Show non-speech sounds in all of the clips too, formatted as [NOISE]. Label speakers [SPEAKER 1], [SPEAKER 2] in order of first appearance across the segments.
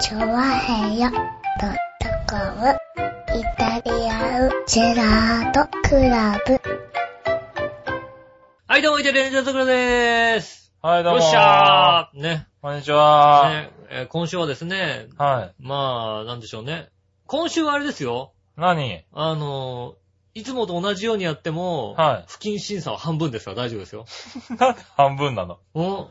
[SPEAKER 1] チョワヘヨドットコムイタリアンジェラートクラブ。
[SPEAKER 2] はい、どうも、イタリアンジャズクラでーす。
[SPEAKER 3] はい、どうも。
[SPEAKER 2] よっしゃー。ね。
[SPEAKER 3] こんにちは、
[SPEAKER 2] ねえー今週はですね、
[SPEAKER 3] は
[SPEAKER 2] まあ、なんでしょうね。今週はあれですよ。
[SPEAKER 3] い。何
[SPEAKER 2] あのー、いつもと同じようにやっても、 [LAUGHS]
[SPEAKER 3] はい
[SPEAKER 2] 不謹慎さは半分ですから大丈夫ですよ。
[SPEAKER 3] なんで半分なの
[SPEAKER 2] うん。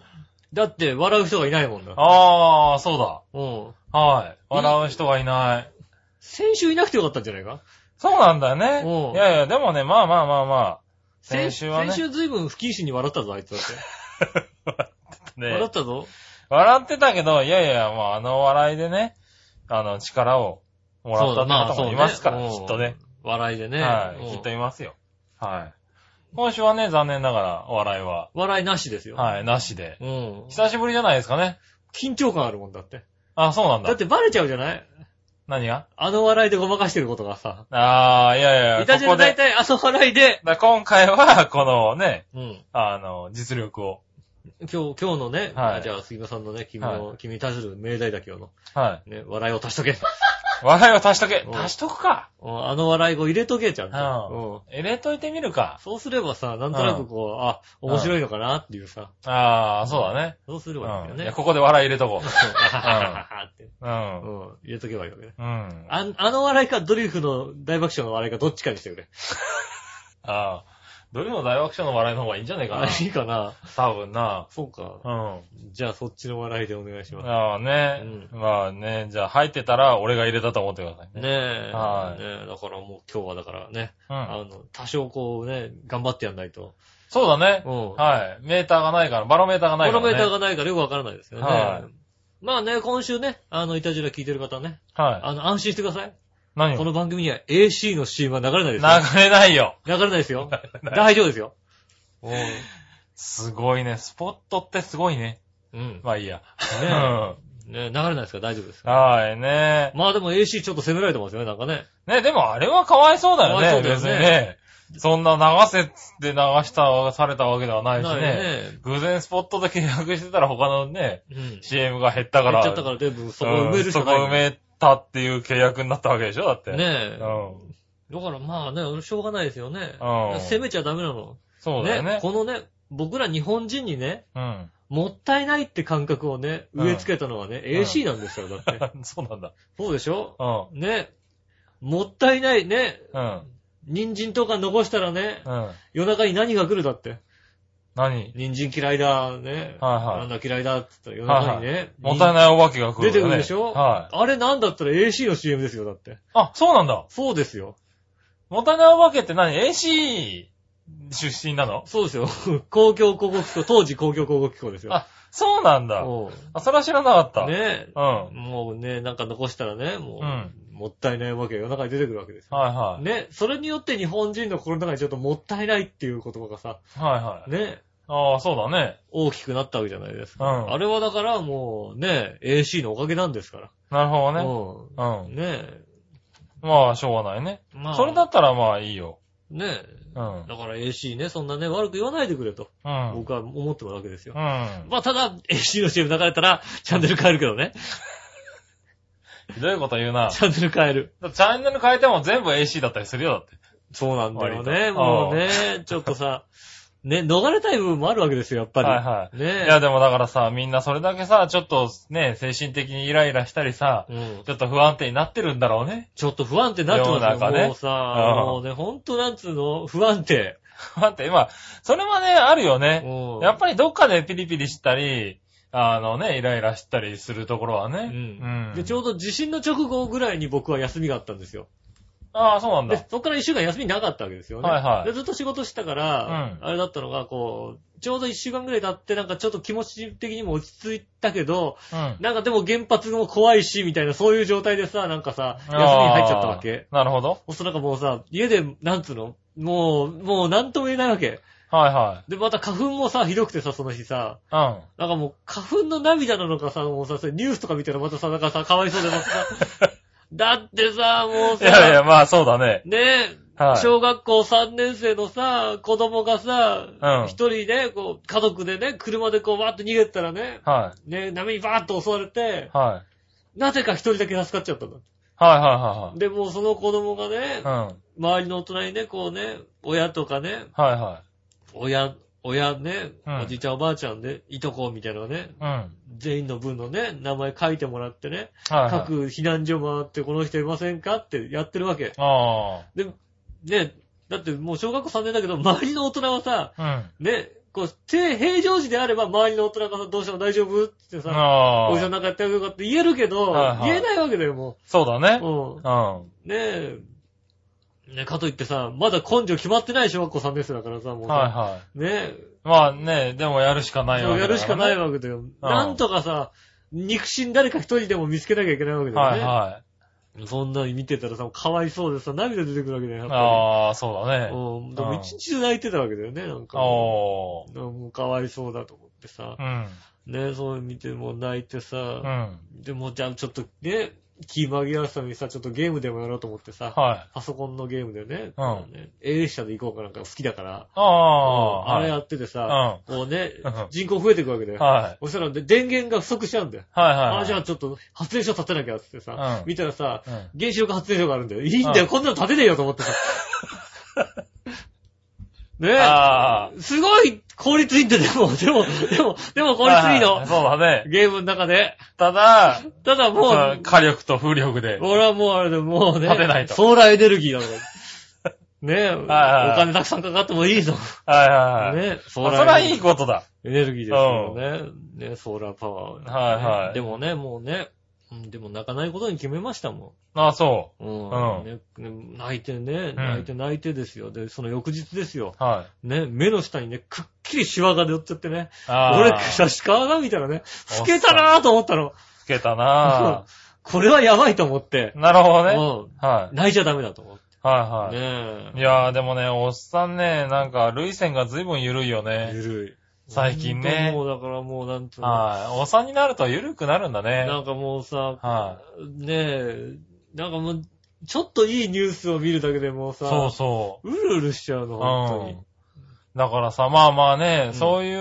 [SPEAKER 2] だって、笑う人がいないもんな。
[SPEAKER 3] あー、そうだ。
[SPEAKER 2] うん。
[SPEAKER 3] はい。笑う人がいない。
[SPEAKER 2] 先週いなくてよかったんじゃないか
[SPEAKER 3] そうなんだよね
[SPEAKER 2] う。ん
[SPEAKER 3] いやいや、でもね、まあまあまあま
[SPEAKER 2] 先
[SPEAKER 3] 先週はね
[SPEAKER 2] 先週ずいぶん不謹慎に笑ったぞ、あいつだって。
[SPEAKER 3] あ。ね
[SPEAKER 2] 笑ったぞ。
[SPEAKER 3] 笑ってたけど、いやいや、まああの笑いでね、あの、力をもらった
[SPEAKER 2] そうだまあ
[SPEAKER 3] って方もいますから、
[SPEAKER 2] そうね
[SPEAKER 3] きっとね。
[SPEAKER 2] 笑いでね。
[SPEAKER 3] はい。
[SPEAKER 2] うん
[SPEAKER 3] きっといますよ。はい。今週はね、残念ながら、お笑いは、
[SPEAKER 2] 笑いなしですよ。
[SPEAKER 3] はい、なしで。
[SPEAKER 2] うん。
[SPEAKER 3] 久しぶりじゃないですかね。
[SPEAKER 2] 緊張感あるもんだって。
[SPEAKER 3] あ、そうなんだ。
[SPEAKER 2] だってバレちゃうじゃない
[SPEAKER 3] 何が
[SPEAKER 2] あの笑いでごまかしてることがさ。
[SPEAKER 3] あー、いやいや、
[SPEAKER 2] いたじ
[SPEAKER 3] ここ
[SPEAKER 2] ら
[SPEAKER 3] で
[SPEAKER 2] 大体あの笑いで、
[SPEAKER 3] だ今回は、このね、
[SPEAKER 2] うん。
[SPEAKER 3] あの、実力を。
[SPEAKER 2] 今日、今日のね、
[SPEAKER 3] はい
[SPEAKER 2] じゃあ杉村さんのね、君の、君に対する命題だけどの、
[SPEAKER 3] は
[SPEAKER 2] ね、笑いを足しとけ。
[SPEAKER 3] い。笑いを足しとけ
[SPEAKER 2] うん
[SPEAKER 3] 足しとくか
[SPEAKER 2] [LAUGHS] うんあの笑いを入れとけ、ちゃん
[SPEAKER 3] うん
[SPEAKER 2] と。うん
[SPEAKER 3] 入れといてみるか。
[SPEAKER 2] そうすればさ、なんとなくこう、あ、面白いのかなっていうさ、
[SPEAKER 3] ああ、そうだね。
[SPEAKER 2] そうすればいいんだ
[SPEAKER 3] う
[SPEAKER 2] よ
[SPEAKER 3] ん。い
[SPEAKER 2] ね。
[SPEAKER 3] や、ここで笑い入れとこ
[SPEAKER 2] そうあははははって
[SPEAKER 3] う。
[SPEAKER 2] う
[SPEAKER 3] う。
[SPEAKER 2] んん、入れとけばいいわけね。
[SPEAKER 3] うん。あ
[SPEAKER 2] ああの笑いかドリフの大爆笑の笑いかどっちかにしてくれ。
[SPEAKER 3] あー。どれも大爆笑の笑いの方がいいんじゃねえか
[SPEAKER 2] [LAUGHS] あ
[SPEAKER 3] な。
[SPEAKER 2] いいかな
[SPEAKER 3] 多分な。
[SPEAKER 2] そうか。
[SPEAKER 3] うん。
[SPEAKER 2] じゃあそっちの笑いでお願いします。
[SPEAKER 3] ああね。まあね、じゃあ入ってたら俺が入れたと思ってくださいね。
[SPEAKER 2] ねえ。
[SPEAKER 3] はい
[SPEAKER 2] ねえ、だからもう今日はだからね、
[SPEAKER 3] うん。
[SPEAKER 2] あの、多少こうね、頑張ってやんないと。
[SPEAKER 3] そうだね
[SPEAKER 2] う。ん。
[SPEAKER 3] はい。メーターがないから、バロメーターが
[SPEAKER 2] バ
[SPEAKER 3] ないか
[SPEAKER 2] ロ
[SPEAKER 3] らね。
[SPEAKER 2] メーターがないからよくわからないですよね。
[SPEAKER 3] は
[SPEAKER 2] まあね、今週ね、あの、いたじら聞いてる方ね、
[SPEAKER 3] はい。
[SPEAKER 2] あの、安心してください。
[SPEAKER 3] 何
[SPEAKER 2] こ
[SPEAKER 3] を
[SPEAKER 2] の番組には AC の CM は流れないですよ。
[SPEAKER 3] 流れないよ。
[SPEAKER 2] 流れないですよ。大丈夫ですよ。
[SPEAKER 3] すごいね。スポットってすごいね。
[SPEAKER 2] うん。
[SPEAKER 3] まあいいや。う
[SPEAKER 2] ね
[SPEAKER 3] ん。
[SPEAKER 2] え、ねえ流れないですから大丈夫ですよ。
[SPEAKER 3] はいね。
[SPEAKER 2] まあでも AC ちょっと責められてますよね、なんかね。
[SPEAKER 3] ね、でもあれはかわいそうだよ
[SPEAKER 2] かわいそ
[SPEAKER 3] ね、
[SPEAKER 2] うだよね
[SPEAKER 3] 別にね。そんな流せっつって流した、されたわけではないし
[SPEAKER 2] ない
[SPEAKER 3] ね。
[SPEAKER 2] ね。
[SPEAKER 3] 偶然スポットで契約してたら他のね、
[SPEAKER 2] うん。
[SPEAKER 3] CM が減ったか
[SPEAKER 2] 言
[SPEAKER 3] ら。
[SPEAKER 2] っちゃったから全部そこ埋め
[SPEAKER 3] う
[SPEAKER 2] る
[SPEAKER 3] ん
[SPEAKER 2] しか
[SPEAKER 3] そこ
[SPEAKER 2] ない。
[SPEAKER 3] 埋めたっていう契約になったわけでしょだって。
[SPEAKER 2] ねえ。
[SPEAKER 3] うん。
[SPEAKER 2] だからまあね、しょうがないですよね。
[SPEAKER 3] うん
[SPEAKER 2] 攻めちゃダメなの。
[SPEAKER 3] そうだよね。
[SPEAKER 2] このね、僕ら日本人にね、
[SPEAKER 3] うん。 [LAUGHS]
[SPEAKER 2] もったいないって感覚をね、
[SPEAKER 3] うん
[SPEAKER 2] 植え付けたのはね、
[SPEAKER 3] ん
[SPEAKER 2] AC なんですよ、だ
[SPEAKER 3] [LAUGHS]
[SPEAKER 2] って。
[SPEAKER 3] そうなんだ。
[SPEAKER 2] そうでしょ
[SPEAKER 3] うん。
[SPEAKER 2] ね。もったいないね。
[SPEAKER 3] うん。
[SPEAKER 2] 人参とか残したらね、
[SPEAKER 3] うん。
[SPEAKER 2] 夜中に何が来るだって。
[SPEAKER 3] 何
[SPEAKER 2] 人参嫌いだ、ね。
[SPEAKER 3] はいは
[SPEAKER 2] ないんだ嫌いだって言ったら夜中にね。
[SPEAKER 3] もったい
[SPEAKER 2] い。
[SPEAKER 3] ないお化けが来る、
[SPEAKER 2] 出てくるでしょ
[SPEAKER 3] はい。
[SPEAKER 2] あれなんだったら AC の CM ですよ、だって。
[SPEAKER 3] あ、そうなんだ。
[SPEAKER 2] そうですよ。
[SPEAKER 3] もったいないお化けって何 ?AC 出身なの
[SPEAKER 2] そうですよ。 [LAUGHS] 公共広告機構、当時公共広告機構ですよ。
[SPEAKER 3] あそうなんだ。
[SPEAKER 2] おう
[SPEAKER 3] あ、それは知らなかった。
[SPEAKER 2] ね
[SPEAKER 3] うん。はい
[SPEAKER 2] もうね、なんか残したらね、もう、
[SPEAKER 3] うん
[SPEAKER 2] もったいないわけが夜中に出てくるわけですよ。
[SPEAKER 3] はい。
[SPEAKER 2] ね、それによって日本人の心の中にちょっともったいないっていう言葉がさ、
[SPEAKER 3] はいはい。
[SPEAKER 2] ね、
[SPEAKER 3] ああ、そうだね。
[SPEAKER 2] 大きくなったわけじゃないです
[SPEAKER 3] う
[SPEAKER 2] か。
[SPEAKER 3] ん。
[SPEAKER 2] あれはだからもうね、AC のおかげなんですから。
[SPEAKER 3] なるほど
[SPEAKER 2] ね。うん。
[SPEAKER 3] ね。うん。
[SPEAKER 2] ね
[SPEAKER 3] まあ、しょうがないね。
[SPEAKER 2] ま
[SPEAKER 3] それだったらまあいいよ。
[SPEAKER 2] ね
[SPEAKER 3] うん。
[SPEAKER 2] だから AC ね、そんなね、悪く言わないでくれと、
[SPEAKER 3] うん。うん。
[SPEAKER 2] 僕は思ってるわけですよ。
[SPEAKER 3] ひ
[SPEAKER 2] まあ、ただ、AC の CM 流れたら、チャンネル変えるけどね。
[SPEAKER 3] どいこと言うな。
[SPEAKER 2] チャンネル変える。
[SPEAKER 3] チャンネル変えても全部 AC だったりするよ、だって。
[SPEAKER 2] そうなんだよね。
[SPEAKER 3] 割と
[SPEAKER 2] もうね、ちょっとさ、ね、逃れたい部分もあるわけですよ、やっぱり。
[SPEAKER 3] はいはい。
[SPEAKER 2] ね
[SPEAKER 3] いや、でもだからさ、みんなそれだけさ、ちょっとね、精神的にイライラしたりさ、
[SPEAKER 2] うん
[SPEAKER 3] ちょっと不安定になってるんだろうね。 [LAUGHS]
[SPEAKER 2] ちょっと不安定になってます
[SPEAKER 3] 世の中ね
[SPEAKER 2] もうさ、
[SPEAKER 3] うん
[SPEAKER 2] もうね、ほんとなんつうの、不安定。
[SPEAKER 3] 不安定。まあ、それはね、あるよね。
[SPEAKER 2] うん
[SPEAKER 3] やっぱりどっかでピリピリしたり、あのね、イライラしたりするところはね。
[SPEAKER 2] うんで、ち
[SPEAKER 3] ょ
[SPEAKER 2] ょうど地震の直後ぐらいに僕は休みがあったんですよ。
[SPEAKER 3] ああ、そうなん
[SPEAKER 2] で
[SPEAKER 3] だ。、
[SPEAKER 2] そっから一週間休みなかったわけですよね。
[SPEAKER 3] はいはい
[SPEAKER 2] で、ずっと仕事してたから、
[SPEAKER 3] う
[SPEAKER 2] あれだったのが、こう、ちょうど一週間ぐらい経って、なんかちょっと気持ち的にも落ち着いたけど、
[SPEAKER 3] うん。
[SPEAKER 2] なんかでも原発も怖いし、みたいな、そういう状態でさ、なんかさ、休みに入っちゃったわけ。
[SPEAKER 3] ああ。なるほど。
[SPEAKER 2] そうするとなんかもうさ、家で、なんつうのもう、もうなんとも言えないわけ。
[SPEAKER 3] はいは
[SPEAKER 2] で、また花粉もさ、ひどくてさ、その日さ、
[SPEAKER 3] い。うん。
[SPEAKER 2] なんかもう、花粉の涙なのかさ、もうさ、それニュースとか見たらまたさ、なんかさ、かわいそうでま
[SPEAKER 3] [LAUGHS]
[SPEAKER 2] たさ、だってさ、もう
[SPEAKER 3] いやい
[SPEAKER 2] さ、
[SPEAKER 3] や、まあそうだね。
[SPEAKER 2] ねえ、
[SPEAKER 3] はい。
[SPEAKER 2] 小学校3年生のさ、子供がさ
[SPEAKER 3] うん、
[SPEAKER 2] 一、人ね、こう、家族でね、車でこう、わーっと逃げてたらね、
[SPEAKER 3] は
[SPEAKER 2] ね、波にバーっと襲われて
[SPEAKER 3] い。、は
[SPEAKER 2] なぜか一人だけ助かっちゃったんだって。
[SPEAKER 3] はいは
[SPEAKER 2] で、もうその子供がね
[SPEAKER 3] いはい、はい。うん。
[SPEAKER 2] 周りの大人にね、こうね、親とかね、
[SPEAKER 3] はいは
[SPEAKER 2] 親、親ね、
[SPEAKER 3] うん
[SPEAKER 2] おじいちゃんおばあちゃんで、いとこみたいなのね、
[SPEAKER 3] い。うん。はい
[SPEAKER 2] 全員の分のね、名前書いてもらってね、
[SPEAKER 3] はい。
[SPEAKER 2] 各避難所回ってこの人いませんかってやってるわけ。
[SPEAKER 3] あ
[SPEAKER 2] で、ね、だってもう小学校3年だけど、周りの大人はさ、
[SPEAKER 3] あ。うん。
[SPEAKER 2] ね、こう、て平常時であれば周りの大人がさ、どうしても大丈夫ってさ、
[SPEAKER 3] あ
[SPEAKER 2] お
[SPEAKER 3] あ
[SPEAKER 2] じ。さんなんかやってるとかって言えるけど
[SPEAKER 3] はい、はい
[SPEAKER 2] 言えないわけだよ、も
[SPEAKER 3] そうだね。
[SPEAKER 2] う。うん。
[SPEAKER 3] うん。
[SPEAKER 2] ねえ。ねかといってさ、まだ根性決まってない小学校3年生だからさ、もうさ
[SPEAKER 3] はいは
[SPEAKER 2] ねえ、
[SPEAKER 3] い。まあね、でもやるしかないわ
[SPEAKER 2] そう
[SPEAKER 3] け
[SPEAKER 2] や
[SPEAKER 3] だ
[SPEAKER 2] るしかない
[SPEAKER 3] わ
[SPEAKER 2] わけだよ。なんとかさ、肉親誰か一人でも見つけなきゃいけないわけ
[SPEAKER 3] け
[SPEAKER 2] だよ
[SPEAKER 3] は
[SPEAKER 2] ね。
[SPEAKER 3] いはい。
[SPEAKER 2] そんなの見てたらさ、かわいそうでさ、涙出てくるわけだよ、やっぱ
[SPEAKER 3] ああ、そうだ
[SPEAKER 2] り。
[SPEAKER 3] ね。
[SPEAKER 2] うん。でも一日中泣いてたわけだよね、なんか。
[SPEAKER 3] おー。
[SPEAKER 2] もうかわいそうだと思ってさ
[SPEAKER 3] う。ん。
[SPEAKER 2] ね、そう見てもう泣いて
[SPEAKER 3] う
[SPEAKER 2] さ。
[SPEAKER 3] ん。
[SPEAKER 2] でもうじゃあちょっとね、気紛らわすためにさ、ちょっとゲームでもやろうと思ってさ。
[SPEAKER 3] はい。
[SPEAKER 2] パソコンのゲームでね。
[SPEAKER 3] うん
[SPEAKER 2] ね。A 列車で行こうかなんか好きだから。
[SPEAKER 3] ああ。
[SPEAKER 2] あれや
[SPEAKER 3] はい
[SPEAKER 2] ってて
[SPEAKER 3] うん。
[SPEAKER 2] さ。
[SPEAKER 3] はい。
[SPEAKER 2] こうね
[SPEAKER 3] うん、
[SPEAKER 2] 人口増えていくわけだよ。
[SPEAKER 3] はい
[SPEAKER 2] そしたらで電源が不足しちゃうんだよ。
[SPEAKER 3] はいはい。
[SPEAKER 2] あ、じゃあちょっと発電所立てなきゃっつってさ、
[SPEAKER 3] うん
[SPEAKER 2] 見たらさ、
[SPEAKER 3] うん
[SPEAKER 2] 原子力発電所があるんだよ。いいんだ
[SPEAKER 3] う
[SPEAKER 2] よ、
[SPEAKER 3] ん
[SPEAKER 2] こんなの立てねえよと思
[SPEAKER 3] [LAUGHS]
[SPEAKER 2] ってさ。ね
[SPEAKER 3] あ
[SPEAKER 2] え。すごい効率いいんだよ、でも、でも、でも、でも効率いい
[SPEAKER 3] はは
[SPEAKER 2] の。
[SPEAKER 3] そうだね。
[SPEAKER 2] ゲームの中で。
[SPEAKER 3] ただ、
[SPEAKER 2] ただも
[SPEAKER 3] まあ
[SPEAKER 2] う、
[SPEAKER 3] 火力と風力で。
[SPEAKER 2] 俺はもうあれでもうね、
[SPEAKER 3] 立てないと
[SPEAKER 2] ソーラーエネルギーだ
[SPEAKER 3] [LAUGHS]
[SPEAKER 2] から。ねえ、お
[SPEAKER 3] はいはい
[SPEAKER 2] 金たくさんかかってもいいぞ。ね
[SPEAKER 3] はいはいはい。
[SPEAKER 2] え、
[SPEAKER 3] そ
[SPEAKER 2] ソー
[SPEAKER 3] れ
[SPEAKER 2] ラーエネルギー
[SPEAKER 3] はいいことだ。
[SPEAKER 2] エネルギーですよね。ね、ソーラーパワー。
[SPEAKER 3] はいはい
[SPEAKER 2] でもね、もうね、うんでも泣かないことに決めましたも
[SPEAKER 3] ああ、そ
[SPEAKER 2] ん。うん。
[SPEAKER 3] うん
[SPEAKER 2] ねね泣いてね、泣いて泣いてですよ。で、その翌日ですよ。
[SPEAKER 3] う。はい。
[SPEAKER 2] ね、目の下にね、くっきりシワが寄っちゃってね。
[SPEAKER 3] ああ。
[SPEAKER 2] 俺、差し川が見たらね、老けたなぁと思ったの。
[SPEAKER 3] つけたな
[SPEAKER 2] [LAUGHS]
[SPEAKER 3] [LAUGHS]
[SPEAKER 2] これはやばいと思って
[SPEAKER 3] ぁ。。なるほどね。
[SPEAKER 2] うん。
[SPEAKER 3] はい。
[SPEAKER 2] 泣いちゃダメだと思って。
[SPEAKER 3] はいはい。
[SPEAKER 2] ね
[SPEAKER 3] いやーでもね、おっさんね、なんか、涙腺が随分緩いよ
[SPEAKER 2] え。
[SPEAKER 3] ね。
[SPEAKER 2] ゆるい。
[SPEAKER 3] 最近ね
[SPEAKER 2] ほんともうだからもうなんとも
[SPEAKER 3] はい。おっさんになると緩くなるんだね。
[SPEAKER 2] なんかもうさ、
[SPEAKER 3] は
[SPEAKER 2] ねえ、なんかもう、ちょっといいニュースを見るだけでもうさ、
[SPEAKER 3] そうそう
[SPEAKER 2] るうるしちゃうの、
[SPEAKER 3] う。
[SPEAKER 2] 本
[SPEAKER 3] うん。だからさ、まあまあね、
[SPEAKER 2] うん
[SPEAKER 3] そうい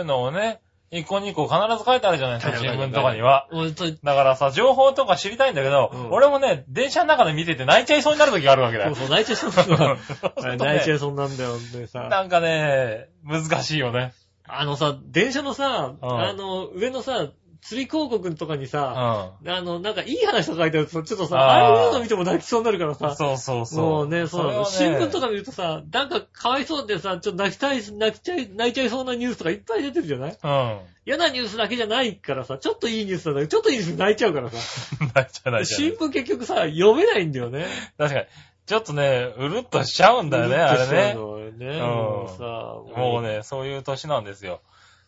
[SPEAKER 3] うのをね、一個二個必ず書いてあるじゃないですか、
[SPEAKER 2] 書い
[SPEAKER 3] 新
[SPEAKER 2] てある
[SPEAKER 3] 聞とかには。
[SPEAKER 2] 当に。俺と、
[SPEAKER 3] だからさ、情報とか知りたいんだけど、
[SPEAKER 2] うん
[SPEAKER 3] 俺もね、電車の中で見てて泣いちゃいそうになる時があるわけだ
[SPEAKER 2] そう
[SPEAKER 3] よ。
[SPEAKER 2] そう、泣いちゃいそう
[SPEAKER 3] [LAUGHS]
[SPEAKER 2] なん
[SPEAKER 3] そう
[SPEAKER 2] だ。
[SPEAKER 3] ね
[SPEAKER 2] 泣いちゃいそうなんだよ、本当にさ。
[SPEAKER 3] なんかね、難しいよね。
[SPEAKER 2] あのさ、電車のさ、
[SPEAKER 3] うん
[SPEAKER 2] あの、上のさ、釣り広告とかに
[SPEAKER 3] うん。
[SPEAKER 2] さ、あの、なんかいい話とか書いてあると、ちょっとさ、
[SPEAKER 3] あー
[SPEAKER 2] ああいうの見ても泣きそうになるからさ、
[SPEAKER 3] そうそうそう。
[SPEAKER 2] もうね、そうなの
[SPEAKER 3] それ
[SPEAKER 2] 新
[SPEAKER 3] をね
[SPEAKER 2] 聞とか見るとさ、なんかかわいそうでさ、ちょっと泣きたい、泣きちゃい、泣いちゃいそうなニュースとかいっぱい出てるじゃない嫌なニュースだけじゃないからさ、ちょっといいニュースなんだけど、ちょっといいニュース泣いちゃうからさ。
[SPEAKER 3] うん。 [LAUGHS] 泣いちゃう泣いちゃ
[SPEAKER 2] 新
[SPEAKER 3] う。
[SPEAKER 2] 聞結局さ、読めないんだよね。
[SPEAKER 3] 確かに。ちょっとね、うるっとしちゃうんだよね、あれね。
[SPEAKER 2] れね。
[SPEAKER 3] うん
[SPEAKER 2] もうさ、
[SPEAKER 3] もう。ね、そういう年なんですよ。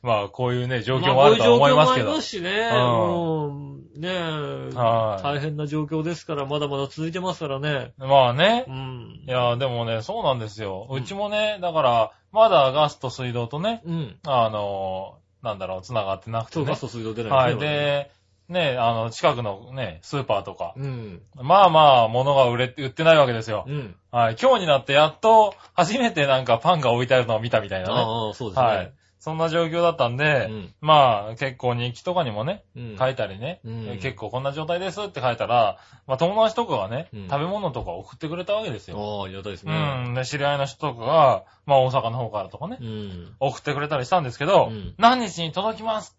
[SPEAKER 3] まあ、こういうね、状
[SPEAKER 2] 状
[SPEAKER 3] 況
[SPEAKER 2] 況
[SPEAKER 3] も
[SPEAKER 2] も
[SPEAKER 3] あ
[SPEAKER 2] あ
[SPEAKER 3] る
[SPEAKER 2] る
[SPEAKER 3] とは
[SPEAKER 2] と
[SPEAKER 3] 思
[SPEAKER 2] 思
[SPEAKER 3] い
[SPEAKER 2] い
[SPEAKER 3] ま
[SPEAKER 2] ますす
[SPEAKER 3] け
[SPEAKER 2] け
[SPEAKER 3] ど。
[SPEAKER 2] ど。
[SPEAKER 3] はい。
[SPEAKER 2] しね、
[SPEAKER 3] うん
[SPEAKER 2] もう、ねえ、大変な状況ですから、まだまだ続いてますからね。
[SPEAKER 3] まあね
[SPEAKER 2] う。ん
[SPEAKER 3] い。や、でもね、そうなんですよ。
[SPEAKER 2] うん
[SPEAKER 3] うちもね、だから、まだガスと水道とね、
[SPEAKER 2] うん。
[SPEAKER 3] あの、なんだろう、繋がってなくて
[SPEAKER 2] そう、
[SPEAKER 3] ね
[SPEAKER 2] ガス。と水道出な
[SPEAKER 3] はいい。で、ね、あの、近くのね、スーパーとか。
[SPEAKER 2] 我々うん。
[SPEAKER 3] まあまあ、物が売れ、売ってないわけですよ。
[SPEAKER 2] うん。
[SPEAKER 3] はい。今日になってやっと、初めてなんかパンが置いてあるのを見たみたいなね。
[SPEAKER 2] ああ、そうですね。
[SPEAKER 3] はい。そんな状況だったんで、
[SPEAKER 2] うん
[SPEAKER 3] まあ、結構日記とかにもね、
[SPEAKER 2] うん。
[SPEAKER 3] 書いたりね、
[SPEAKER 2] うん
[SPEAKER 3] 結構こんな状態ですって書いたら、まあ友達とかがね、
[SPEAKER 2] うん
[SPEAKER 3] 食べ物とか送ってくれたわけですよ。
[SPEAKER 2] ああ、ありがたいです
[SPEAKER 3] う
[SPEAKER 2] ね。
[SPEAKER 3] ん。で、知り合いの人とかが、まあ大阪の方からとかね、
[SPEAKER 2] うん。
[SPEAKER 3] 送ってくれたりしたんですけど、
[SPEAKER 2] うん
[SPEAKER 3] 何日に届きます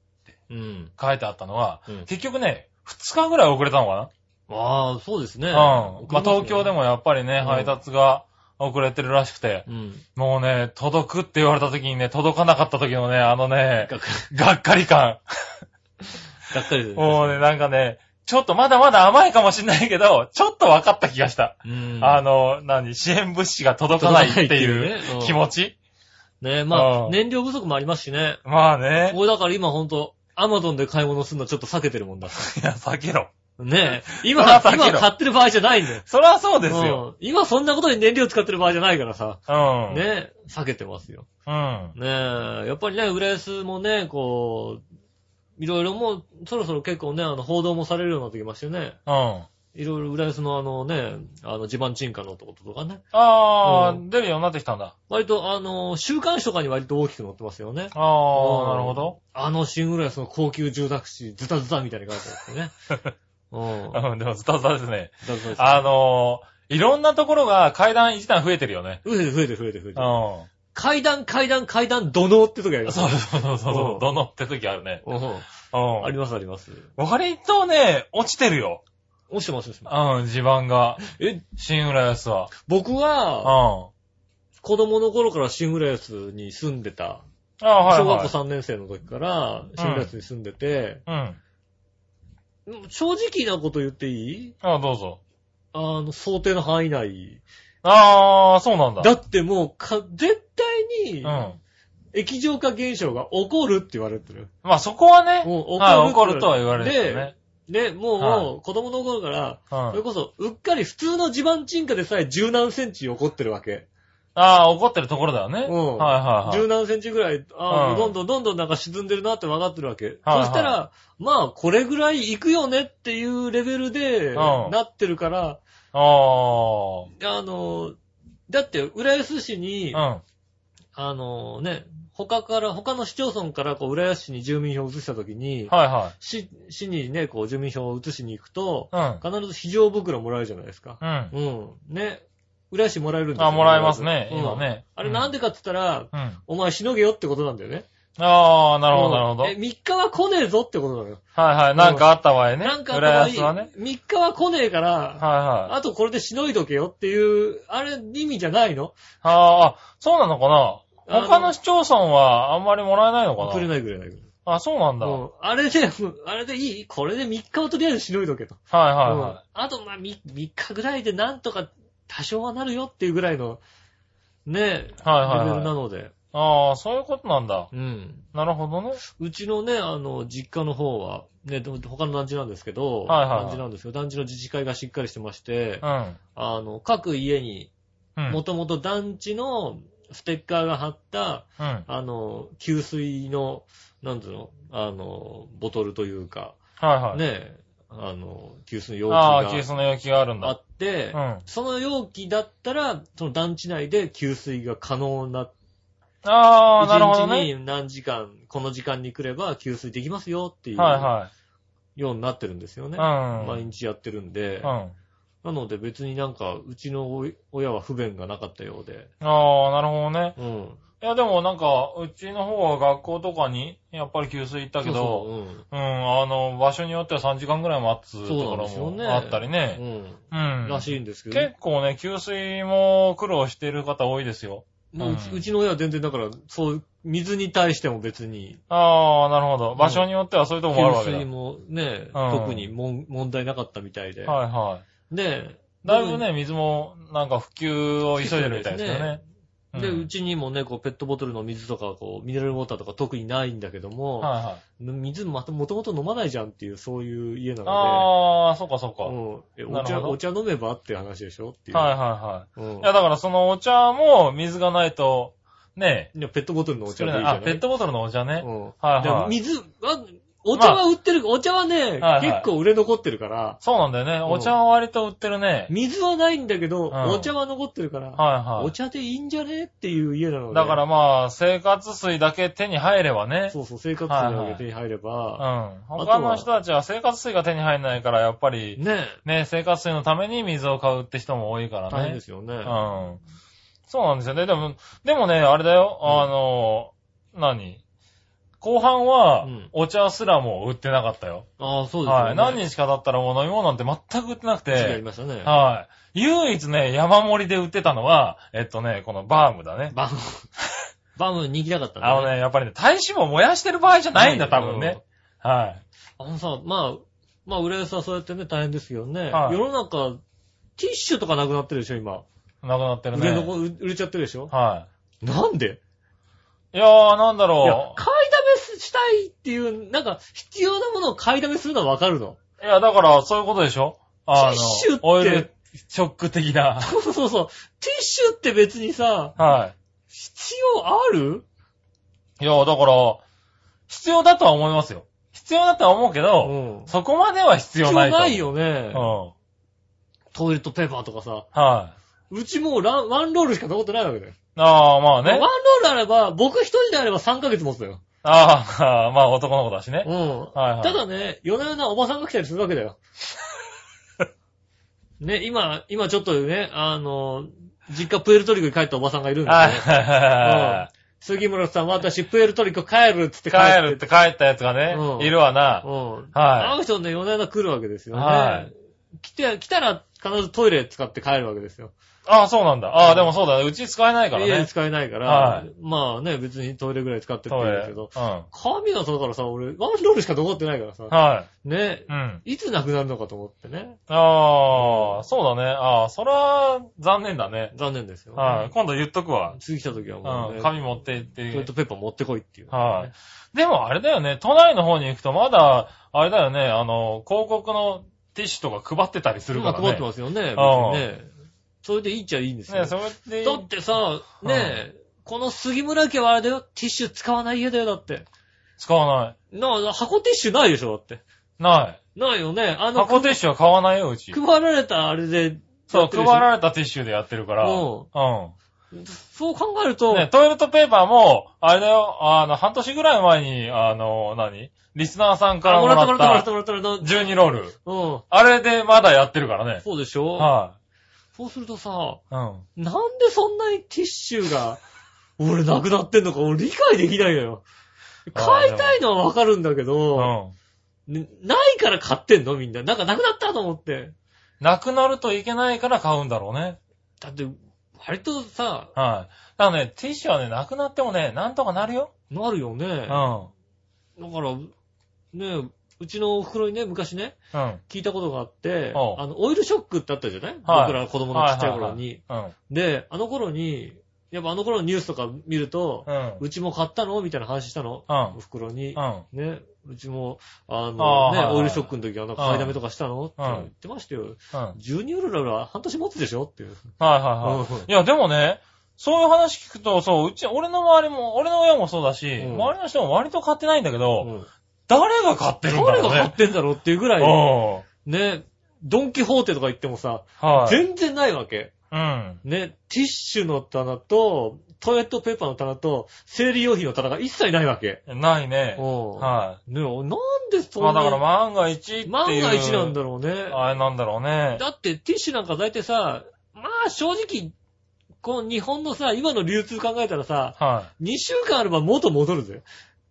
[SPEAKER 2] うん。
[SPEAKER 3] 書いてあったのは、
[SPEAKER 2] うん
[SPEAKER 3] 結局ね、2日ぐらい遅れたのか
[SPEAKER 2] ああ、そうですね。
[SPEAKER 3] な、うん。まあ東京で。もやっぱりね、
[SPEAKER 2] うん
[SPEAKER 3] 配達が遅れてるらしくて、
[SPEAKER 2] うん。
[SPEAKER 3] もうね、届くって言われた時にね、届かなかった時のね、あのね、
[SPEAKER 2] がっか
[SPEAKER 3] がっかり感。
[SPEAKER 2] りがっかりです。
[SPEAKER 3] もうね、なんかね、ちょっとまだまだ甘いかもしんないけど、ちょっと分かった気がした。
[SPEAKER 2] うん
[SPEAKER 3] あの、何、支援物資が届かないっていう
[SPEAKER 2] 届かないっていうね
[SPEAKER 3] 気持ち。
[SPEAKER 2] ねえ、ま
[SPEAKER 3] う
[SPEAKER 2] あ、
[SPEAKER 3] ん
[SPEAKER 2] 燃料不足もありますしね。
[SPEAKER 3] まあね。
[SPEAKER 2] 俺だから今ほんと、アマゾンで買い物するのちょっと避けてるもんだ。
[SPEAKER 3] いや、避けろ。 [LAUGHS]
[SPEAKER 2] ねえ、今、
[SPEAKER 3] そら避けろ
[SPEAKER 2] 今買ってる場合じゃないんだよ。
[SPEAKER 3] そりゃそうです
[SPEAKER 2] う
[SPEAKER 3] よ。
[SPEAKER 2] ん今そんなことに燃料使ってる場合じゃないからさ。
[SPEAKER 3] うん。
[SPEAKER 2] ねえ、避けてますよ。
[SPEAKER 3] うん。
[SPEAKER 2] ねえ、やっぱりね、浦安もね、こう、いろいろもう、そろそろ結構ね、あの、報道もされるようになってきましてね。
[SPEAKER 3] うん。
[SPEAKER 2] いろいろ浦安のあのね、あの、地盤沈下のとこととかね。
[SPEAKER 3] あ
[SPEAKER 2] う
[SPEAKER 3] ー、出るようになってきたんだ。
[SPEAKER 2] 割と、あの、週刊誌とかに割と大きく載ってますよね。
[SPEAKER 3] あー、
[SPEAKER 2] うん
[SPEAKER 3] なるほど。 [LAUGHS]
[SPEAKER 2] あのシングルやその高級住宅地、ズタズタみたいに書いてあってね。うん。
[SPEAKER 3] うん、でもズタズタですね。
[SPEAKER 2] そうそうそう
[SPEAKER 3] あのー、いろんなところが階段一段増えてるよね。
[SPEAKER 2] 増えてる増えてる増えてる増え
[SPEAKER 3] うん
[SPEAKER 2] てる。。階段階段階段土のうって時あります。
[SPEAKER 3] そうそうそうそうう。
[SPEAKER 2] ん
[SPEAKER 3] どのって時あるね。
[SPEAKER 2] うん。
[SPEAKER 3] う
[SPEAKER 2] あり
[SPEAKER 3] ん。
[SPEAKER 2] ますあります。
[SPEAKER 3] 割とね、落ちてるよ。
[SPEAKER 2] 押してます押してます。
[SPEAKER 3] うん、地盤が。
[SPEAKER 2] え、
[SPEAKER 3] 新浦安は。
[SPEAKER 2] 僕
[SPEAKER 3] うん。
[SPEAKER 2] は、
[SPEAKER 3] あ
[SPEAKER 2] 子供の頃から新浦安に住んでた。
[SPEAKER 3] あ、はい
[SPEAKER 2] 小
[SPEAKER 3] はい
[SPEAKER 2] 学校3年生の時から新浦安に住んでて、
[SPEAKER 3] うん。
[SPEAKER 2] 正直なこと言っていい
[SPEAKER 3] ああ、どうぞ。
[SPEAKER 2] あの、想定の範囲内。
[SPEAKER 3] ああ、そうなんだ。
[SPEAKER 2] だってもう、か、絶対
[SPEAKER 3] う
[SPEAKER 2] に
[SPEAKER 3] ん。、ま
[SPEAKER 2] 液状化現象が起こるって言われてる。
[SPEAKER 3] あそこはね、
[SPEAKER 2] もう
[SPEAKER 3] はい
[SPEAKER 2] 怒
[SPEAKER 3] 怒
[SPEAKER 2] る
[SPEAKER 3] るとは言われてるね。
[SPEAKER 2] で、もう、
[SPEAKER 3] はい
[SPEAKER 2] もう子供の頃から、
[SPEAKER 3] う
[SPEAKER 2] それ
[SPEAKER 3] ん。
[SPEAKER 2] こそ、うっかり普通の地盤沈下でさえ十何センチ起こってるわけ。
[SPEAKER 3] ああ、怒ってるところだよね。
[SPEAKER 2] うん
[SPEAKER 3] はいはいは
[SPEAKER 2] 十
[SPEAKER 3] い。
[SPEAKER 2] 何センチぐらい、あ
[SPEAKER 3] う
[SPEAKER 2] あ、
[SPEAKER 3] ん
[SPEAKER 2] どんどんどんどんなんか沈んでるなって分かってるわけ。
[SPEAKER 3] はい
[SPEAKER 2] そしたら、まあ、これぐらい行くよねっていうレベルで、
[SPEAKER 3] ん
[SPEAKER 2] なってるから、
[SPEAKER 3] あ
[SPEAKER 2] あの、だって、浦安市に、
[SPEAKER 3] あ。うん。
[SPEAKER 2] あのね、他から、他の市町村から、こう、浦安市に住民票を移したときに、
[SPEAKER 3] はいは
[SPEAKER 2] 市、市にね、こう、住民票を移しに行くと、
[SPEAKER 3] い。
[SPEAKER 2] 必ず非常袋もらえるじゃないですか。
[SPEAKER 3] うん。うん。
[SPEAKER 2] うん。ね。浦安市もらえるんですよ。
[SPEAKER 3] あ、もらえますね、
[SPEAKER 2] うん
[SPEAKER 3] 今ね。
[SPEAKER 2] あれなん
[SPEAKER 3] で
[SPEAKER 2] でかって言ったら、
[SPEAKER 3] うん。
[SPEAKER 2] お前しのげよってことなんだよね。
[SPEAKER 3] ああ、なるほど、なるほど。
[SPEAKER 2] うんえ、3日は来ねえぞってことなのよ。
[SPEAKER 3] はいはい。なんかあった場合ね。
[SPEAKER 2] なんか
[SPEAKER 3] 浦安はね。
[SPEAKER 2] 3日は来ねえから、
[SPEAKER 3] はいはい。
[SPEAKER 2] あとこれでしのいどけよっていう、あれ意味じゃないの
[SPEAKER 3] ああ、そうなのか
[SPEAKER 2] あ
[SPEAKER 3] な
[SPEAKER 2] の
[SPEAKER 3] 他の市町村はあんまりもらえないのか
[SPEAKER 2] くれ
[SPEAKER 3] な
[SPEAKER 2] ないくれないくれない。
[SPEAKER 3] あ、そうなんだ。はい
[SPEAKER 2] うんあれで、 [LAUGHS] うんあれでいいこれで3日をとりあえずしのいどけと。
[SPEAKER 3] はい
[SPEAKER 2] うん
[SPEAKER 3] は
[SPEAKER 2] あと、まあ、3日ぐらいでなんとか多少はなるよっていうぐらいの、ね、
[SPEAKER 3] い。はい
[SPEAKER 2] レベ
[SPEAKER 3] は
[SPEAKER 2] ル
[SPEAKER 3] い
[SPEAKER 2] な
[SPEAKER 3] はい。
[SPEAKER 2] ので。
[SPEAKER 3] ああ、そういうことなんだ。
[SPEAKER 2] うん。
[SPEAKER 3] なるほどね。
[SPEAKER 2] うちのね、あの、実家の方は、ね、ど他の団地なんですけど、
[SPEAKER 3] はいはいはい
[SPEAKER 2] 団地なんですよ。団地の自治会がしっかりしてまして、
[SPEAKER 3] うん。
[SPEAKER 2] あの、各家に、
[SPEAKER 3] う
[SPEAKER 2] も
[SPEAKER 3] ん。
[SPEAKER 2] ともと団地のステッカーが貼った、
[SPEAKER 3] うん。
[SPEAKER 2] あの、給水の、なんつうの、あの、ボトルというか、
[SPEAKER 3] はいはい。
[SPEAKER 2] ね、あの、給水の容器
[SPEAKER 3] ああ、急
[SPEAKER 2] が
[SPEAKER 3] 須の容器があるん
[SPEAKER 2] あ
[SPEAKER 3] だ。
[SPEAKER 2] って
[SPEAKER 3] う、ん。
[SPEAKER 2] その容器だったら、その団地内で給水が可能な
[SPEAKER 3] ああ、なるほ
[SPEAKER 2] 一
[SPEAKER 3] ど
[SPEAKER 2] 日
[SPEAKER 3] ね。
[SPEAKER 2] に何時間、この時間に来れば給水できますよっていう
[SPEAKER 3] は
[SPEAKER 2] ようになってるんですよ
[SPEAKER 3] い
[SPEAKER 2] ね。
[SPEAKER 3] は
[SPEAKER 2] 毎
[SPEAKER 3] い。
[SPEAKER 2] 日やってるんで
[SPEAKER 3] うん。う。ん。
[SPEAKER 2] なので別になんか、うちのおい親は不便がなかったようで。
[SPEAKER 3] ああ、なるほどね。
[SPEAKER 2] うん。
[SPEAKER 3] いや、でもなんか、うちの方は学校とかに、やっぱり給水行ったけど、
[SPEAKER 2] そう
[SPEAKER 3] うん、あの、場所によっては3時間ぐらい待つと
[SPEAKER 2] そう
[SPEAKER 3] こ
[SPEAKER 2] なん
[SPEAKER 3] ろ
[SPEAKER 2] ですよね
[SPEAKER 3] もあったり
[SPEAKER 2] そう、う
[SPEAKER 3] ね。
[SPEAKER 2] ん。
[SPEAKER 3] うん。
[SPEAKER 2] うん。らしいんですけど、
[SPEAKER 3] 結構ね、給水も苦労してる方多いですよ。
[SPEAKER 2] もううち
[SPEAKER 3] うん
[SPEAKER 2] うちの親は全然だから、そう、水に対しても別に、
[SPEAKER 3] ああ、なるほど。場所によってはそういうとこもあるわ
[SPEAKER 2] 給
[SPEAKER 3] けだ。は
[SPEAKER 2] 水
[SPEAKER 3] い
[SPEAKER 2] もね、
[SPEAKER 3] うん
[SPEAKER 2] 特にもん問題なかったみたいで。
[SPEAKER 3] は
[SPEAKER 2] で、
[SPEAKER 3] い。だいぶね、水も、なんか普及を急いでるみたいですよね。
[SPEAKER 2] で、
[SPEAKER 3] うん
[SPEAKER 2] うちにもね、こう、ペットボトルの水とか、こう、ミネラルウォーターとか特にないんだけども、
[SPEAKER 3] はいはい。
[SPEAKER 2] 水またもともと飲まないじゃんっていう、そういう家なの
[SPEAKER 3] ああ、そうかそうか。
[SPEAKER 2] で、う
[SPEAKER 3] はい
[SPEAKER 2] んえ
[SPEAKER 3] な
[SPEAKER 2] お
[SPEAKER 3] るほ
[SPEAKER 2] 茶
[SPEAKER 3] ど
[SPEAKER 2] お茶飲めばっていう話でしょっていう。
[SPEAKER 3] はいはいい。いや、だからそのお茶も水がないと、ね、
[SPEAKER 2] うん、いやペットボトルのお
[SPEAKER 3] 作
[SPEAKER 2] 茶
[SPEAKER 3] れ
[SPEAKER 2] でいい
[SPEAKER 3] ない。
[SPEAKER 2] じゃな
[SPEAKER 3] あ、
[SPEAKER 2] い
[SPEAKER 3] ペットボトルのお茶ね。
[SPEAKER 2] うん。
[SPEAKER 3] はい
[SPEAKER 2] でも
[SPEAKER 3] はい。
[SPEAKER 2] 水は、お茶は売ってる、お茶はね、
[SPEAKER 3] はいはい
[SPEAKER 2] 結構売れ残ってるから、
[SPEAKER 3] そうなんだよね。お茶は割と売ってるね。
[SPEAKER 2] 水はないんだけど、
[SPEAKER 3] ん
[SPEAKER 2] お茶は残ってるから、
[SPEAKER 3] はいはい。
[SPEAKER 2] お茶でいいんじゃねっていう家なので。
[SPEAKER 3] だからまあ、生活水だけ手に入ればね。
[SPEAKER 2] そうそう、生活費だけ手に入れ
[SPEAKER 3] うん
[SPEAKER 2] ば、。
[SPEAKER 3] 他の人たちは生活水が手に入らないから、やっぱり、
[SPEAKER 2] ね、
[SPEAKER 3] ね、生活水のために水を買うって人も多いから
[SPEAKER 2] 大変
[SPEAKER 3] ね
[SPEAKER 2] で。すよね。
[SPEAKER 3] うん。そうなんですよね。でも、でもね、あれだよ、
[SPEAKER 2] うん
[SPEAKER 3] あの、何後半は
[SPEAKER 2] うん、
[SPEAKER 3] お茶すらも売ってなかったよ。
[SPEAKER 2] ああ、そうですよね。
[SPEAKER 3] はい。何日か経ったらもう飲み物なんて全く売ってなく
[SPEAKER 2] 違い
[SPEAKER 3] て、
[SPEAKER 2] ましたね。
[SPEAKER 3] はい。唯一ね、山盛りで売ってたのは、えっとね、このバームだね。
[SPEAKER 2] バム、 [LAUGHS] バム人気なかったね。
[SPEAKER 3] あのね、やっぱりね、体脂肪燃やしてる場合じゃないんだ、多分ね。は
[SPEAKER 2] あのさ、まあ、まあ、浦安はそうやってね、大変ですよね。
[SPEAKER 3] はい
[SPEAKER 2] 世の中、ティッシュとかなくなってるでしょ、今。
[SPEAKER 3] い。なくなってる
[SPEAKER 2] 売れ
[SPEAKER 3] ね。
[SPEAKER 2] 残売れちゃってるでしょ。
[SPEAKER 3] は
[SPEAKER 2] なんで
[SPEAKER 3] い。いやー、なんだ
[SPEAKER 2] いや、
[SPEAKER 3] ろ
[SPEAKER 2] 買いだめしたいっていう、なんか、必要なものを買いだめするのはわかるの。 [LAUGHS]
[SPEAKER 3] う。いや、だから、そういうことでしょ
[SPEAKER 2] ティ
[SPEAKER 3] あ
[SPEAKER 2] ッシュって
[SPEAKER 3] オイルショック的な。
[SPEAKER 2] そうそうそう。ティッシュって別にさ、
[SPEAKER 3] は
[SPEAKER 2] 必要ある
[SPEAKER 3] い。いや、だから、必要だとは思いますよ。必要だとは思うけど、
[SPEAKER 2] ん。
[SPEAKER 3] そこまでは必
[SPEAKER 2] 必
[SPEAKER 3] 要
[SPEAKER 2] 要
[SPEAKER 3] ないと。
[SPEAKER 2] ない。よね
[SPEAKER 3] う。ん。
[SPEAKER 2] トイレットペーパーとかさ。
[SPEAKER 3] は
[SPEAKER 2] うちもうランワンロールしか残ってないわけだよ。
[SPEAKER 3] い。あー、まあ
[SPEAKER 2] ワン
[SPEAKER 3] ね
[SPEAKER 2] ロ。ールあれば、僕一人であれば3ヶ月持つのよ。
[SPEAKER 3] あー、まあ男の子だしね。
[SPEAKER 2] うん。
[SPEAKER 3] はいはい。 [LAUGHS]
[SPEAKER 2] ただね、夜な夜なおばさんが来たりするわけだよ。ね、今、今ちょっとね、あの、実家プエルトリコに帰ったおばさんがいるんです
[SPEAKER 3] はい
[SPEAKER 2] よ、ね。
[SPEAKER 3] はいはい
[SPEAKER 2] うん
[SPEAKER 3] はい。
[SPEAKER 2] 杉村さん、私、プエルトリコ帰るっつって帰って。
[SPEAKER 3] 帰るって帰ったやつがね
[SPEAKER 2] う、ん
[SPEAKER 3] いるわな
[SPEAKER 2] う。ん。あ
[SPEAKER 3] は
[SPEAKER 2] の人ね、夜な夜な来るわけですよね。
[SPEAKER 3] は
[SPEAKER 2] 来て、来たら必ずトイレ使って帰るわけですよ。
[SPEAKER 3] い。ああ、そうなんだ。ああ、でもそうだね。うち使えないから
[SPEAKER 2] 家で
[SPEAKER 3] ね。
[SPEAKER 2] 使えないから、
[SPEAKER 3] はい
[SPEAKER 2] まあね、別にトイレぐらい使ってっていい
[SPEAKER 3] ト
[SPEAKER 2] ん
[SPEAKER 3] イ
[SPEAKER 2] ですけ
[SPEAKER 3] レ。う
[SPEAKER 2] ど、
[SPEAKER 3] ん。
[SPEAKER 2] 神のさ、だからさ、俺、ワンロールしか残ってないからさ、
[SPEAKER 3] はい。
[SPEAKER 2] ね、
[SPEAKER 3] うん。
[SPEAKER 2] いつなくなるのかと思ってね、
[SPEAKER 3] ああ、そうだね。ああ、それは残念だね。
[SPEAKER 2] 残念ですよ、
[SPEAKER 3] はい。今度言っとくわ。
[SPEAKER 2] 次来た時はもう
[SPEAKER 3] う
[SPEAKER 2] ね、
[SPEAKER 3] ん。紙持って行っ
[SPEAKER 2] トイレッ
[SPEAKER 3] て
[SPEAKER 2] ト。ペーパー持ってこいっていう、
[SPEAKER 3] はい。でもあれだよね。都内の方に行くとまだ、あれだよね。あの、広告のティッシュとか配ってたりするか
[SPEAKER 2] 今
[SPEAKER 3] らね。
[SPEAKER 2] 配ってますよね、別
[SPEAKER 3] うん
[SPEAKER 2] にね。それでいいっちゃいいんですよ。
[SPEAKER 3] ね、それで。
[SPEAKER 2] だってさ、ね、この杉村家はあれだよ、ティッシュ使わない家だよ、だって。
[SPEAKER 3] 使わな
[SPEAKER 2] な、箱ティッシュないでしょ、だって。
[SPEAKER 3] い。ない。
[SPEAKER 2] ないよね。あの、
[SPEAKER 3] 箱ティッシュは買わないよ、うち。
[SPEAKER 2] 配られたあれで、
[SPEAKER 3] そう、配
[SPEAKER 2] れ
[SPEAKER 3] られたティッシュでやってるから。
[SPEAKER 2] うん
[SPEAKER 3] う
[SPEAKER 2] そう考えると、
[SPEAKER 3] ん。ね、トイレットペーパーも、あれだよ、あの、半年ぐらい前に、あの、何リスナーさんから
[SPEAKER 2] あ
[SPEAKER 3] も
[SPEAKER 2] もら
[SPEAKER 3] ら
[SPEAKER 2] ったもらったもらっ
[SPEAKER 3] ったた
[SPEAKER 2] もらったもらった。
[SPEAKER 3] 12ロール。
[SPEAKER 2] うん。
[SPEAKER 3] あれでまだやってるからね。
[SPEAKER 2] そうでしょ、
[SPEAKER 3] は
[SPEAKER 2] そうするとさ、
[SPEAKER 3] い。うん。
[SPEAKER 2] なんでそんなにティッシュが、俺なくなってんのか、俺理解できないのよ。
[SPEAKER 3] あー
[SPEAKER 2] 買いたいのはわかるんだけ
[SPEAKER 3] う
[SPEAKER 2] ど、
[SPEAKER 3] ん。
[SPEAKER 2] ねないから買ってんのみんな。なんかなくなったと思って。
[SPEAKER 3] なくなるといけないから買うんだろうね。
[SPEAKER 2] だって、割とさ、
[SPEAKER 3] はい。だからね、ティッシュはね、なくなってもね、なんとかなるよ。
[SPEAKER 2] なるよね。
[SPEAKER 3] う
[SPEAKER 2] だ
[SPEAKER 3] ん。
[SPEAKER 2] か
[SPEAKER 3] うん。
[SPEAKER 2] ら、ね、うちのお袋にね、昔ね、
[SPEAKER 3] うん。
[SPEAKER 2] 聞いたことがあって、
[SPEAKER 3] おう
[SPEAKER 2] あの、オイルショックってあったじゃない、
[SPEAKER 3] はい
[SPEAKER 2] 僕ら子供のちっちゃい頃に、
[SPEAKER 3] うん。
[SPEAKER 2] で、あの頃に、やっぱあの頃のニュースとか見ると、
[SPEAKER 3] うん。
[SPEAKER 2] うちも買ったのみたいな話したの。
[SPEAKER 3] うん
[SPEAKER 2] お袋に。
[SPEAKER 3] うん。
[SPEAKER 2] ね、うちも、あの
[SPEAKER 3] あー
[SPEAKER 2] ね、
[SPEAKER 3] はいはい
[SPEAKER 2] オイルショックの時はなんか買いだめとかしたのって言ってましたよ。
[SPEAKER 3] うん。はい
[SPEAKER 2] 12ウルラは半年持つでしょっていう。
[SPEAKER 3] はいは
[SPEAKER 2] うん
[SPEAKER 3] い。いや、でもね、そういう話聞くと、そう、うち、俺の周りも、俺の親もそうだし、
[SPEAKER 2] うん
[SPEAKER 3] 周りの人も割と買ってないんだけど、
[SPEAKER 2] うん
[SPEAKER 3] 誰が買ってるんだろ
[SPEAKER 2] 誰
[SPEAKER 3] うね。
[SPEAKER 2] が買ってんだろうっていうぐらい、
[SPEAKER 3] うん
[SPEAKER 2] ね、ドンキホーテとか行ってもさ、
[SPEAKER 3] はい。
[SPEAKER 2] 全然ないわけ。
[SPEAKER 3] うん。
[SPEAKER 2] ね、ティッシュの棚と、トイレットペーパーの棚と、生理用品の棚が一切ないわけ。
[SPEAKER 3] ないね。
[SPEAKER 2] うん
[SPEAKER 3] はい。
[SPEAKER 2] ねなんでそん
[SPEAKER 3] ま
[SPEAKER 2] な
[SPEAKER 3] あだから万が一っていう。
[SPEAKER 2] 万が一なんだろうね。
[SPEAKER 3] あれなんだろうね。
[SPEAKER 2] だってティッシュなんか大体さ、まあ正直、この日本のさ、今の流通考えたらさ、
[SPEAKER 3] はい。
[SPEAKER 2] 2週間あれば元戻るぜ。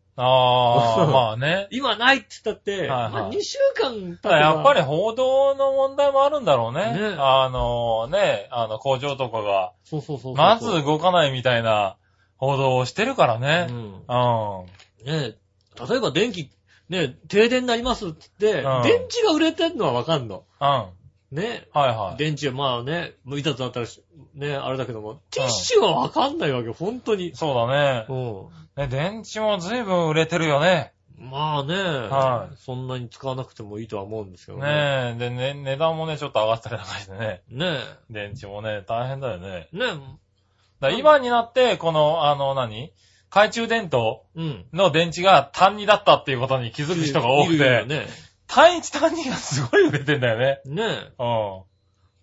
[SPEAKER 2] [LAUGHS]
[SPEAKER 3] ああ、まあね。
[SPEAKER 2] 今ないって言ったって、
[SPEAKER 3] いはい
[SPEAKER 2] まあ2週間経て
[SPEAKER 3] た
[SPEAKER 2] ば
[SPEAKER 3] だやっぱり報道の問題もあるんだろうね。
[SPEAKER 2] ね
[SPEAKER 3] あのね、あの工場とかが、
[SPEAKER 2] そうそうそうそう
[SPEAKER 3] まず動かないみたいな報道をしてるからね。
[SPEAKER 2] うん
[SPEAKER 3] うん。
[SPEAKER 2] ね例えば電気、ね停電になりますって言って、
[SPEAKER 3] うん
[SPEAKER 2] 電池が売れてんのはわかんの。
[SPEAKER 3] うん。はい
[SPEAKER 2] ね
[SPEAKER 3] はい。
[SPEAKER 2] 電池はまあね、向いたとなったらし、ね、あれだけども、ティッシュはわかんないわけ、本当に。
[SPEAKER 3] そうだね
[SPEAKER 2] う。ん。
[SPEAKER 3] ね、電池も随分売れてるよね。
[SPEAKER 2] まあね、
[SPEAKER 3] はい
[SPEAKER 2] そんなに使わなくてもいいとは思うんですけどね。
[SPEAKER 3] ねえ。で、ね、値段もね、ちょっと上がったりなんかしてね。
[SPEAKER 2] ね
[SPEAKER 3] 電池もね、大変だよね。
[SPEAKER 2] え。ね
[SPEAKER 3] だから今になって、この、あの、何懐中電灯
[SPEAKER 2] え。うん。
[SPEAKER 3] の電池が単二だったっていうことに気づく人が多く
[SPEAKER 2] いるよ
[SPEAKER 3] て、
[SPEAKER 2] ね。
[SPEAKER 3] 単一単二がすごい売れてんだよね。
[SPEAKER 2] ね
[SPEAKER 3] うん。は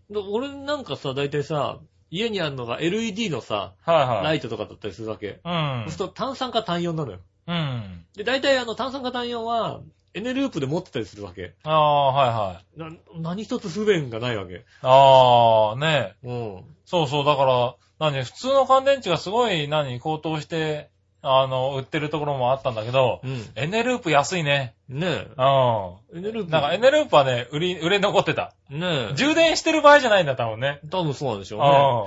[SPEAKER 2] え。で俺なんかさ、大体さ、家にあるのが LED のさ、
[SPEAKER 3] いはい。
[SPEAKER 2] ライトとかだったりするわけ。
[SPEAKER 3] うん
[SPEAKER 2] そうす。ると単酸化単4なのよ。
[SPEAKER 3] うん。
[SPEAKER 2] で、大体あの単酸化単4は、エネループで持ってたりするわけ。
[SPEAKER 3] ああ、はいはい。
[SPEAKER 2] な、何一つ不便がないわけ。
[SPEAKER 3] ああ、ねえ。
[SPEAKER 2] うん。
[SPEAKER 3] そうそう、だから、何、普通の乾電池がすごい、何、高騰して、あの、売ってるところもあったんだけど、
[SPEAKER 2] うん。
[SPEAKER 3] エネループ安いね。
[SPEAKER 2] ね
[SPEAKER 3] うん。
[SPEAKER 2] え。エネループ。
[SPEAKER 3] なんかエネループはね、売り、売れ残ってた。
[SPEAKER 2] ね
[SPEAKER 3] 充電してる場合じゃないんだ、多分ね。
[SPEAKER 2] え。多分そうなんでし
[SPEAKER 3] う
[SPEAKER 2] ょ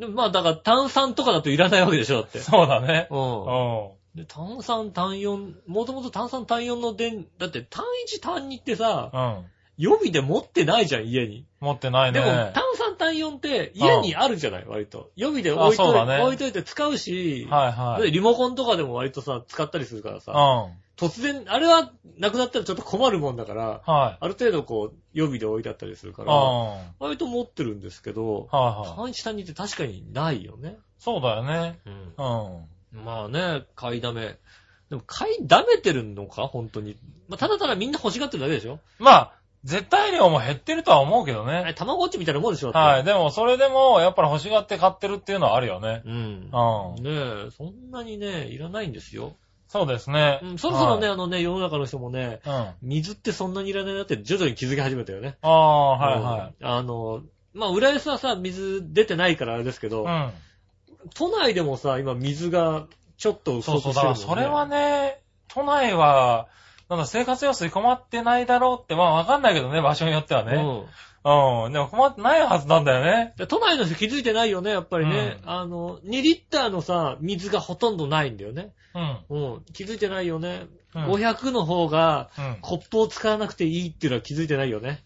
[SPEAKER 3] ん
[SPEAKER 2] う。ね。でもまあだから炭酸とかだといらないわけでしょ、だって。
[SPEAKER 3] そうだね。
[SPEAKER 2] うん
[SPEAKER 3] う。ん。
[SPEAKER 2] で、単3、単4、もともと単3、単4の電、だって単1、単2ってさ、
[SPEAKER 3] うん。
[SPEAKER 2] 予備で持ってないじゃん、家に。
[SPEAKER 3] 持ってない
[SPEAKER 2] で
[SPEAKER 3] ね。
[SPEAKER 2] も、単3、単4って家にあるじゃない、割と。予備で置いと
[SPEAKER 3] あ
[SPEAKER 2] い
[SPEAKER 3] そう
[SPEAKER 2] て、
[SPEAKER 3] だね
[SPEAKER 2] 置いといて使うし、
[SPEAKER 3] はいは
[SPEAKER 2] で
[SPEAKER 3] い。
[SPEAKER 2] リモコンとかでも割とさ、使ったりするから
[SPEAKER 3] うん。
[SPEAKER 2] さ、
[SPEAKER 3] は
[SPEAKER 2] 突然、あれはなくなったらちょっと困るもんだから、
[SPEAKER 3] い。
[SPEAKER 2] ある程度こう、予備で置いてあったりするか
[SPEAKER 3] うん。
[SPEAKER 2] ら、
[SPEAKER 3] はい
[SPEAKER 2] 割と持ってるんですけど、
[SPEAKER 3] はい。
[SPEAKER 2] 単1、単2って確かにないよね。
[SPEAKER 3] そうだよね。
[SPEAKER 2] うん
[SPEAKER 3] うん。
[SPEAKER 2] まあね、買いだめ。でも買いだめてるのか本当に。まあただただみんな欲しがってるだけでしょ
[SPEAKER 3] まあ、絶対量も減ってるとは思うけどね
[SPEAKER 2] あ。れ、たまごっちみたいなもんでしょ。
[SPEAKER 3] はいい。でも、それでも、やっぱり欲しがって買ってるっていうのはあるよね。
[SPEAKER 2] うん
[SPEAKER 3] う。ん。
[SPEAKER 2] ねえ、そんなにね、いらないんですよ。
[SPEAKER 3] そうですね。
[SPEAKER 2] うん、そろそろね、
[SPEAKER 3] はい
[SPEAKER 2] あのね、世の中の人もね、
[SPEAKER 3] うん。あ
[SPEAKER 2] 水ってそんなにいらないなって徐々に気づき始めたよね。
[SPEAKER 3] あ、はいはい。
[SPEAKER 2] うんあの、まあ、浦安はさ、水出てないからあれですけど、
[SPEAKER 3] うん。
[SPEAKER 2] 都内でもさ、今水がちょっと不
[SPEAKER 3] そう
[SPEAKER 2] 足してる
[SPEAKER 3] そう、だか
[SPEAKER 2] もん
[SPEAKER 3] ら
[SPEAKER 2] ね。
[SPEAKER 3] それはね、都内は、なんだ、生活用水困ってないだろうって、まあわかんないけどね、場所によってはね。
[SPEAKER 2] うん
[SPEAKER 3] うん。でも困ってないはずなんだよね。
[SPEAKER 2] で都内の人気づいてないよね、やっぱりね。
[SPEAKER 3] うん
[SPEAKER 2] あの、2リッターのさ、水がほとんどないんだよね。
[SPEAKER 3] うん。
[SPEAKER 2] うん。気づいてないよね。
[SPEAKER 3] うん
[SPEAKER 2] 500の方が、
[SPEAKER 3] うん。
[SPEAKER 2] コップを使わなくていいっていうのは気づいてないよね。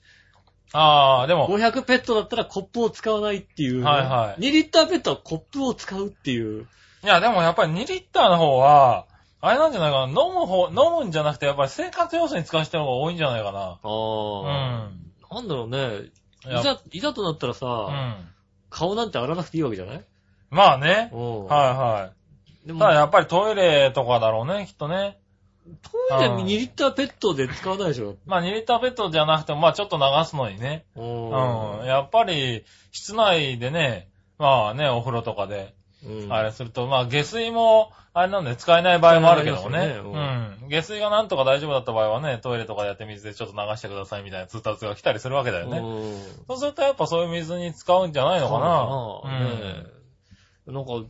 [SPEAKER 3] ああ、でも、
[SPEAKER 2] 500ペットだったらコップを使わないっていう、
[SPEAKER 3] はいはい
[SPEAKER 2] 2リッターペットはコップを使うっていう。
[SPEAKER 3] いや、でもやっぱり2リッターの方は、あれなんじゃないかな、飲む方、飲むんじゃなくて、やっぱり生活用水に使う人の方が多いんじゃないかな。
[SPEAKER 2] ああ。
[SPEAKER 3] うん。
[SPEAKER 2] なんだろうね。
[SPEAKER 3] いや
[SPEAKER 2] いざ、いざとなったらさ、
[SPEAKER 3] うん。
[SPEAKER 2] 顔なんて洗わなくていいわけじゃない
[SPEAKER 3] まあね。
[SPEAKER 2] うん。。
[SPEAKER 3] はい
[SPEAKER 2] で
[SPEAKER 3] いはい。
[SPEAKER 2] も
[SPEAKER 3] ただやっぱりトイレとかだろうね、きっとね。
[SPEAKER 2] トイレに2リッターペットで使わないでしょ。
[SPEAKER 3] まあ2リッターベッドじゃなくても、まあちょっと流すのにね。
[SPEAKER 2] う
[SPEAKER 3] うん。やっぱり、室内でね、まあね、お風呂とかで、
[SPEAKER 2] ん。うん。
[SPEAKER 3] あれすると、まあ下水も、あれなんで使えない場合もあるけど
[SPEAKER 2] 使
[SPEAKER 3] も
[SPEAKER 2] え
[SPEAKER 3] ね
[SPEAKER 2] ない。ですよね
[SPEAKER 3] うん。下水がなんとか大丈夫だった場合はね、トイレとかでやって水でちょっと流してくださいみたいな通達が来たりするわけだよね。
[SPEAKER 2] うん。
[SPEAKER 3] そうするとやっぱそういう水に使うんじゃないのか
[SPEAKER 2] そう
[SPEAKER 3] な
[SPEAKER 2] なのかなねえなんか、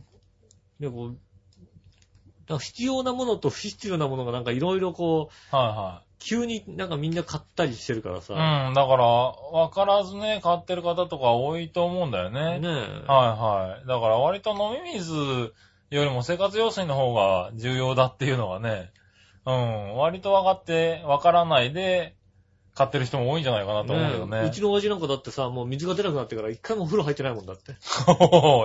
[SPEAKER 2] ね、こう、なんか必要なものと不必要なものがなんかいろいろこう、
[SPEAKER 3] うん。は
[SPEAKER 2] 急になんかみんな買ったりしてるから
[SPEAKER 3] い
[SPEAKER 2] さ、
[SPEAKER 3] はい。うん。だから、わからずね、買ってる方とか多いと思うんだよね。
[SPEAKER 2] ねえ、
[SPEAKER 3] はいはい。だから割と飲み水よりも生活用水の方が重要だっていうのがね、うん、割と分かって、分からないで買ってる人も多いんじゃないかなと思うけど
[SPEAKER 2] ねえ
[SPEAKER 3] ね
[SPEAKER 2] う。ちの親父なんかだってさ、もう水が出なくなってから一回もお風呂入ってないもんだって。
[SPEAKER 3] [LAUGHS]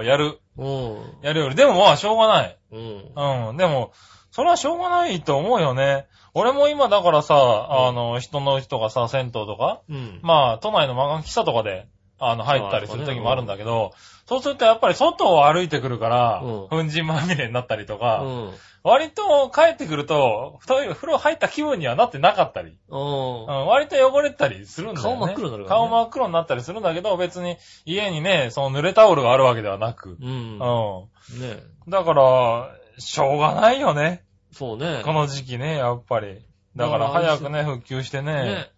[SPEAKER 3] やる、
[SPEAKER 2] うん。
[SPEAKER 3] やるより。でもまあしょうがない。
[SPEAKER 2] うん。
[SPEAKER 3] うん、でも、それはしょうがないと思うよね。俺も今だからさ、あの、人の人がさ、銭湯とか、
[SPEAKER 2] うん。
[SPEAKER 3] まあ、都内のマガン喫茶とかで、あの、入ったりする時もあるんだけど、そうするとやっぱり外を歩いてくるから
[SPEAKER 2] うん、
[SPEAKER 3] 粉塵まみれになったりと
[SPEAKER 2] う
[SPEAKER 3] か、
[SPEAKER 2] ん。
[SPEAKER 3] 割と帰ってくると、トイレ、風呂入った気分にはなってなかったり、うん
[SPEAKER 2] うん。
[SPEAKER 3] 割と汚れたりするんだよね。
[SPEAKER 2] 顔真っ黒になるからね
[SPEAKER 3] 顔真っ黒になったりするんだけど、別に家にね、その濡れタオルがあるわけではなく、
[SPEAKER 2] うん。ね
[SPEAKER 3] う
[SPEAKER 2] え。
[SPEAKER 3] ん。だから、しょうがないよね。
[SPEAKER 2] そうね。
[SPEAKER 3] この時期ね、やっぱり。だから早くね、復旧してね、
[SPEAKER 2] ね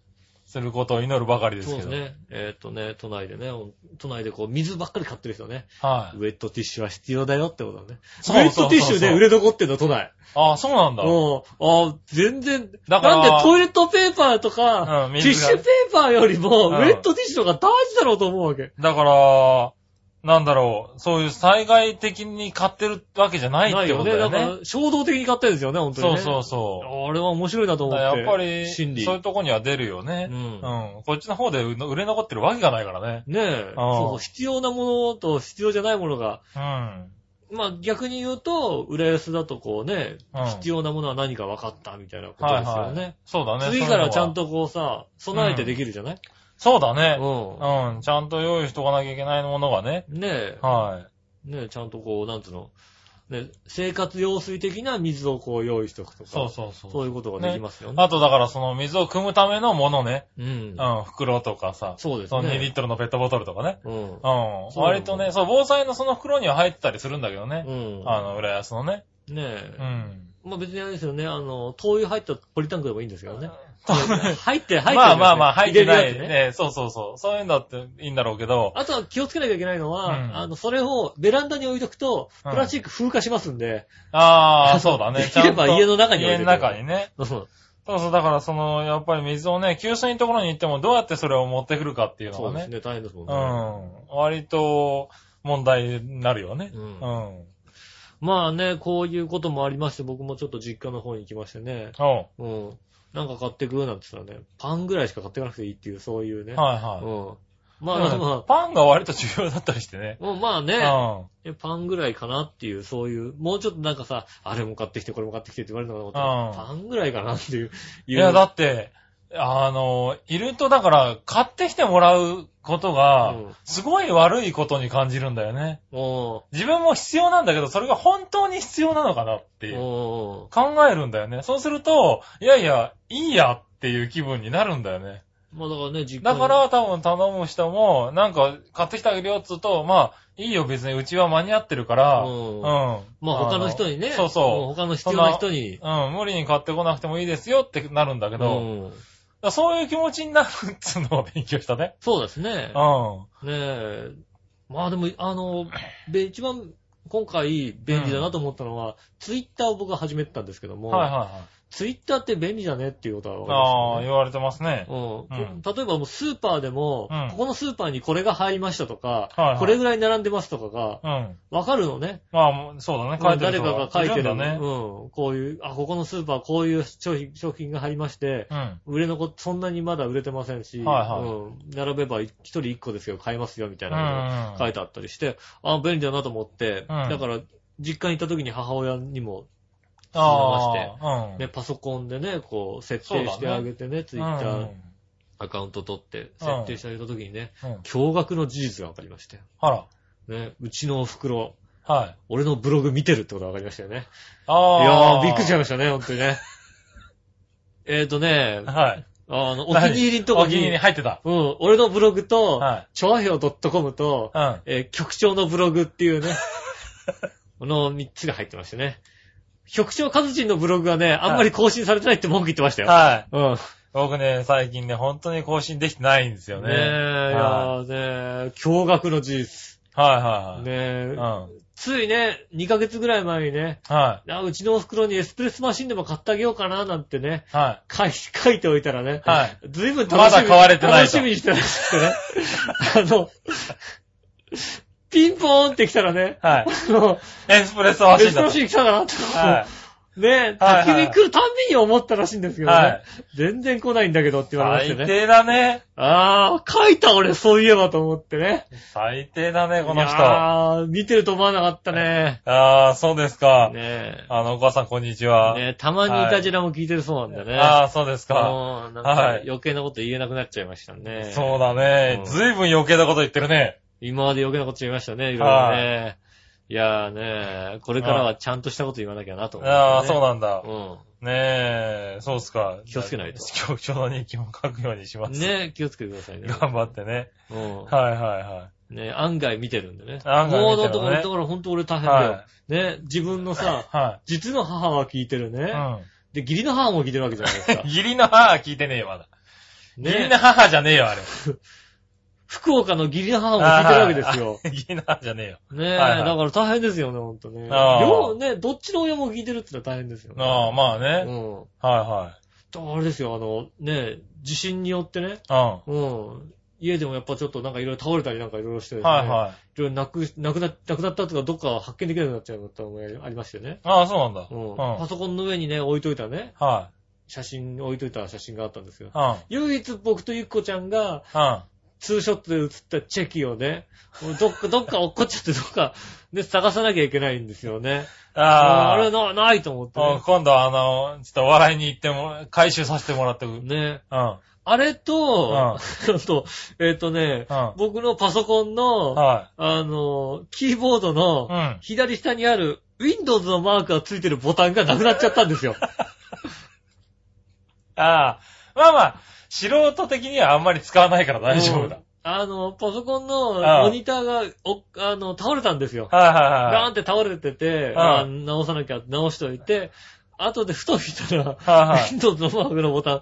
[SPEAKER 3] することを祈るばかりです
[SPEAKER 2] そう
[SPEAKER 3] け
[SPEAKER 2] です
[SPEAKER 3] ど。
[SPEAKER 2] ね。えーっとね、都内でね、都内でこう水ばっかり買ってる人ね。
[SPEAKER 3] はい。
[SPEAKER 2] ウェットティッシュは必要だよってことだね。
[SPEAKER 3] そうそうそうそう
[SPEAKER 2] ウェットティッシュで売れ残ってんだ、都内。
[SPEAKER 3] ああ、そうなんだ。
[SPEAKER 2] うん。ああ、全然。
[SPEAKER 3] だから
[SPEAKER 2] なんでトイレットペーパーとか、
[SPEAKER 3] うん
[SPEAKER 2] ティッ
[SPEAKER 3] 水が
[SPEAKER 2] シュペーパーよりも、
[SPEAKER 3] う
[SPEAKER 2] ウ
[SPEAKER 3] ん
[SPEAKER 2] ェットティッシュの方が大事だろうと思うわけ。
[SPEAKER 3] だから、なんだろう、そういう災害的に買ってるわけじゃないってことだよね。
[SPEAKER 2] だから、衝動的に買ったんですよね、本当に、
[SPEAKER 3] そ
[SPEAKER 2] ね。
[SPEAKER 3] うそう
[SPEAKER 2] う
[SPEAKER 3] そ
[SPEAKER 2] あれは面白いなと
[SPEAKER 3] う。
[SPEAKER 2] 思
[SPEAKER 3] だ
[SPEAKER 2] って。
[SPEAKER 3] からやっぱり、そう
[SPEAKER 2] 心理。
[SPEAKER 3] いうとこには出るよ
[SPEAKER 2] う。
[SPEAKER 3] ね。うんん。こっちの方で売れ残ってるわけがないからね。
[SPEAKER 2] ねえ。そう、必要なものと必要じゃないものが、
[SPEAKER 3] うん。
[SPEAKER 2] まあ逆に言うと、浦安だとこうね、
[SPEAKER 3] うん
[SPEAKER 2] 必要なものは何か分かったみたいなこと
[SPEAKER 3] はい
[SPEAKER 2] ですよね。
[SPEAKER 3] はい。そうだね。
[SPEAKER 2] 次からちゃん
[SPEAKER 3] と。
[SPEAKER 2] とこうさ、備えてできるじゃない、
[SPEAKER 3] そうだね。
[SPEAKER 2] う
[SPEAKER 3] うん。ちゃんと用意しとかなきゃいけないものがね。
[SPEAKER 2] ん。ねえ、
[SPEAKER 3] は
[SPEAKER 2] ねえ、ちゃんとこう、なんつうの、ね、生活用水的な水をこう用意しとくと
[SPEAKER 3] い。
[SPEAKER 2] か。
[SPEAKER 3] そうそうそう。
[SPEAKER 2] そういうことができますよね。
[SPEAKER 3] あとだからその水を汲むためのものね。
[SPEAKER 2] うん
[SPEAKER 3] う。ん。袋とかさ。
[SPEAKER 2] そうです
[SPEAKER 3] その2リ
[SPEAKER 2] ね
[SPEAKER 3] ッ。トルのペットボトルとかね。
[SPEAKER 2] うん。
[SPEAKER 3] う
[SPEAKER 2] そ
[SPEAKER 3] ん。
[SPEAKER 2] う
[SPEAKER 3] 割とね、そう、防災のその袋には入ってたりするんだけどね。
[SPEAKER 2] うん。
[SPEAKER 3] あの、浦安のね。
[SPEAKER 2] ね
[SPEAKER 3] う
[SPEAKER 2] え。
[SPEAKER 3] ん。
[SPEAKER 2] まあ別にあれですよね、あの、灯油入ったポリタンクでもいいんですけどね。入っ
[SPEAKER 3] [LAUGHS]
[SPEAKER 2] て、入ってるやつね。
[SPEAKER 3] まあまあまあ、入ってな
[SPEAKER 2] れ
[SPEAKER 3] い
[SPEAKER 2] るやつね。
[SPEAKER 3] ね。そうそうそう。そういうのだっていいんだろうけど。
[SPEAKER 2] あとは気をつけなきゃいけないのは、
[SPEAKER 3] うん
[SPEAKER 2] あの、それをベランダに置いとくと、プ
[SPEAKER 3] うん
[SPEAKER 2] ラスチック風化しますんで、
[SPEAKER 3] ああ、そうだね。
[SPEAKER 2] で [LAUGHS] きれば
[SPEAKER 3] ちゃんと
[SPEAKER 2] 家の中に置
[SPEAKER 3] 家
[SPEAKER 2] いて
[SPEAKER 3] の
[SPEAKER 2] る
[SPEAKER 3] 中にね。
[SPEAKER 2] そう
[SPEAKER 3] そうそう、だからその、やっぱり水をね、給水のところに行ってもどうやってそれを持ってくるかっていう
[SPEAKER 2] [LAUGHS]
[SPEAKER 3] の
[SPEAKER 2] そうで
[SPEAKER 3] が
[SPEAKER 2] す
[SPEAKER 3] ね。
[SPEAKER 2] ね、大変ですもん
[SPEAKER 3] う
[SPEAKER 2] ね。
[SPEAKER 3] ん。割と、問題になるよね。
[SPEAKER 2] う
[SPEAKER 3] うんん。
[SPEAKER 2] まあね、こういうこともありまして、僕もちょっと実家の方に行きましてね。
[SPEAKER 3] おう
[SPEAKER 2] うん。なんか買ってくなんて言ったらね、パンぐらいしか買ってかなくていいっていう、そういうね。
[SPEAKER 3] はいは
[SPEAKER 2] うん。
[SPEAKER 3] い。
[SPEAKER 2] まあ、で
[SPEAKER 3] うん
[SPEAKER 2] も、
[SPEAKER 3] パンが割と重要だったりしてね。
[SPEAKER 2] もうまあ
[SPEAKER 3] うん。
[SPEAKER 2] ね、
[SPEAKER 3] あ
[SPEAKER 2] えパンぐらいかなっていう、そういう、もうちょっとなんかさ、あれも買ってきて、これも買ってきてって言われるのかなと思ったら
[SPEAKER 3] うん
[SPEAKER 2] パンぐらいかなっていう。
[SPEAKER 3] いや、だ
[SPEAKER 2] っ
[SPEAKER 3] って、あの、いるとだから、買ってきてもらうことが
[SPEAKER 2] うん、
[SPEAKER 3] すごい悪いことに感じるんだよね。
[SPEAKER 2] お
[SPEAKER 3] 自分も必要なんだけど、それが本当に必要なのかなって
[SPEAKER 2] う
[SPEAKER 3] いう、
[SPEAKER 2] お
[SPEAKER 3] 考えるんだよね。そうすると、いやいや、いいやっていう気分になるんだよね。
[SPEAKER 2] うまあだからね、実家
[SPEAKER 3] だ
[SPEAKER 2] に
[SPEAKER 3] から多分頼む人も、なんか買ってきてあげるよっつうと、まあ、いいよ別にうちは間に合ってるから、
[SPEAKER 2] う
[SPEAKER 3] うんん。
[SPEAKER 2] まあ他の人にね。
[SPEAKER 3] そう
[SPEAKER 2] うん
[SPEAKER 3] そ
[SPEAKER 2] 他の必要な人に。
[SPEAKER 3] う。うん、無理に買ってこなくてもいいですよってなるんだけど、だか
[SPEAKER 2] うん
[SPEAKER 3] らそういう気持ちになるっつうのを勉強した
[SPEAKER 2] [LAUGHS]
[SPEAKER 3] ね。
[SPEAKER 2] そうですね。
[SPEAKER 3] うん。
[SPEAKER 2] ねえ。まあでも、あの、べ一番今回便利だなと思ったのは、ツイッターを僕は始めてたんですけども、
[SPEAKER 3] はいはいはい。
[SPEAKER 2] ツイッターって便利だねっていうことは分かり
[SPEAKER 3] ああ、
[SPEAKER 2] まし
[SPEAKER 3] 言われてますね
[SPEAKER 2] た。よね。
[SPEAKER 3] う
[SPEAKER 2] うんん、例えばもうスーパーでも、
[SPEAKER 3] うん
[SPEAKER 2] ここのスーパーにこれが入りましたとか、
[SPEAKER 3] はいはい
[SPEAKER 2] これぐらい並んでますとかが、
[SPEAKER 3] うん。
[SPEAKER 2] わかるのね。
[SPEAKER 3] まあもう、そうだね。書いて
[SPEAKER 2] 誰
[SPEAKER 3] る
[SPEAKER 2] かが書いてる
[SPEAKER 3] 人がるんだね。
[SPEAKER 2] うん。こういう、あ、ここのスーパーこういう商品商品が入りまして、
[SPEAKER 3] うん。
[SPEAKER 2] 売れ残っそんなにまだ売れてませんし、
[SPEAKER 3] はいはい
[SPEAKER 2] うん、並べば一人一個ですよ、買えますよ、みたい
[SPEAKER 3] うん。
[SPEAKER 2] なのが書
[SPEAKER 3] はい
[SPEAKER 2] てあったりして、あ、便利だなと思って、
[SPEAKER 3] うん
[SPEAKER 2] だから、実家に行った時に母親にも、
[SPEAKER 3] ああ、うん。
[SPEAKER 2] ね、パソコンでね、こう、設定してあげてね、ツイッターアカウント取って、設定してあげた時にね、
[SPEAKER 3] うん。うん。
[SPEAKER 2] 驚愕の事実が分かりましたよ。
[SPEAKER 3] あら。
[SPEAKER 2] ね、うちのお袋、
[SPEAKER 3] はい。
[SPEAKER 2] 俺のブログ見てるってことが分かりましたよね。い
[SPEAKER 3] あ
[SPEAKER 2] やー、
[SPEAKER 3] あ。
[SPEAKER 2] びっくりしちゃい
[SPEAKER 3] ん。
[SPEAKER 2] ましたね、ほんとにね。 [LAUGHS] えーとね、
[SPEAKER 3] はい。
[SPEAKER 2] あの、お気に入りのとこ
[SPEAKER 3] お気に入り
[SPEAKER 2] に
[SPEAKER 3] に、入ってた。
[SPEAKER 2] うん、俺のブログと、
[SPEAKER 3] はい
[SPEAKER 2] 調和表 .com と、
[SPEAKER 3] うん。
[SPEAKER 2] えー局長のブログっていうね、
[SPEAKER 3] [LAUGHS]
[SPEAKER 2] この3つが入ってましたね。局長カズチンのブログがね、あんまり更新されてないって文句言ってましたよ。
[SPEAKER 3] はい。
[SPEAKER 2] うん。
[SPEAKER 3] 僕ね、最近ね、本当に更新できてないんですよ
[SPEAKER 2] ね
[SPEAKER 3] ね。
[SPEAKER 2] え、いやーねえ、驚愕の事実。
[SPEAKER 3] はいはいはい。
[SPEAKER 2] ね
[SPEAKER 3] う
[SPEAKER 2] え
[SPEAKER 3] ん。、は
[SPEAKER 2] ついね、2ヶ月ぐらい前にね、
[SPEAKER 3] い。は
[SPEAKER 2] あうちのお袋にエスプレッソマシンでも買ってあげようかななんてね、
[SPEAKER 3] い。は
[SPEAKER 2] 書い書いておいたらね、
[SPEAKER 3] はい。
[SPEAKER 2] ずいぶん
[SPEAKER 3] まだ買われてない
[SPEAKER 2] 楽
[SPEAKER 3] と
[SPEAKER 2] しみにしてなくて
[SPEAKER 3] [LAUGHS]
[SPEAKER 2] ね。あの、ピンポーンって来たらね、 [LAUGHS]
[SPEAKER 3] い。
[SPEAKER 2] あの、
[SPEAKER 3] エスプレッソマシン
[SPEAKER 2] 別
[SPEAKER 3] だ
[SPEAKER 2] の
[SPEAKER 3] と。
[SPEAKER 2] シーン来たかなと、
[SPEAKER 3] は
[SPEAKER 2] ね、
[SPEAKER 3] はいは
[SPEAKER 2] 焚き
[SPEAKER 3] い
[SPEAKER 2] 火来るたんびに思ったらしいんですけ
[SPEAKER 3] い。
[SPEAKER 2] どね、
[SPEAKER 3] はい。
[SPEAKER 2] 全然来ないんだけどって言われまし
[SPEAKER 3] 最
[SPEAKER 2] てね。
[SPEAKER 3] 低だね。
[SPEAKER 2] あー、書いた俺そういえばと思ってね。
[SPEAKER 3] 最低だね、この人。あ
[SPEAKER 2] あー、見てると思わなかったね。
[SPEAKER 3] あー、そうですか。
[SPEAKER 2] ね
[SPEAKER 3] あの、お母さん、こんにちは。
[SPEAKER 2] ねたまにいたじらも聞いてるそうなんだね。
[SPEAKER 3] ああ、そうですか。
[SPEAKER 2] うんなん
[SPEAKER 3] は
[SPEAKER 2] か
[SPEAKER 3] い
[SPEAKER 2] 余計なこと言えなくなっちゃいましたね。
[SPEAKER 3] そうだね
[SPEAKER 2] う。ん
[SPEAKER 3] ずいぶん余計なこと言ってるね。
[SPEAKER 2] 今まで余計なこと言いましたね、いろいろね。いやーね、これからはちゃんとしたこと言わなきゃなと思って、ね。
[SPEAKER 3] ああ、そうなんだ。
[SPEAKER 2] う
[SPEAKER 3] ねえ、そうっすか。
[SPEAKER 2] 気をつけ
[SPEAKER 3] [LAUGHS]
[SPEAKER 2] ないと
[SPEAKER 3] 局長の日記も書くようにしま
[SPEAKER 2] ん。
[SPEAKER 3] す。
[SPEAKER 2] ね、気をつけてくださいね。
[SPEAKER 3] 頑張ってね。
[SPEAKER 2] う
[SPEAKER 3] はいはいは
[SPEAKER 2] ん。ね、案外見てるんでね。
[SPEAKER 3] 案外見てるのね
[SPEAKER 2] もうだから、だから本当俺大
[SPEAKER 3] い。
[SPEAKER 2] 変だよ。
[SPEAKER 3] は
[SPEAKER 2] ね、自分の
[SPEAKER 3] い。
[SPEAKER 2] さ、
[SPEAKER 3] は
[SPEAKER 2] 実の母は聞いてるね、
[SPEAKER 3] い。う
[SPEAKER 2] で、義理の母も聞いてるわけじゃないで
[SPEAKER 3] [LAUGHS]
[SPEAKER 2] すか
[SPEAKER 3] ん。。義理の母は聞いてねえよ、まだ。義理の
[SPEAKER 2] ね、
[SPEAKER 3] 母じゃねえよ、あれ。
[SPEAKER 2] 福岡の義理の母も聞いてるわけですよ。
[SPEAKER 3] あ。義理の母じゃねえよ。
[SPEAKER 2] ね
[SPEAKER 3] はいはい
[SPEAKER 2] だから大変ですよね、ほんとね。
[SPEAKER 3] あー
[SPEAKER 2] 両、ね、どっちの親も聞いてるってのは大変ですよね。
[SPEAKER 3] ああ、ま
[SPEAKER 2] [LAUGHS]
[SPEAKER 3] あ
[SPEAKER 2] う
[SPEAKER 3] ね。
[SPEAKER 2] ん。
[SPEAKER 3] は
[SPEAKER 2] だからあれですよ、あの、ね、地震によってね、
[SPEAKER 3] いは
[SPEAKER 2] うん。家でもやっぱちょっとなんかいろいろ倒れたりなんかいろいろして
[SPEAKER 3] い。う
[SPEAKER 2] です
[SPEAKER 3] ん。
[SPEAKER 2] ね。
[SPEAKER 3] はいはい。
[SPEAKER 2] い。ろいろなく、なくな、なくなったとかどっか発見できなくなっちゃうのって思いありましてね。
[SPEAKER 3] ああ、そうなんだ。
[SPEAKER 2] う。
[SPEAKER 3] うんん。
[SPEAKER 2] パソコンの上にね、置いといたね、
[SPEAKER 3] は
[SPEAKER 2] 写真、置いといた写真があったんですよ
[SPEAKER 3] い。。うん。
[SPEAKER 2] 唯一僕とゆっこちゃんが、
[SPEAKER 3] うん。
[SPEAKER 2] ツーショットで写ったチェキをね、どっか、 [LAUGHS] どっか落っこっちゃってどっか、ね、探さなきゃいけないんですよね。あ
[SPEAKER 3] あ
[SPEAKER 2] れ
[SPEAKER 3] ー
[SPEAKER 2] な、ないと思って
[SPEAKER 3] あ。今度はあの、ちょっとお笑いに行っても、回収させてもらってく。うん。
[SPEAKER 2] ね。ね。
[SPEAKER 3] は
[SPEAKER 2] あれと、あ
[SPEAKER 3] う
[SPEAKER 2] と、えっ、とね
[SPEAKER 3] うん、
[SPEAKER 2] 僕のパソコンの、
[SPEAKER 3] い。
[SPEAKER 2] あの、キーボードの
[SPEAKER 3] うん
[SPEAKER 2] 左下にある Windows のマークがついてるボタンがなくなっちゃったんですよ。
[SPEAKER 3] ああ。まあまあ、素人的にはあんまり使わないから大丈夫だ
[SPEAKER 2] うん。。あの、パソコン
[SPEAKER 3] あ
[SPEAKER 2] の
[SPEAKER 3] あ
[SPEAKER 2] モニターが、おあの、倒れたんですよ。
[SPEAKER 3] はいはい
[SPEAKER 2] ガーン
[SPEAKER 3] は
[SPEAKER 2] って倒れてて、
[SPEAKER 3] ああ
[SPEAKER 2] あ直さなきゃ直しといて、後でふと見たら、
[SPEAKER 3] い。はいはい。
[SPEAKER 2] Windows のマークのボタン、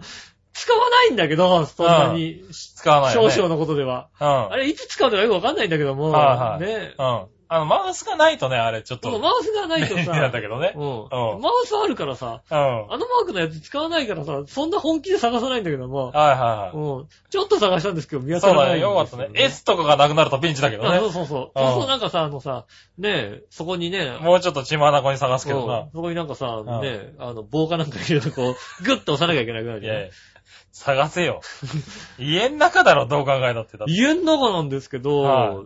[SPEAKER 2] 使わないんだけど、そんなに、
[SPEAKER 3] 使わない
[SPEAKER 2] 少
[SPEAKER 3] よ、ね。
[SPEAKER 2] 々のことでは。
[SPEAKER 3] 々
[SPEAKER 2] あれ、いつ使うのかよくわかんないんだけども、
[SPEAKER 3] はいはい
[SPEAKER 2] ね。
[SPEAKER 3] うん。うん。あの、マウスがないとね、あれ、ちょっ
[SPEAKER 2] この
[SPEAKER 3] と、
[SPEAKER 2] マウスがないと
[SPEAKER 3] 便利
[SPEAKER 2] さ、
[SPEAKER 3] なんだけど [LAUGHS] ね。
[SPEAKER 2] う。
[SPEAKER 3] うんん
[SPEAKER 2] マウスあるからさ、
[SPEAKER 3] うん。は
[SPEAKER 2] あのマークのやつ使わないからさ、そんな本気で探さないんだけども
[SPEAKER 3] い、はいは
[SPEAKER 2] うん。ちょっと探したんですけど、見
[SPEAKER 3] い。
[SPEAKER 2] 当
[SPEAKER 3] そ
[SPEAKER 2] た
[SPEAKER 3] う
[SPEAKER 2] ら
[SPEAKER 3] だ
[SPEAKER 2] ないん
[SPEAKER 3] ね。
[SPEAKER 2] です
[SPEAKER 3] よ
[SPEAKER 2] よ。
[SPEAKER 3] かったね。S とかがなくなるとピンチだけど
[SPEAKER 2] あそう
[SPEAKER 3] ね。
[SPEAKER 2] そうそう。
[SPEAKER 3] うん
[SPEAKER 2] そうそう、なんかさ、あのさ、ねえ、そこにね、
[SPEAKER 3] もうちょっと血眼に探す
[SPEAKER 2] そ
[SPEAKER 3] けどな
[SPEAKER 2] う。そこになんかさ、
[SPEAKER 3] ん
[SPEAKER 2] ねえ、あの、棒かなんか入れてこう、 [LAUGHS] グッと押さなきゃいけなくなる
[SPEAKER 3] い
[SPEAKER 2] じゃ
[SPEAKER 3] やい
[SPEAKER 2] ん
[SPEAKER 3] や。探
[SPEAKER 2] [LAUGHS]
[SPEAKER 3] せよ。家ん中だろ、どう考えたって。だって
[SPEAKER 2] 家の中なんですけ
[SPEAKER 3] は
[SPEAKER 2] ど、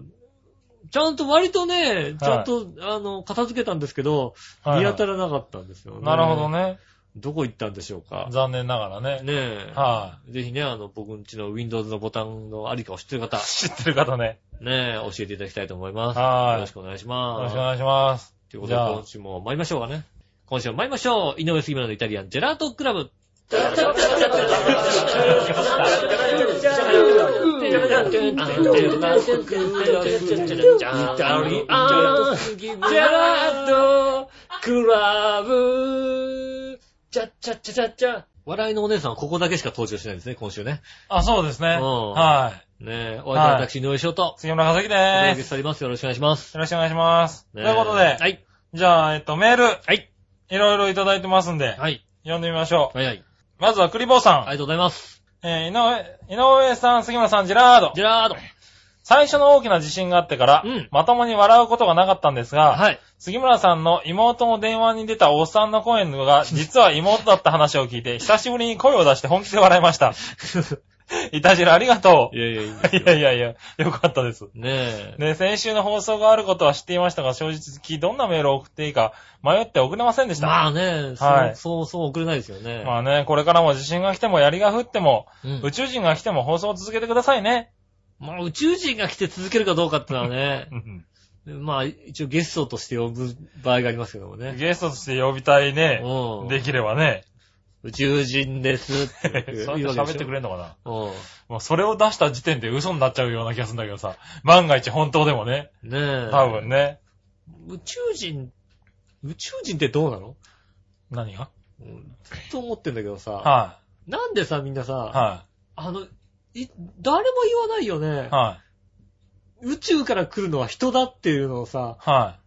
[SPEAKER 2] ちゃんと割とね、ちゃんと、あの、片付けたんですけど、見当た
[SPEAKER 3] る。
[SPEAKER 2] らなかったんですよね。
[SPEAKER 3] なるほど。ね。
[SPEAKER 2] どこ行ったんでしょうか。
[SPEAKER 3] 残念ながらね。
[SPEAKER 2] ねえ。
[SPEAKER 3] は
[SPEAKER 2] ぜひね、あの、僕んちの Windows のボタンのありかを知ってる方、
[SPEAKER 3] 知ってる方ね。
[SPEAKER 2] ねえ、教えていただきたいと思います。
[SPEAKER 3] はい
[SPEAKER 2] よろしくお願いし
[SPEAKER 3] よ
[SPEAKER 2] ま
[SPEAKER 3] ろし
[SPEAKER 2] す。
[SPEAKER 3] くお願いします。
[SPEAKER 2] ということで、
[SPEAKER 3] じゃあ
[SPEAKER 2] 今週も参りましょうかね。今週も参りましょう。井上杉村のイタリアンジェラートクラブ。笑いのお姉さんはここだけしか登場しないですね、今週ね。
[SPEAKER 3] あ、そうですね。
[SPEAKER 2] うん
[SPEAKER 3] は
[SPEAKER 2] ねえ、お相手は私、井上翔と
[SPEAKER 3] い。、杉村和樹で
[SPEAKER 2] お届
[SPEAKER 3] ー
[SPEAKER 2] けし
[SPEAKER 3] す。
[SPEAKER 2] ております。よろしくお願いします。
[SPEAKER 3] よろしくお願いします。と
[SPEAKER 2] ね
[SPEAKER 3] い
[SPEAKER 2] え
[SPEAKER 3] うことで、
[SPEAKER 2] はい。
[SPEAKER 3] じゃあ、えっと、メール、
[SPEAKER 2] はい。
[SPEAKER 3] いろいろいただいてますんで、
[SPEAKER 2] はい。
[SPEAKER 3] 読んでみましょう。
[SPEAKER 2] はいはい。
[SPEAKER 3] まずは、クリボーさ
[SPEAKER 2] あ
[SPEAKER 3] ん。
[SPEAKER 2] りがとうございます。
[SPEAKER 3] えー井上、井上さん、杉村さん、ジェラード
[SPEAKER 2] ジ。ェラード。
[SPEAKER 3] 最初の大きな地震があってから、
[SPEAKER 2] うん
[SPEAKER 3] まともに笑うことがなかったんですが、
[SPEAKER 2] はい。
[SPEAKER 3] 杉村さんの妹の電話に出たおっさんの
[SPEAKER 2] [LAUGHS]
[SPEAKER 3] 声が、実は妹だった話を聞いて、久しぶりに声を出して本気で笑いま
[SPEAKER 2] [LAUGHS]
[SPEAKER 3] した。いたじらありがと
[SPEAKER 2] いやいやいや。
[SPEAKER 3] う。いやいやいや、よかったです。
[SPEAKER 2] ねえ。
[SPEAKER 3] ね、先週の放送があることは知っていましたが、正直どんなメールを送っていいか迷って送れませんでした。
[SPEAKER 2] まあね、そう、
[SPEAKER 3] はい
[SPEAKER 2] そうそう送れないですよね。
[SPEAKER 3] まあね、これからも地震が来ても槍が降っても、
[SPEAKER 2] うん
[SPEAKER 3] 宇宙人が来ても放送を続けてくださいね。
[SPEAKER 2] まあ宇宙人が来て続けるかどうかってのは
[SPEAKER 3] [LAUGHS]
[SPEAKER 2] ね、まあ一応ゲストとして呼ぶ場合がありますけどもね。
[SPEAKER 3] ゲストとして呼びたいね。
[SPEAKER 2] うん
[SPEAKER 3] できればね。
[SPEAKER 2] 宇宙人ですっ
[SPEAKER 3] そう
[SPEAKER 2] て
[SPEAKER 3] やって
[SPEAKER 2] 言うわけで
[SPEAKER 3] 喋
[SPEAKER 2] しょ
[SPEAKER 3] ってくれんのかな。
[SPEAKER 2] うん。
[SPEAKER 3] もうそれを出した時点で嘘になっちゃうような気がするんだけどさ。万が一本当でもね。
[SPEAKER 2] ねえ。
[SPEAKER 3] 多分ね。
[SPEAKER 2] 宇宙人、宇宙人ってどうなの
[SPEAKER 3] 何が
[SPEAKER 2] うんずっと思ってんだけどさ、
[SPEAKER 3] は
[SPEAKER 2] なんでさ、みんなさ、
[SPEAKER 3] い。は
[SPEAKER 2] あの、い、誰も言わないよね
[SPEAKER 3] い。。はい。
[SPEAKER 2] 宇宙から来るのは人だっていうのをさ、
[SPEAKER 3] は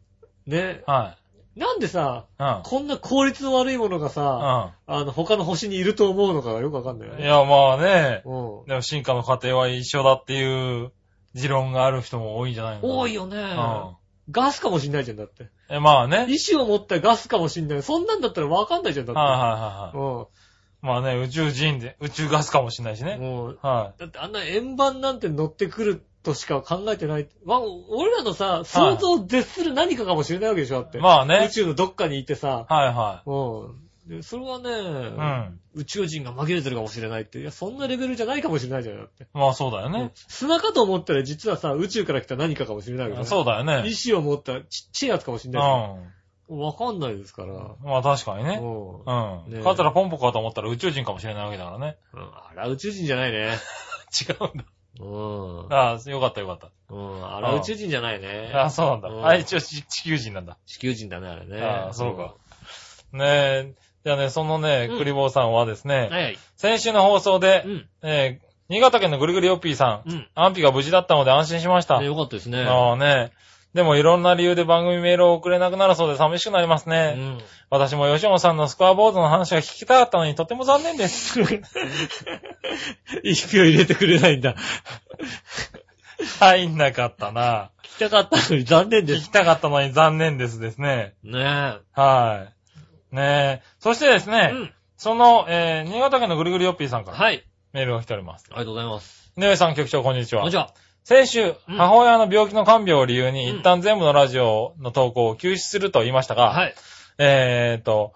[SPEAKER 2] ね
[SPEAKER 3] い。、はい。
[SPEAKER 2] なんでさ、
[SPEAKER 3] うん。
[SPEAKER 2] こんな効率の悪いものがさ、あの、他の星にいると思うのかがよくわかんないよ
[SPEAKER 3] うん。い
[SPEAKER 2] ね。
[SPEAKER 3] や、まあね。
[SPEAKER 2] うん。
[SPEAKER 3] でも進化の過程は一緒だっていう持論がある人も多いんじゃないのかな
[SPEAKER 2] 多い。よね、
[SPEAKER 3] うん。
[SPEAKER 2] ガスかもしんないじゃん、だって。
[SPEAKER 3] え、まあね。はい
[SPEAKER 2] 意志を持ったガスかもしんない。そんなんだったらわかんないじゃん、だって。
[SPEAKER 3] はいはいは
[SPEAKER 2] うん。
[SPEAKER 3] い。まあね、宇宙人で、宇宙ガスかもしれないしね。
[SPEAKER 2] もう、
[SPEAKER 3] は
[SPEAKER 2] だってあんな円盤なんて乗ってくるとしか考えてない。わ、俺らのさ、想像を絶する何かかもしれないわけでしょ、だって。
[SPEAKER 3] い。まあね
[SPEAKER 2] 宇。宙のどっかにいてさ、
[SPEAKER 3] はいは
[SPEAKER 2] うん。でそれはね、
[SPEAKER 3] い。うん。
[SPEAKER 2] 宇宙人が紛れてるかもしれないって、いや、そんなレベルじゃないかもしれないじゃん、だって。
[SPEAKER 3] まあそうだよ
[SPEAKER 2] うん
[SPEAKER 3] ね。
[SPEAKER 2] 砂かと思ったら実はさ、宇宙から来た何かかもしれないわけどね。
[SPEAKER 3] そうだよね。
[SPEAKER 2] 意志を持ったちっちゃいやつかもしれ
[SPEAKER 3] う
[SPEAKER 2] ない
[SPEAKER 3] ん。
[SPEAKER 2] じゃん。わかんないですから。
[SPEAKER 3] まあ確かに
[SPEAKER 2] う
[SPEAKER 3] ね。
[SPEAKER 2] ん。うん
[SPEAKER 3] うん。
[SPEAKER 2] ねえ
[SPEAKER 3] 勝ったらポンポコかと思ったら宇宙人かもしれないわけだからね。
[SPEAKER 2] あら、宇宙人じゃないね。
[SPEAKER 3] 違うんだ。
[SPEAKER 2] うん。
[SPEAKER 3] ああ、よかったよかっ
[SPEAKER 2] うん。あら、宇宙人じゃないね。
[SPEAKER 3] た。ああ、そうなんだ。
[SPEAKER 2] うん
[SPEAKER 3] あ、一応ち地球人なんだ。
[SPEAKER 2] 地球人だね、あれね。
[SPEAKER 3] ああ、そうか。ねえ。じゃあね、そのね、
[SPEAKER 2] うん
[SPEAKER 3] クリボーさんはです
[SPEAKER 2] う
[SPEAKER 3] ね
[SPEAKER 2] ん。、はいはい。
[SPEAKER 3] 先週の放送で
[SPEAKER 2] う、ん。
[SPEAKER 3] えー新潟県のぐるぐるよっぴーさん、
[SPEAKER 2] うん。
[SPEAKER 3] 安否が無事だったので安心しました。
[SPEAKER 2] ねよかったですね。
[SPEAKER 3] ああね。でもいろんな理由で番組メールを送れなくなるそうで寂しくなります
[SPEAKER 2] う
[SPEAKER 3] ね。
[SPEAKER 2] ん。 [LAUGHS]
[SPEAKER 3] 私も吉本さんのスコアボードの話が聞きたかったのにとても残念です。
[SPEAKER 2] 一票入れてくれないんだ。
[SPEAKER 3] 入んなかったな。
[SPEAKER 2] 来たかったのに残念で
[SPEAKER 3] 聞
[SPEAKER 2] す。
[SPEAKER 3] きたかったのに残念ですですね。
[SPEAKER 2] ね
[SPEAKER 3] はい。ねえ。そしてです
[SPEAKER 2] え。
[SPEAKER 3] ね、
[SPEAKER 2] うん。
[SPEAKER 3] その、えー、新潟県のぐるぐるよっぴーさんから
[SPEAKER 2] はい。
[SPEAKER 3] メールが来ております。
[SPEAKER 2] ありがとうございます。
[SPEAKER 3] 井上さん局長、こんにち
[SPEAKER 2] こん
[SPEAKER 3] は
[SPEAKER 2] にち。は。
[SPEAKER 3] 先週、
[SPEAKER 2] うん
[SPEAKER 3] 母親の病気の看病を理由に、
[SPEAKER 2] うん
[SPEAKER 3] 一旦全部のラジオの投稿を休止すると言いましたが、
[SPEAKER 2] はい。
[SPEAKER 3] えーと、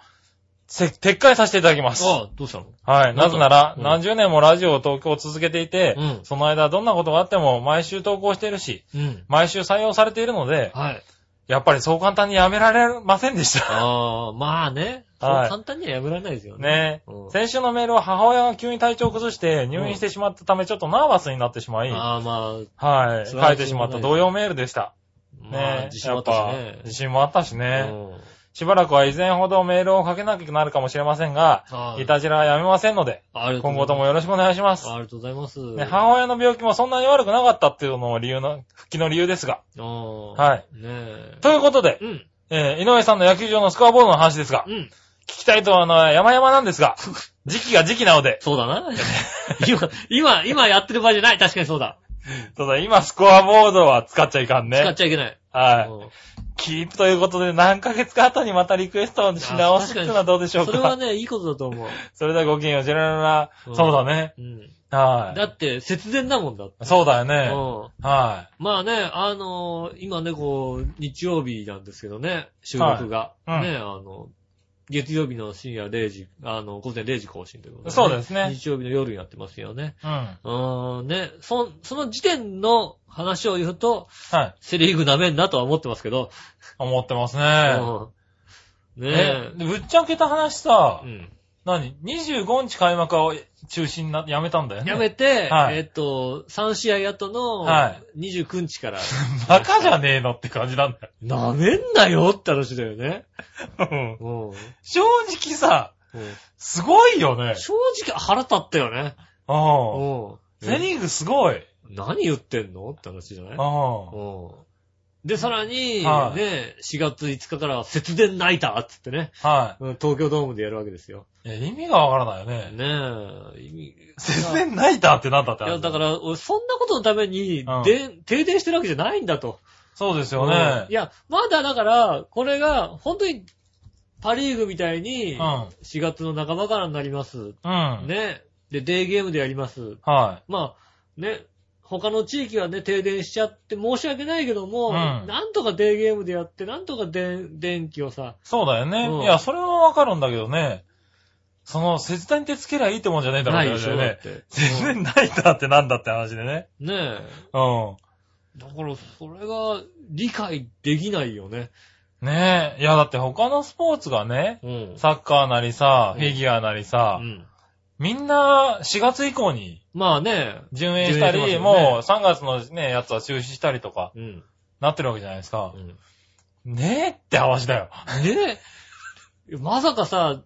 [SPEAKER 3] せ撤回させていただきます。
[SPEAKER 2] ああ、どうしたの
[SPEAKER 3] はい。なぜなら、
[SPEAKER 2] うん
[SPEAKER 3] 何十年もラジオを投稿を続けていて、
[SPEAKER 2] うん
[SPEAKER 3] その間どんなことがあっても毎週投稿しているし、
[SPEAKER 2] うん。
[SPEAKER 3] 毎週採用されているので、
[SPEAKER 2] はい。
[SPEAKER 3] やっぱりそう簡単にやめられませんでした。
[SPEAKER 2] ああ、まあね。そう
[SPEAKER 3] はい
[SPEAKER 2] 簡単にはやめられないですよね。
[SPEAKER 3] ねえ
[SPEAKER 2] うん
[SPEAKER 3] 先週のメールは母親が急に体調を崩して入院してしまったためちょっとナーバスになってしまい、
[SPEAKER 2] ああ、まあ、
[SPEAKER 3] はい、
[SPEAKER 2] それは
[SPEAKER 3] 書いてしまった同様メールでした。
[SPEAKER 2] まあ、
[SPEAKER 3] ね
[SPEAKER 2] 自
[SPEAKER 3] え、
[SPEAKER 2] 信
[SPEAKER 3] や
[SPEAKER 2] は
[SPEAKER 3] っぱ
[SPEAKER 2] 私ね。
[SPEAKER 3] 自信もあったし
[SPEAKER 2] う
[SPEAKER 3] ね。
[SPEAKER 2] ん
[SPEAKER 3] しばらくは以前ほどメールをかけなくなるかもしれませんが、
[SPEAKER 2] はい
[SPEAKER 3] たじらはやめませんので、
[SPEAKER 2] ありが
[SPEAKER 3] 今後と
[SPEAKER 2] と
[SPEAKER 3] も
[SPEAKER 2] う
[SPEAKER 3] よろしくお願いし
[SPEAKER 2] ございま
[SPEAKER 3] ま
[SPEAKER 2] すす。。ありがとうございます。
[SPEAKER 3] ね、母親の病気もそんなに悪くなかったっていうのも理由の、復帰の理由ですが。
[SPEAKER 2] うん
[SPEAKER 3] はい。
[SPEAKER 2] ねえ。
[SPEAKER 3] ということで、
[SPEAKER 2] うん。
[SPEAKER 3] えー井上さんの野球場のスコアボードの話ですが、
[SPEAKER 2] うん。
[SPEAKER 3] 聞きたいとはな山々なんで
[SPEAKER 2] [LAUGHS]
[SPEAKER 3] すが、時期が時期なので、
[SPEAKER 2] そうだな。 [LAUGHS] 今、今、今やってる場合じゃない。確かにそうだ。
[SPEAKER 3] ただ今スコアボードは使っちゃいかん
[SPEAKER 2] 使っ
[SPEAKER 3] ね。
[SPEAKER 2] ちゃいけない。
[SPEAKER 3] は
[SPEAKER 2] うん
[SPEAKER 3] い。キープということで何ヶ月か後にまたリクエストをし直すっていうのはどうでしょう
[SPEAKER 2] そ
[SPEAKER 3] か。
[SPEAKER 2] れはね、いいことだと思う。
[SPEAKER 3] それではごきげんよう、ジェラララ。
[SPEAKER 2] うん
[SPEAKER 3] そうだね。
[SPEAKER 2] うん。
[SPEAKER 3] は
[SPEAKER 2] だって、節電だもんだって。
[SPEAKER 3] い。そうだよね。
[SPEAKER 2] うん。
[SPEAKER 3] は
[SPEAKER 2] まあね、あのー今ね、こう、日曜日なんですけどね、収録が。
[SPEAKER 3] はいうん
[SPEAKER 2] ね、あの、月曜日の深夜0時、あの、午前0時更新ということで、
[SPEAKER 3] そうですね
[SPEAKER 2] 日曜日の夜になってますよね。
[SPEAKER 3] い。うん。は
[SPEAKER 2] うーん、ね、そ、その時点の話を言うと、
[SPEAKER 3] い。
[SPEAKER 2] セリーグ舐めんなとは思ってますけど。
[SPEAKER 3] 思ってます
[SPEAKER 2] う
[SPEAKER 3] ね。
[SPEAKER 2] ん。ね
[SPEAKER 3] え、ぶっちゃけた話さ
[SPEAKER 2] う、ん。
[SPEAKER 3] 何 ?25 日開幕は中止にな、やめたんだよね。
[SPEAKER 2] やめて、
[SPEAKER 3] はい
[SPEAKER 2] えっと、3試合後の
[SPEAKER 3] は
[SPEAKER 2] 29日から、
[SPEAKER 3] [LAUGHS] バカじゃねえのって感じなんだよ。
[SPEAKER 2] なめんなよって話だよね。
[SPEAKER 3] うん
[SPEAKER 2] うん。うん
[SPEAKER 3] 正直さ、すごいよね。
[SPEAKER 2] 正直腹立ったよね。
[SPEAKER 3] うん。
[SPEAKER 2] うん。
[SPEAKER 3] セリーグすごい。
[SPEAKER 2] 何言ってんのって話じゃな
[SPEAKER 3] う
[SPEAKER 2] い
[SPEAKER 3] ん。は
[SPEAKER 2] うん。で、さらに、
[SPEAKER 3] はい
[SPEAKER 2] ね、4月5日からは節電ナイターっつってね、うん東京ドームでやるわけですよ。
[SPEAKER 3] い。いや、意味がわからないよね。
[SPEAKER 2] ねえ、意味
[SPEAKER 3] 節電ナイターってなんだっ
[SPEAKER 2] い
[SPEAKER 3] て話
[SPEAKER 2] や、だから、俺、そんなことのために
[SPEAKER 3] うん、
[SPEAKER 2] で、停電してるわけじゃないんだと。
[SPEAKER 3] そうですよ
[SPEAKER 2] うん
[SPEAKER 3] ね
[SPEAKER 2] い。や、まだだから、これが、本当に、パリーグみたいに、
[SPEAKER 3] うん。
[SPEAKER 2] 4月の半ばからになります。
[SPEAKER 3] うん。
[SPEAKER 2] ね。で、デーゲームでやります。
[SPEAKER 3] は
[SPEAKER 2] まあ、ね、他の地域はね、停電しちゃって申し訳ないけども、
[SPEAKER 3] うん
[SPEAKER 2] なんとかデーゲームでやって、なんとか電、電気をさ
[SPEAKER 3] い。、そうだよ
[SPEAKER 2] うん
[SPEAKER 3] ね。いや、それはわかるんだけどね。その、節電ってつけりゃいいってもんじゃねえだろ
[SPEAKER 2] な
[SPEAKER 3] う
[SPEAKER 2] い
[SPEAKER 3] っ
[SPEAKER 2] で
[SPEAKER 3] て
[SPEAKER 2] し
[SPEAKER 3] 話
[SPEAKER 2] ょ、
[SPEAKER 3] だ
[SPEAKER 2] だ
[SPEAKER 3] よ
[SPEAKER 2] っ
[SPEAKER 3] ね。
[SPEAKER 2] て。
[SPEAKER 3] 節電ナイターってなんだって話でね。
[SPEAKER 2] うんね
[SPEAKER 3] うん。
[SPEAKER 2] え。だから、それが理解できないよね。
[SPEAKER 3] ねえ。いや、だって他のスポーツがね、
[SPEAKER 2] うん。
[SPEAKER 3] サッカーなりさ、
[SPEAKER 2] うん
[SPEAKER 3] フィギュアなりさ
[SPEAKER 2] う、ん。
[SPEAKER 3] みんな4月以降に
[SPEAKER 2] まあね、
[SPEAKER 3] 順延したり、
[SPEAKER 2] 順延してますよね
[SPEAKER 3] もう3月のね、やつは中止したりとか、
[SPEAKER 2] うん。
[SPEAKER 3] なってるわけじゃないですか
[SPEAKER 2] う。ん
[SPEAKER 3] ねえって話だよ。 [LAUGHS]
[SPEAKER 2] ねえ。まさかさ、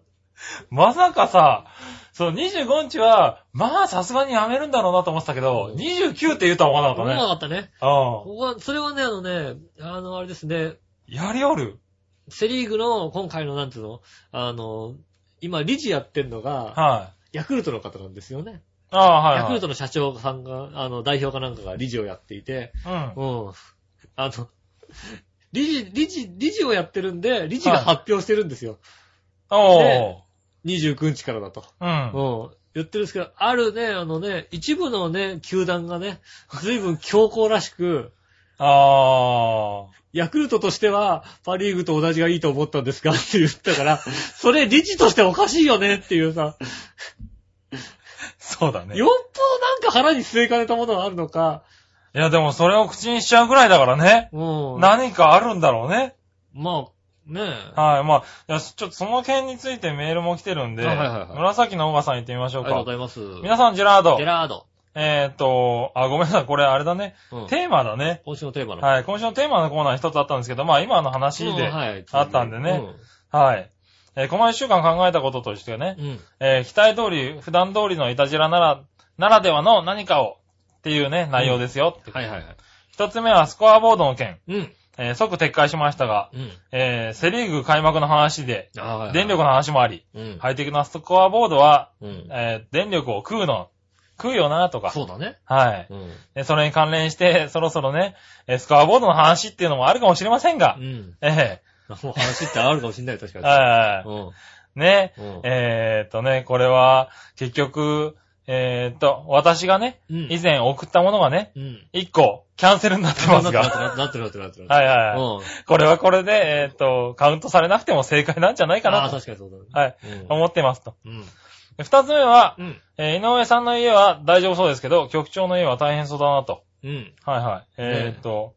[SPEAKER 3] まさかさ、その25日は、まあさすがにやめるんだろうなと思ってたけど
[SPEAKER 2] う、ん
[SPEAKER 3] 29って言うとは思わな
[SPEAKER 2] 思わな
[SPEAKER 3] かっ
[SPEAKER 2] かったね。
[SPEAKER 3] たね。
[SPEAKER 2] ここは、それはね、あのね、あの、あれですね、
[SPEAKER 3] うん。やりおる。
[SPEAKER 2] セリーグの今回の、なんていうの、あの、今、理事やってんのが、
[SPEAKER 3] はい。
[SPEAKER 2] ヤクルトの方なんですよね。
[SPEAKER 3] ああ、はい、
[SPEAKER 2] ヤ
[SPEAKER 3] は
[SPEAKER 2] ク
[SPEAKER 3] い。
[SPEAKER 2] ルトの社長さんが、あの、代表かなんかが理事をやっていて、
[SPEAKER 3] うん。
[SPEAKER 2] うん。あの、理事、理事、理事をやってるんで、理事が発表してるんですよ。
[SPEAKER 3] おー。
[SPEAKER 2] 29日からだと。
[SPEAKER 3] うん。
[SPEAKER 2] うん。言ってるんですけど、あるね、あのね、一部のね、球団がね、随分強硬らしく、
[SPEAKER 3] あ
[SPEAKER 2] ヤクルトとしては、パリーグと同じがいいと思ったんですかって言ったから、それ理事としておかしいよねっていうさ、
[SPEAKER 3] ー。そうだね。
[SPEAKER 2] よっぽどなんか腹に据えかねたものがあるのか、
[SPEAKER 3] いや、でもそれを口にしちゃうぐらいだからね。
[SPEAKER 2] うん。
[SPEAKER 3] 何かあるんだろうね。
[SPEAKER 2] まあ、ねえ。
[SPEAKER 3] はい。まあ、いや、ちょっとその件についてメールも来てるんで、
[SPEAKER 2] あはいはいはい
[SPEAKER 3] 紫のオガさん行ってみまし
[SPEAKER 2] あ
[SPEAKER 3] ょ
[SPEAKER 2] り
[SPEAKER 3] う
[SPEAKER 2] がとうご
[SPEAKER 3] か。
[SPEAKER 2] ざいます。
[SPEAKER 3] 皆さん、ジェラード
[SPEAKER 2] ジェ。ラード。
[SPEAKER 3] えーっと、あ、ごめんなさい。これあれだね。
[SPEAKER 2] うん
[SPEAKER 3] テーマだね。
[SPEAKER 2] 今週のテーマの。
[SPEAKER 3] はい。今週のテーマのコーナー一つあったんですけど、まあ今の話
[SPEAKER 2] うん
[SPEAKER 3] で、
[SPEAKER 2] はい
[SPEAKER 3] あったんでね
[SPEAKER 2] うん
[SPEAKER 3] はい。えーこの一週間考えたこととしてね、
[SPEAKER 2] うん。
[SPEAKER 3] えー期待通り、普段通りのイタジラなら、ならではの何かをっていうね、内容ですよ。
[SPEAKER 2] はいはいはい。
[SPEAKER 3] 一つ目はスコアボードの件。
[SPEAKER 2] うん。
[SPEAKER 3] えー即撤回しましたが、
[SPEAKER 2] うん。
[SPEAKER 3] えーセリーグ開幕の話で、
[SPEAKER 2] あーはいはい
[SPEAKER 3] 電力の話もあり、
[SPEAKER 2] うん。
[SPEAKER 3] ハイテクなスコアボードは、
[SPEAKER 2] うん。
[SPEAKER 3] えー電力を食うの、食うよなとか、
[SPEAKER 2] そうだね。
[SPEAKER 3] はい。
[SPEAKER 2] うん。
[SPEAKER 3] えそれに関連して、そろそろね、えースコアボードの話っていうのもあるかもしれませんが
[SPEAKER 2] う、ん。
[SPEAKER 3] え
[SPEAKER 2] もう話ってあるかもしんない、確か
[SPEAKER 3] え
[SPEAKER 2] に。
[SPEAKER 3] はいね、
[SPEAKER 2] うん。
[SPEAKER 3] えーっとね、これは、結局、えーっと、私がね、
[SPEAKER 2] うん。
[SPEAKER 3] 以前送ったものがね、
[SPEAKER 2] うん。
[SPEAKER 3] 1個、キャンセルになって
[SPEAKER 2] な
[SPEAKER 3] ま
[SPEAKER 2] っ
[SPEAKER 3] す
[SPEAKER 2] て
[SPEAKER 3] が、
[SPEAKER 2] るなってるなってるなってるなってる。
[SPEAKER 3] はいはいはい。
[SPEAKER 2] うん。
[SPEAKER 3] これはこれで、えーっと、カウントされなくても正解なんじゃないか
[SPEAKER 2] ああ、
[SPEAKER 3] なと、
[SPEAKER 2] 確かにそうだね。
[SPEAKER 3] はい、思ってますと。
[SPEAKER 2] うん。
[SPEAKER 3] で二つ目は、
[SPEAKER 2] うん。
[SPEAKER 3] えー井上さんの家は大丈夫そうですけど、局長の家は大変そうだなと。
[SPEAKER 2] うん。
[SPEAKER 3] はいはい。えーっと、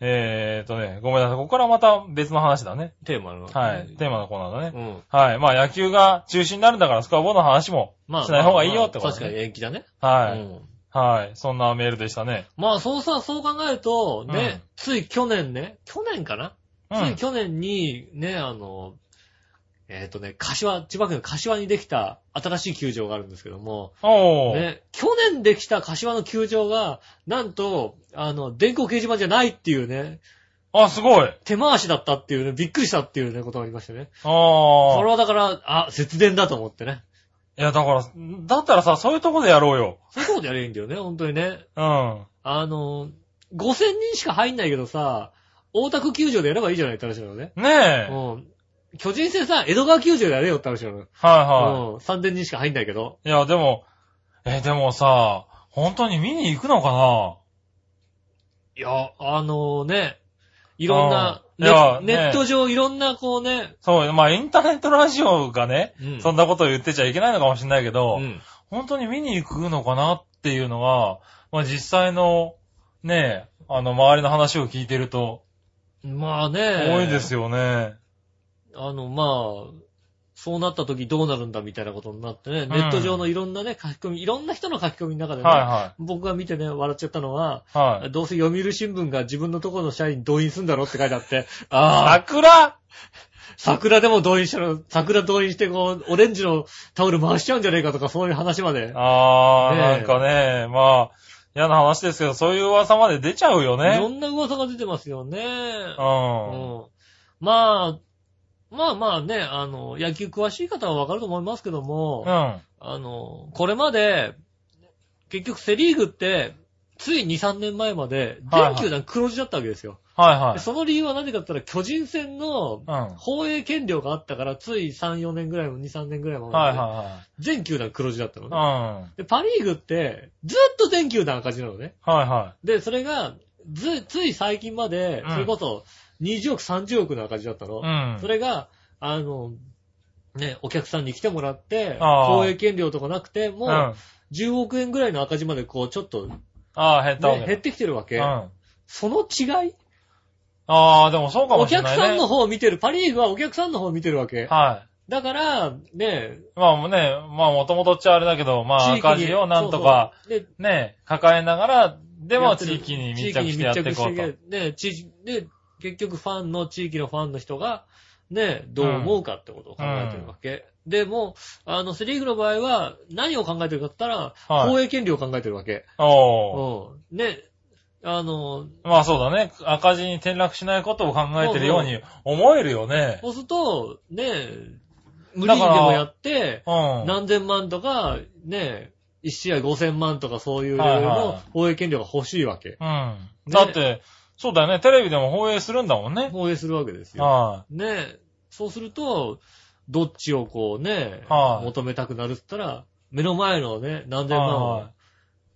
[SPEAKER 3] えーっとね、ごめんなさい。ここからまた別の話だね。
[SPEAKER 2] テーマの。
[SPEAKER 3] はい。テーマのコーナーだ
[SPEAKER 2] う
[SPEAKER 3] ね。
[SPEAKER 2] ん。
[SPEAKER 3] はい。まあ野球が中止になるんだからスコアボードの話も
[SPEAKER 2] まあ。
[SPEAKER 3] しない方がいいよってこと
[SPEAKER 2] 確か
[SPEAKER 3] ね。
[SPEAKER 2] に延期だね。
[SPEAKER 3] は
[SPEAKER 2] う
[SPEAKER 3] い。
[SPEAKER 2] ん
[SPEAKER 3] はい。そんなメールでしたね。
[SPEAKER 2] まあ、そうさ、そう考えると、ね
[SPEAKER 3] う、
[SPEAKER 2] つい去年ね、去年かな
[SPEAKER 3] う
[SPEAKER 2] つい
[SPEAKER 3] ん。
[SPEAKER 2] 去年に、ね、あの、えっとね、柏、千葉県の柏にできた新しい球場があるんですけども、
[SPEAKER 3] おー。
[SPEAKER 2] ね、去年できた柏の球場が、なんと、あの、電光掲示板じゃないっていうね、
[SPEAKER 3] あ、すごい。
[SPEAKER 2] 手回しだったっていうね、びっくりしたっていうね、ことがありましたね。
[SPEAKER 3] あ
[SPEAKER 2] それ
[SPEAKER 3] ー。
[SPEAKER 2] はだから、あ、節電だと思ってね。
[SPEAKER 3] いや、だから、だったらさ、そういうとこでやろうよ。
[SPEAKER 2] そういうことやればいいんだよね、本当にね。
[SPEAKER 3] うん。
[SPEAKER 2] あの、5000人しか入んないけどさ、大田区球場でやればいいじゃないって話なのね。
[SPEAKER 3] ねえ。はい
[SPEAKER 2] うん。巨人戦さ、江戸川球場でやれよって話なの。
[SPEAKER 3] は
[SPEAKER 2] うん。3000人しか入んないけど。
[SPEAKER 3] い。いや、でも、えー、でもさ、本当に見に行くのかない
[SPEAKER 2] や、あのね、いろんな、
[SPEAKER 3] うん
[SPEAKER 2] ネ
[SPEAKER 3] いや
[SPEAKER 2] ネ
[SPEAKER 3] ね
[SPEAKER 2] ット上いろんなこうね、
[SPEAKER 3] そう、まあ、インターネットラジオがね、
[SPEAKER 2] うん
[SPEAKER 3] そんなことを言ってちゃいけないのかもしれないけど、
[SPEAKER 2] うん。
[SPEAKER 3] 本当に見に行くのかなっていうのが、まあ、実際の、ねえ、あの、周りの話を聞いてると、
[SPEAKER 2] まあね。
[SPEAKER 3] 多いですよね。
[SPEAKER 2] あの、まあ、そうなった時どうなるんだみたいなことになってね、
[SPEAKER 3] ん
[SPEAKER 2] ネット上のいろんなね、書き込み、いろんな人の書き込みの中でね、
[SPEAKER 3] は
[SPEAKER 2] 僕が見てね、笑っちゃったのは、
[SPEAKER 3] いはい。はい。
[SPEAKER 2] どうせ読売新聞が自分のところの社員動員すんだろって書いてあ [LAUGHS] って、ああ、
[SPEAKER 3] 桜
[SPEAKER 2] 桜でも動員したら、桜動員してこう、オレンジのタオル回しちゃうんじゃねえかとかそういう話まで。
[SPEAKER 3] あ
[SPEAKER 2] ね
[SPEAKER 3] ー、
[SPEAKER 2] え
[SPEAKER 3] なんかね、まあ、嫌な話ですけど、そういう噂まで出ちゃうよ
[SPEAKER 2] いろ
[SPEAKER 3] ね。
[SPEAKER 2] んな噂が出てますよね。
[SPEAKER 3] うん。
[SPEAKER 2] うんまあ、まあまあね、あの、野球詳しい方はわかると思いますけども、
[SPEAKER 3] うん。
[SPEAKER 2] あの、これまで、結局セリーグって、つい2、3年前まで、
[SPEAKER 3] はいはい
[SPEAKER 2] 全球団黒字だったわけですよ。
[SPEAKER 3] はい
[SPEAKER 2] でその理由は何でかって言ったら、巨人戦の
[SPEAKER 3] はい。
[SPEAKER 2] 放映権料があったから、つい3、4年ぐらいも、2、3年ぐらいも、
[SPEAKER 3] うん。はいは
[SPEAKER 2] 全球団黒字だったの
[SPEAKER 3] い
[SPEAKER 2] ね。
[SPEAKER 3] はい。う
[SPEAKER 2] で、
[SPEAKER 3] ん。
[SPEAKER 2] パリーグって、ずっと全球団赤字なのね。
[SPEAKER 3] はいは
[SPEAKER 2] で、それが、ず、つい最近まで
[SPEAKER 3] う、ん
[SPEAKER 2] それこそ、20億、30億の赤字だったの。
[SPEAKER 3] い。うん。
[SPEAKER 2] それが、あの、ね、お客さんに来てもらって、
[SPEAKER 3] あー
[SPEAKER 2] 放映権料とかなくて、も
[SPEAKER 3] うん。あ
[SPEAKER 2] 10億円ぐらいの赤字までこう、ちょっと、ね
[SPEAKER 3] あー、減ったわけだ。
[SPEAKER 2] 減ってきてるわけ。
[SPEAKER 3] うん。
[SPEAKER 2] その違い
[SPEAKER 3] ああ、でもそうか
[SPEAKER 2] お
[SPEAKER 3] もしれ
[SPEAKER 2] 客
[SPEAKER 3] ないね。
[SPEAKER 2] さんの方を見てる、パリーグはお客さんの方を見てるわけ。
[SPEAKER 3] は
[SPEAKER 2] だから、ね、
[SPEAKER 3] い。まあもうね、まあもともとっちゃあれだけど、まあ
[SPEAKER 2] 地域に
[SPEAKER 3] 赤字をなんとか、
[SPEAKER 2] そうそうで
[SPEAKER 3] ね、抱えながら、で
[SPEAKER 2] や
[SPEAKER 3] も
[SPEAKER 2] ってる
[SPEAKER 3] 地域に密着してやっていこう
[SPEAKER 2] 地域に密着
[SPEAKER 3] と。
[SPEAKER 2] してね、地域で、結局ファンの、地域のファンの人が、ね、どう思うかってことを考えてるわけ。でも、あの、セリーグの場合は、何を考えてるかって言ったら、放
[SPEAKER 3] はい。
[SPEAKER 2] 映権料を考えてるわけ。
[SPEAKER 3] おー。
[SPEAKER 2] うん。ね、あの、
[SPEAKER 3] まあそうだね。赤字に転落しないことを考えてるように思えるよね。
[SPEAKER 2] そうすると、ね、無理
[SPEAKER 3] だ
[SPEAKER 2] に
[SPEAKER 3] から
[SPEAKER 2] でもやって、
[SPEAKER 3] うん。
[SPEAKER 2] 何千万とか、ね、1試合5000万とかそういうレ
[SPEAKER 3] は
[SPEAKER 2] ベ
[SPEAKER 3] い
[SPEAKER 2] ルの
[SPEAKER 3] は
[SPEAKER 2] 放映権料が欲しいわけ。
[SPEAKER 3] うん。だって、そうだよね。テレビでも放映するんだもんね。
[SPEAKER 2] 放映するわけですよ。
[SPEAKER 3] は
[SPEAKER 2] ねえ、そうすると、どっちをこうね、
[SPEAKER 3] はい
[SPEAKER 2] 求めたくなるって言ったら、目の前のね、何
[SPEAKER 3] い。
[SPEAKER 2] 千万を
[SPEAKER 3] は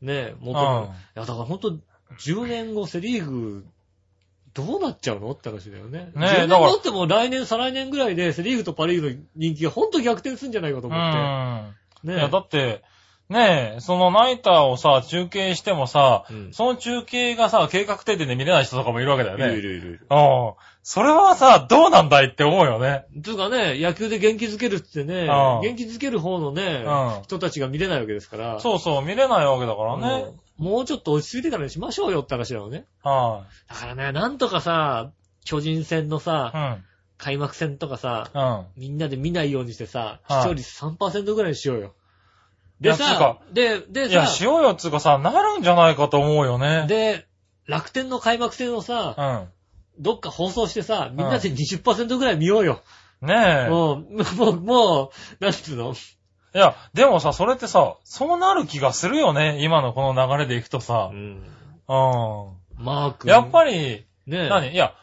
[SPEAKER 2] ね、求め
[SPEAKER 3] い。うん。
[SPEAKER 2] る。いや、だからほんと、10年後セリーグ、どうなっちゃうのって話だよね。
[SPEAKER 3] え
[SPEAKER 2] 10年
[SPEAKER 3] だから
[SPEAKER 2] 後ってもう来年、再来年ぐらいでセリーグとパリーグの人気がほんと逆転するんじゃないかと
[SPEAKER 3] う
[SPEAKER 2] 思っ
[SPEAKER 3] ん。
[SPEAKER 2] て。ね
[SPEAKER 3] いや、だって、ねえ、そのナイターをさ、中継してもさ、
[SPEAKER 2] うん
[SPEAKER 3] その中継がさ、計画停電で見れない人とかもいるわけだよね。
[SPEAKER 2] いるいるいるいる。
[SPEAKER 3] うん。それはさ、どうなんだいって思うよね。
[SPEAKER 2] つうかね、野球で元気づけるってね、
[SPEAKER 3] ああ
[SPEAKER 2] 元気づける方のね、
[SPEAKER 3] うん
[SPEAKER 2] 人たちが見れないわけですから。
[SPEAKER 3] そうそう、見れないわけだからね。
[SPEAKER 2] うんもうちょっと落ち着いてからにしましょうよって話だよね。
[SPEAKER 3] は
[SPEAKER 2] だからね、なんとかさ、巨人戦の
[SPEAKER 3] い。う
[SPEAKER 2] さ、
[SPEAKER 3] ん。
[SPEAKER 2] 開幕戦とかさ、
[SPEAKER 3] うん。
[SPEAKER 2] みんなで見ないようにしてさ、
[SPEAKER 3] はい
[SPEAKER 2] 視聴率3%ぐらいにしようよ。
[SPEAKER 3] いや
[SPEAKER 2] で
[SPEAKER 3] つうか
[SPEAKER 2] さ、で、で
[SPEAKER 3] い
[SPEAKER 2] さ、
[SPEAKER 3] や、しようよっつうかさ、なるんじゃないかと思うよね。
[SPEAKER 2] で、楽天の開幕戦を
[SPEAKER 3] う
[SPEAKER 2] さ、
[SPEAKER 3] ん。
[SPEAKER 2] どっか放送してさ、みんなで20%ぐらい見ようよ。
[SPEAKER 3] ねえ。
[SPEAKER 2] もう、もう、もう、なんつうの
[SPEAKER 3] いや、でもさ、それってさ、そうなる気がするよね。今のこの流れでいくとさ。う
[SPEAKER 2] マー
[SPEAKER 3] ん。
[SPEAKER 2] ク。
[SPEAKER 3] やっぱり、
[SPEAKER 2] り、ね
[SPEAKER 3] 何いや、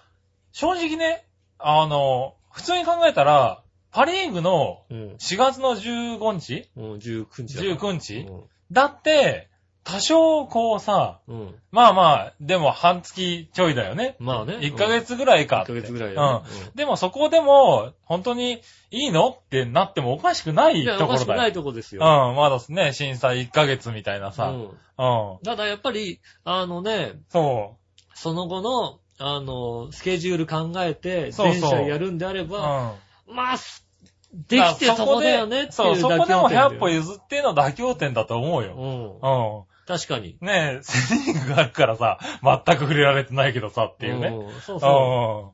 [SPEAKER 3] 正直ね、あの、普通に考えたら、パリーグの
[SPEAKER 2] うん。
[SPEAKER 3] 4月の15日
[SPEAKER 2] うん、19日だから。
[SPEAKER 3] ?19 日だって、多少こうさ、
[SPEAKER 2] うん。うん。
[SPEAKER 3] まあまあ、でも半月ちょいだよね。
[SPEAKER 2] まあね。
[SPEAKER 3] 1ヶ月ぐらいか
[SPEAKER 2] 1
[SPEAKER 3] って。
[SPEAKER 2] ヶ月ぐらいだ
[SPEAKER 3] うん
[SPEAKER 2] ね。。
[SPEAKER 3] でもそこでも、本当にいいのってなってもおかしくない
[SPEAKER 2] いや
[SPEAKER 3] と
[SPEAKER 2] おか
[SPEAKER 3] ころ
[SPEAKER 2] しく
[SPEAKER 3] だ
[SPEAKER 2] な
[SPEAKER 3] よ。
[SPEAKER 2] いとこです
[SPEAKER 3] うん、
[SPEAKER 2] よ。
[SPEAKER 3] まだね、震災1ヶ月みたいな
[SPEAKER 2] う
[SPEAKER 3] さ。うん。
[SPEAKER 2] ん。ただやっぱり、あのね、
[SPEAKER 3] そ
[SPEAKER 2] その後の、あの、スケジュール考えて、
[SPEAKER 3] そう
[SPEAKER 2] 全
[SPEAKER 3] そう
[SPEAKER 2] 社やるんであれ
[SPEAKER 3] う。う
[SPEAKER 2] ば、
[SPEAKER 3] ん。
[SPEAKER 2] まあ、すできてそこだよねっていう
[SPEAKER 3] そう、そこでも100歩
[SPEAKER 2] い
[SPEAKER 3] 譲っての妥協点だと思うよ。
[SPEAKER 2] う。
[SPEAKER 3] うん
[SPEAKER 2] 確かに。
[SPEAKER 3] ん。ねえ、セリーグがあるからさ、全く触れられてないけどさっていうね。
[SPEAKER 2] ん。そううんそ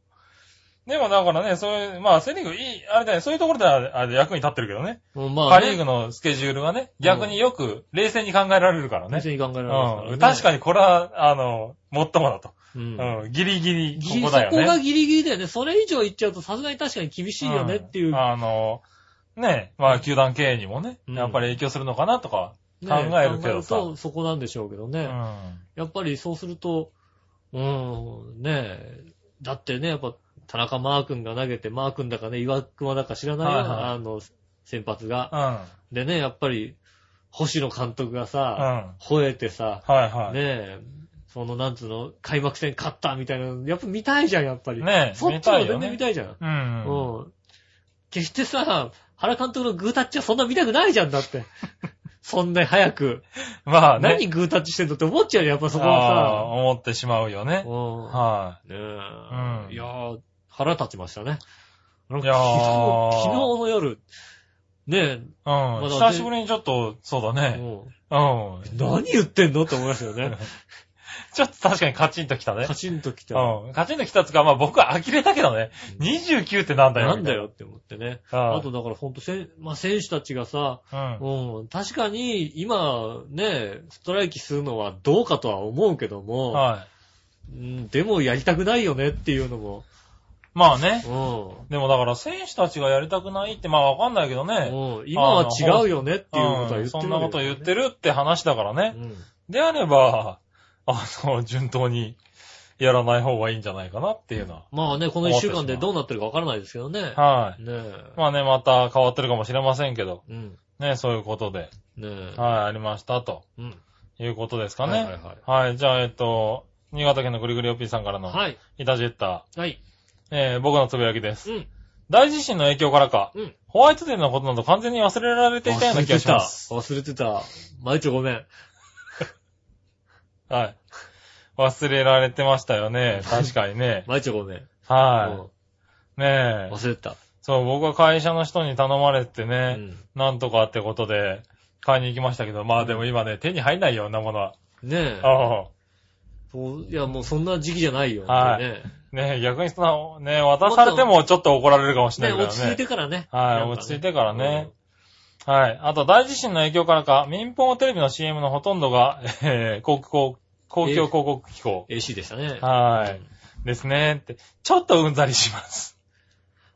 [SPEAKER 3] でもだからね、そういう、まあセリーグいい、あれだよね、そういうところではあれ役に立ってるけどね。
[SPEAKER 2] う。うん、ま
[SPEAKER 3] パ
[SPEAKER 2] あ
[SPEAKER 3] リー
[SPEAKER 2] ね、
[SPEAKER 3] グのスケジュールがね、逆によく冷静に考えられるからね
[SPEAKER 2] 別。に考えられますから
[SPEAKER 3] う
[SPEAKER 2] ね。
[SPEAKER 3] ん。確か
[SPEAKER 2] に。
[SPEAKER 3] にこれは、あの、もっともだと。
[SPEAKER 2] うん。
[SPEAKER 3] うん。ギリギリ、
[SPEAKER 2] ギ
[SPEAKER 3] こ
[SPEAKER 2] リ
[SPEAKER 3] こ
[SPEAKER 2] そこ
[SPEAKER 3] だよね。
[SPEAKER 2] がギリギリだよね。それ以上言っちゃうとさすがに確かに厳しいよねっていう。
[SPEAKER 3] んあの、ねまあ、球団経営にもね、
[SPEAKER 2] うん
[SPEAKER 3] やっぱり影響するのかなとか。
[SPEAKER 2] ね
[SPEAKER 3] 考えるけどさ
[SPEAKER 2] 考えとそこなんでしょうけどね。
[SPEAKER 3] うん。
[SPEAKER 2] やっぱりそうすると、うーん、ねえ。だってね、やっぱ、田中マー君が投げて、マー君だかね、岩熊だか知らないよ、
[SPEAKER 3] はいはい
[SPEAKER 2] あの、先発が。
[SPEAKER 3] うん。う
[SPEAKER 2] で
[SPEAKER 3] ん。
[SPEAKER 2] ね、やっぱり、星野監督がさ、
[SPEAKER 3] は
[SPEAKER 2] 吠えてさ、
[SPEAKER 3] いは
[SPEAKER 2] ね
[SPEAKER 3] い。
[SPEAKER 2] え、その、なんつうの、開幕戦勝ったみたいなの、やっぱ見たいじゃん、やっぱり。
[SPEAKER 3] ねえ
[SPEAKER 2] そっち
[SPEAKER 3] 見た
[SPEAKER 2] はい
[SPEAKER 3] よ
[SPEAKER 2] 全
[SPEAKER 3] ね
[SPEAKER 2] 然見たいじゃん。
[SPEAKER 3] う。
[SPEAKER 2] うんん。決してさ、原監督のグータッチはそんな見たくないじゃんだって。
[SPEAKER 3] [LAUGHS]
[SPEAKER 2] そんなに早く。
[SPEAKER 3] まあね。
[SPEAKER 2] 何グータッチしてんのって思っちゃうよ、やっぱそこ
[SPEAKER 3] ああ
[SPEAKER 2] は
[SPEAKER 3] 思ってしまうよ
[SPEAKER 2] さ。
[SPEAKER 3] ね。
[SPEAKER 2] うん
[SPEAKER 3] は
[SPEAKER 2] ねえ
[SPEAKER 3] うん
[SPEAKER 2] いやー、腹立ちましたね。
[SPEAKER 3] い。
[SPEAKER 2] なん
[SPEAKER 3] い
[SPEAKER 2] か
[SPEAKER 3] やー
[SPEAKER 2] 昨日昨日の夜、ね
[SPEAKER 3] うん。
[SPEAKER 2] まだ
[SPEAKER 3] 久しぶりにちょっと、そうだ
[SPEAKER 2] え、
[SPEAKER 3] ね。
[SPEAKER 2] も
[SPEAKER 3] う
[SPEAKER 2] う
[SPEAKER 3] ん。 [LAUGHS]
[SPEAKER 2] 何言ってんのって思いますよね。
[SPEAKER 3] ちょっと確かにカチンときたね
[SPEAKER 2] カ。チンときた。
[SPEAKER 3] うん。カチンときたつか、まあ僕は呆れたけどね。29ってなんだよ。
[SPEAKER 2] なんだよって思ってね。
[SPEAKER 3] みたいな。
[SPEAKER 2] あ
[SPEAKER 3] あ
[SPEAKER 2] とだからほんとせん、まあ、選手たちがさ、
[SPEAKER 3] うん。
[SPEAKER 2] うん、確かに今ね、ストライキするのはどうかとは思うけども、
[SPEAKER 3] は
[SPEAKER 2] う
[SPEAKER 3] い。
[SPEAKER 2] ん、でもやりたくないよねっていうのも、
[SPEAKER 3] まあね。
[SPEAKER 2] う
[SPEAKER 3] でもだから選手たちがやりたくないって、まあわかんないけどね。
[SPEAKER 2] ん、うん、今は違うよねっていうことは言ってるわけだよね、
[SPEAKER 3] うんそんなこと言ってるって話だからね。
[SPEAKER 2] うん
[SPEAKER 3] であれば、あの、順当にやらない方がいいんじゃないかなっていうのは。
[SPEAKER 2] まあね、この一週間でどうなってるかわからないですけどね。
[SPEAKER 3] はい。
[SPEAKER 2] ねえ。
[SPEAKER 3] まあね、また変わってるかもしれませんけど、
[SPEAKER 2] うん。
[SPEAKER 3] ね、そういうことで、
[SPEAKER 2] ねえ。
[SPEAKER 3] はい、ありました、と
[SPEAKER 2] うん。
[SPEAKER 3] いうことですか
[SPEAKER 2] はいはい
[SPEAKER 3] ね。
[SPEAKER 2] はい。
[SPEAKER 3] はい、じゃあ、えっと、新潟県のぐりぐりおっぴーさんからの、
[SPEAKER 2] はい。
[SPEAKER 3] イタジェッタ
[SPEAKER 2] はい。
[SPEAKER 3] ー、えー僕のつぶやきです。
[SPEAKER 2] うん。
[SPEAKER 3] 大地震の影響からか、
[SPEAKER 2] うん
[SPEAKER 3] ホワイトデーのことなど完全に忘れられていたような気がします。
[SPEAKER 2] 忘れてた。忘れてた。毎日ごめん。。
[SPEAKER 3] はい。忘れられてましたよね。確かにね
[SPEAKER 2] [LAUGHS] 毎日ごめん。
[SPEAKER 3] はいうね
[SPEAKER 2] ん
[SPEAKER 3] え。
[SPEAKER 2] 忘れてた。
[SPEAKER 3] そう、僕は会社の人に頼まれて
[SPEAKER 2] う
[SPEAKER 3] ね、
[SPEAKER 2] ん。
[SPEAKER 3] なんとかってことで買いに行きましたけど、まあでも今ね、手に入んないようなものは。
[SPEAKER 2] ねえ。
[SPEAKER 3] ああ。
[SPEAKER 2] そういや、もうそんな時期じゃないよ。
[SPEAKER 3] はい
[SPEAKER 2] ね
[SPEAKER 3] ねえ、逆にその、ね渡されてもちょっと怒られるかもし
[SPEAKER 2] ね
[SPEAKER 3] れないけど
[SPEAKER 2] 落
[SPEAKER 3] ね。
[SPEAKER 2] ち着いてからね。
[SPEAKER 3] はい、
[SPEAKER 2] なんかね
[SPEAKER 3] 落ち着いてからね。。はい。あと、大地震の影響からか、民放テレビの CM のほとんどが、えー、公共、公共広告機構。
[SPEAKER 2] AC でしたね。
[SPEAKER 3] はい。ですね。って、ちょっとうんざりします。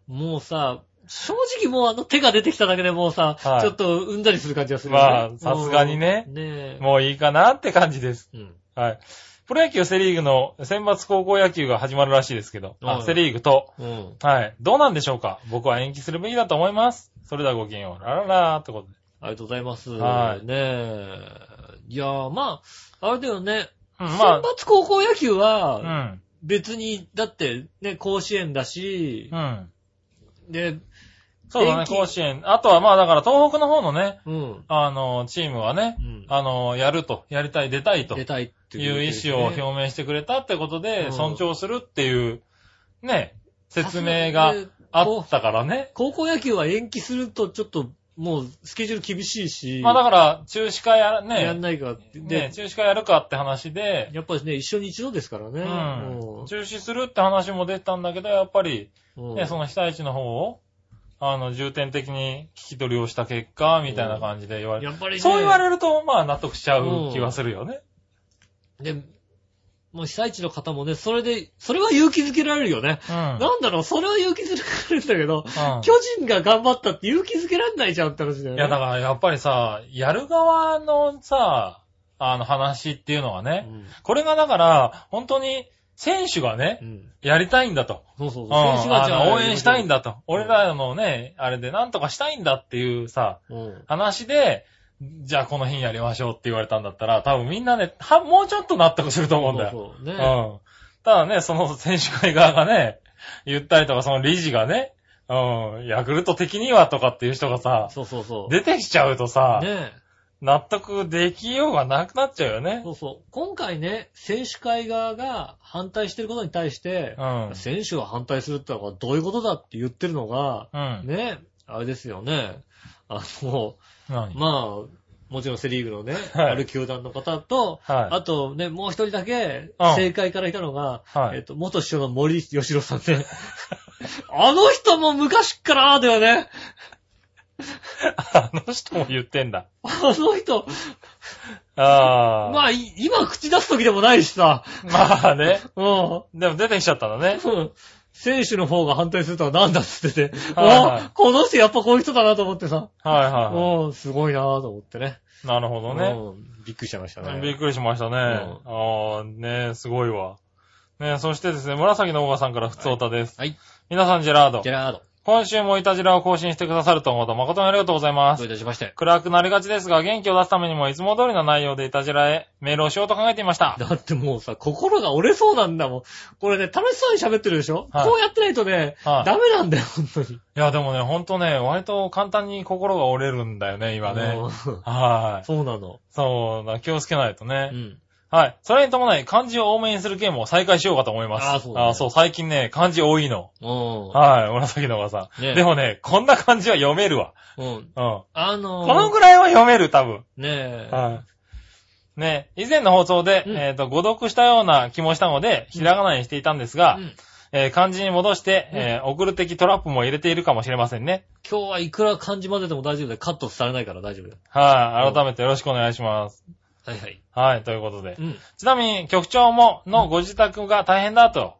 [SPEAKER 2] もうさ、正直もうあの手が出てきただけでもうさ、
[SPEAKER 3] はい
[SPEAKER 2] ちょっとうんざりする感じがするよね
[SPEAKER 3] まあさすがにね
[SPEAKER 2] うんねえ。
[SPEAKER 3] もういいかなって感じです。
[SPEAKER 2] うん。
[SPEAKER 3] はい。プロ野球セリーグの選抜高校野球が始まるらしいですけど、
[SPEAKER 2] は
[SPEAKER 3] あ、
[SPEAKER 2] い
[SPEAKER 3] セリーグと、
[SPEAKER 2] うん。
[SPEAKER 3] はい。どうなんでしょうか僕は延期するべきだと思います。それではごきげんよう。ラララーってことで。
[SPEAKER 2] ありがとうございます。
[SPEAKER 3] はい
[SPEAKER 2] ねえ。いやー、まあ、あれだよね。
[SPEAKER 3] うん、
[SPEAKER 2] 選
[SPEAKER 3] ま
[SPEAKER 2] 抜高校野球
[SPEAKER 3] あ、う
[SPEAKER 2] は、
[SPEAKER 3] ん。
[SPEAKER 2] 別に、だってね、甲子園だし
[SPEAKER 3] う、ん。
[SPEAKER 2] で、
[SPEAKER 3] そうだね、
[SPEAKER 2] 延期
[SPEAKER 3] 甲子園。あとはまあだから東北の方のね、
[SPEAKER 2] うん。
[SPEAKER 3] あの、チームはね
[SPEAKER 2] う、ん。
[SPEAKER 3] あの、やると、やりたい、出たいと
[SPEAKER 2] 出
[SPEAKER 3] い
[SPEAKER 2] たいっていうう、
[SPEAKER 3] 意思を表明してくれたってこと
[SPEAKER 2] う
[SPEAKER 3] で、
[SPEAKER 2] ん
[SPEAKER 3] 尊重するっていう、ね、説明があったからね。
[SPEAKER 2] 高校野球は延期するとちょっと、もうスケジュール厳しいし、
[SPEAKER 3] まあだから、中止かやら、ね、
[SPEAKER 2] やんないからって、
[SPEAKER 3] ね
[SPEAKER 2] で、、
[SPEAKER 3] 中止かやるかって話で、
[SPEAKER 2] やっぱりね、一生に一度ですからね。
[SPEAKER 3] うん
[SPEAKER 2] も
[SPEAKER 3] 中止するって話も出たんだけど、やっぱり、
[SPEAKER 2] うう
[SPEAKER 3] ね、
[SPEAKER 2] ん
[SPEAKER 3] その被災地の方を、あの、重点的に聞き取りをした結果、みたいな感じで言われ
[SPEAKER 2] やっぱり
[SPEAKER 3] る。
[SPEAKER 2] ね、
[SPEAKER 3] そう言われると、まあ納得しちゃう気はするよね。
[SPEAKER 2] で、もう被災地の方もね、それで、それは勇気づけられるよね。
[SPEAKER 3] うん。うん
[SPEAKER 2] なんだろう、それは勇気づけられるんだけど、巨人が頑張ったって勇気づけられないじゃんって話だよ
[SPEAKER 3] い
[SPEAKER 2] ね。
[SPEAKER 3] や、だからやっぱりさ、やる側のさ、あの話っていうのはね、
[SPEAKER 2] うん
[SPEAKER 3] これがだから、本当に、選手がね
[SPEAKER 2] う、ん。
[SPEAKER 3] やりたいんだと。
[SPEAKER 2] そうそうそう。
[SPEAKER 3] うん
[SPEAKER 2] 選手がじゃ
[SPEAKER 3] あ
[SPEAKER 2] あ
[SPEAKER 3] の応援したいん
[SPEAKER 2] だ。
[SPEAKER 3] だと。俺らのね、あれでなんとかしたいんだっていうさ、
[SPEAKER 2] うん。
[SPEAKER 3] 話で、じゃあこの日やりましょうって言われたんだったら、多分みんなね、は、もうちょっと納得すると思うんだよ。
[SPEAKER 2] そうそうね。
[SPEAKER 3] うん。ただね、その選手会側がね、言ったりとか、その理事がね、うん、ヤクルト的にはとかっていう人がさ、
[SPEAKER 2] そうそうそう。
[SPEAKER 3] 出てきちゃうとさ、
[SPEAKER 2] ね
[SPEAKER 3] 納得できようがなくなっちゃうよね
[SPEAKER 2] そ。うそう。今回ね、選手会側が反対してることに対して
[SPEAKER 3] う、ん。
[SPEAKER 2] 選手が反対するってのはどういうことだって言ってるのが、
[SPEAKER 3] うん。
[SPEAKER 2] ね、あれですよね。あの、
[SPEAKER 3] 何
[SPEAKER 2] まあ、もちろんセリーグのね、
[SPEAKER 3] はい
[SPEAKER 2] ある球団の方と、
[SPEAKER 3] はい。
[SPEAKER 2] あとね、もう一人だけ、
[SPEAKER 3] うん
[SPEAKER 2] 正解からいたのが、
[SPEAKER 3] は
[SPEAKER 2] え
[SPEAKER 3] い
[SPEAKER 2] っと、元首相の森吉郎さんで、 [LAUGHS] あの人も昔っからだよね。
[SPEAKER 3] あの人も言ってんだ。
[SPEAKER 2] あの人、
[SPEAKER 3] ああ。
[SPEAKER 2] まあ、い今口出す時でもないしさ、
[SPEAKER 3] まあね。
[SPEAKER 2] うん。
[SPEAKER 3] でも出てきちゃったんだね。
[SPEAKER 2] うん選手の方が反対するとは何だっつってて、
[SPEAKER 3] はいはい
[SPEAKER 2] あこの人やっぱこういう人だなと思ってさ、
[SPEAKER 3] はいはいは
[SPEAKER 2] うん、すごいなと思ってね。
[SPEAKER 3] い。なるほどね。
[SPEAKER 2] うんびっくりしちゃいました
[SPEAKER 3] びっ
[SPEAKER 2] ね。
[SPEAKER 3] くりしましたね。ああ、ねすごいわ。ねそしてですね、紫のオーガさんから普通おたです。
[SPEAKER 2] はいはい
[SPEAKER 3] 皆さん、ジェラード
[SPEAKER 2] ジェ。ラード、
[SPEAKER 3] 今週もイタジラを更新してくださると思うと誠にありがとうござい
[SPEAKER 2] ど
[SPEAKER 3] ま
[SPEAKER 2] う
[SPEAKER 3] す。
[SPEAKER 2] いたしまして。
[SPEAKER 3] 暗くなりがちですが、元気を出すためにもいつも通りの内容でイタジラへメールをしようと考えていました。
[SPEAKER 2] [LAUGHS] だってもうさ、心が折れそうなんだもん。これね、楽しそうに喋ってるでしょ、
[SPEAKER 3] はい
[SPEAKER 2] こうやってないとね、
[SPEAKER 3] はい
[SPEAKER 2] ダメなんだよ、本当に。
[SPEAKER 3] いや、でもね、ほんとね、割と簡単に心が折れるんだよね、今ね。
[SPEAKER 2] うん
[SPEAKER 3] はい。
[SPEAKER 2] そうなの。
[SPEAKER 3] そうだ、気をつけないとね。
[SPEAKER 2] うん。
[SPEAKER 3] はい。それに伴い、漢字を多めにするゲームを再開しようかと思います。
[SPEAKER 2] あーそうだね
[SPEAKER 3] あーそう、最近ね、漢字多いの。
[SPEAKER 2] うん。
[SPEAKER 3] はい、紫のおばさん。
[SPEAKER 2] ね
[SPEAKER 3] でもね、こんな漢字は読めるわ。
[SPEAKER 2] うん。
[SPEAKER 3] うん。
[SPEAKER 2] あのー、
[SPEAKER 3] このぐらいは読める、多分。
[SPEAKER 2] ねえ。
[SPEAKER 3] はい。ね、以前の放送で、
[SPEAKER 2] うん
[SPEAKER 3] えっ、と、誤読したような気もしたので、ひらがなにしていたんですが、
[SPEAKER 2] うん
[SPEAKER 3] えー漢字に戻して、
[SPEAKER 2] うん
[SPEAKER 3] えー送る的トラップも入れているかもしれませんね。
[SPEAKER 2] 今日はいくら漢字混ぜても大丈夫だよ。カットされないから大丈夫だよ。
[SPEAKER 3] はい、改めてよろしくお願いします。
[SPEAKER 2] はいはい。
[SPEAKER 3] はい、ということで
[SPEAKER 2] う。ん。
[SPEAKER 3] ちなみに、局長も、のご自宅が大変だと、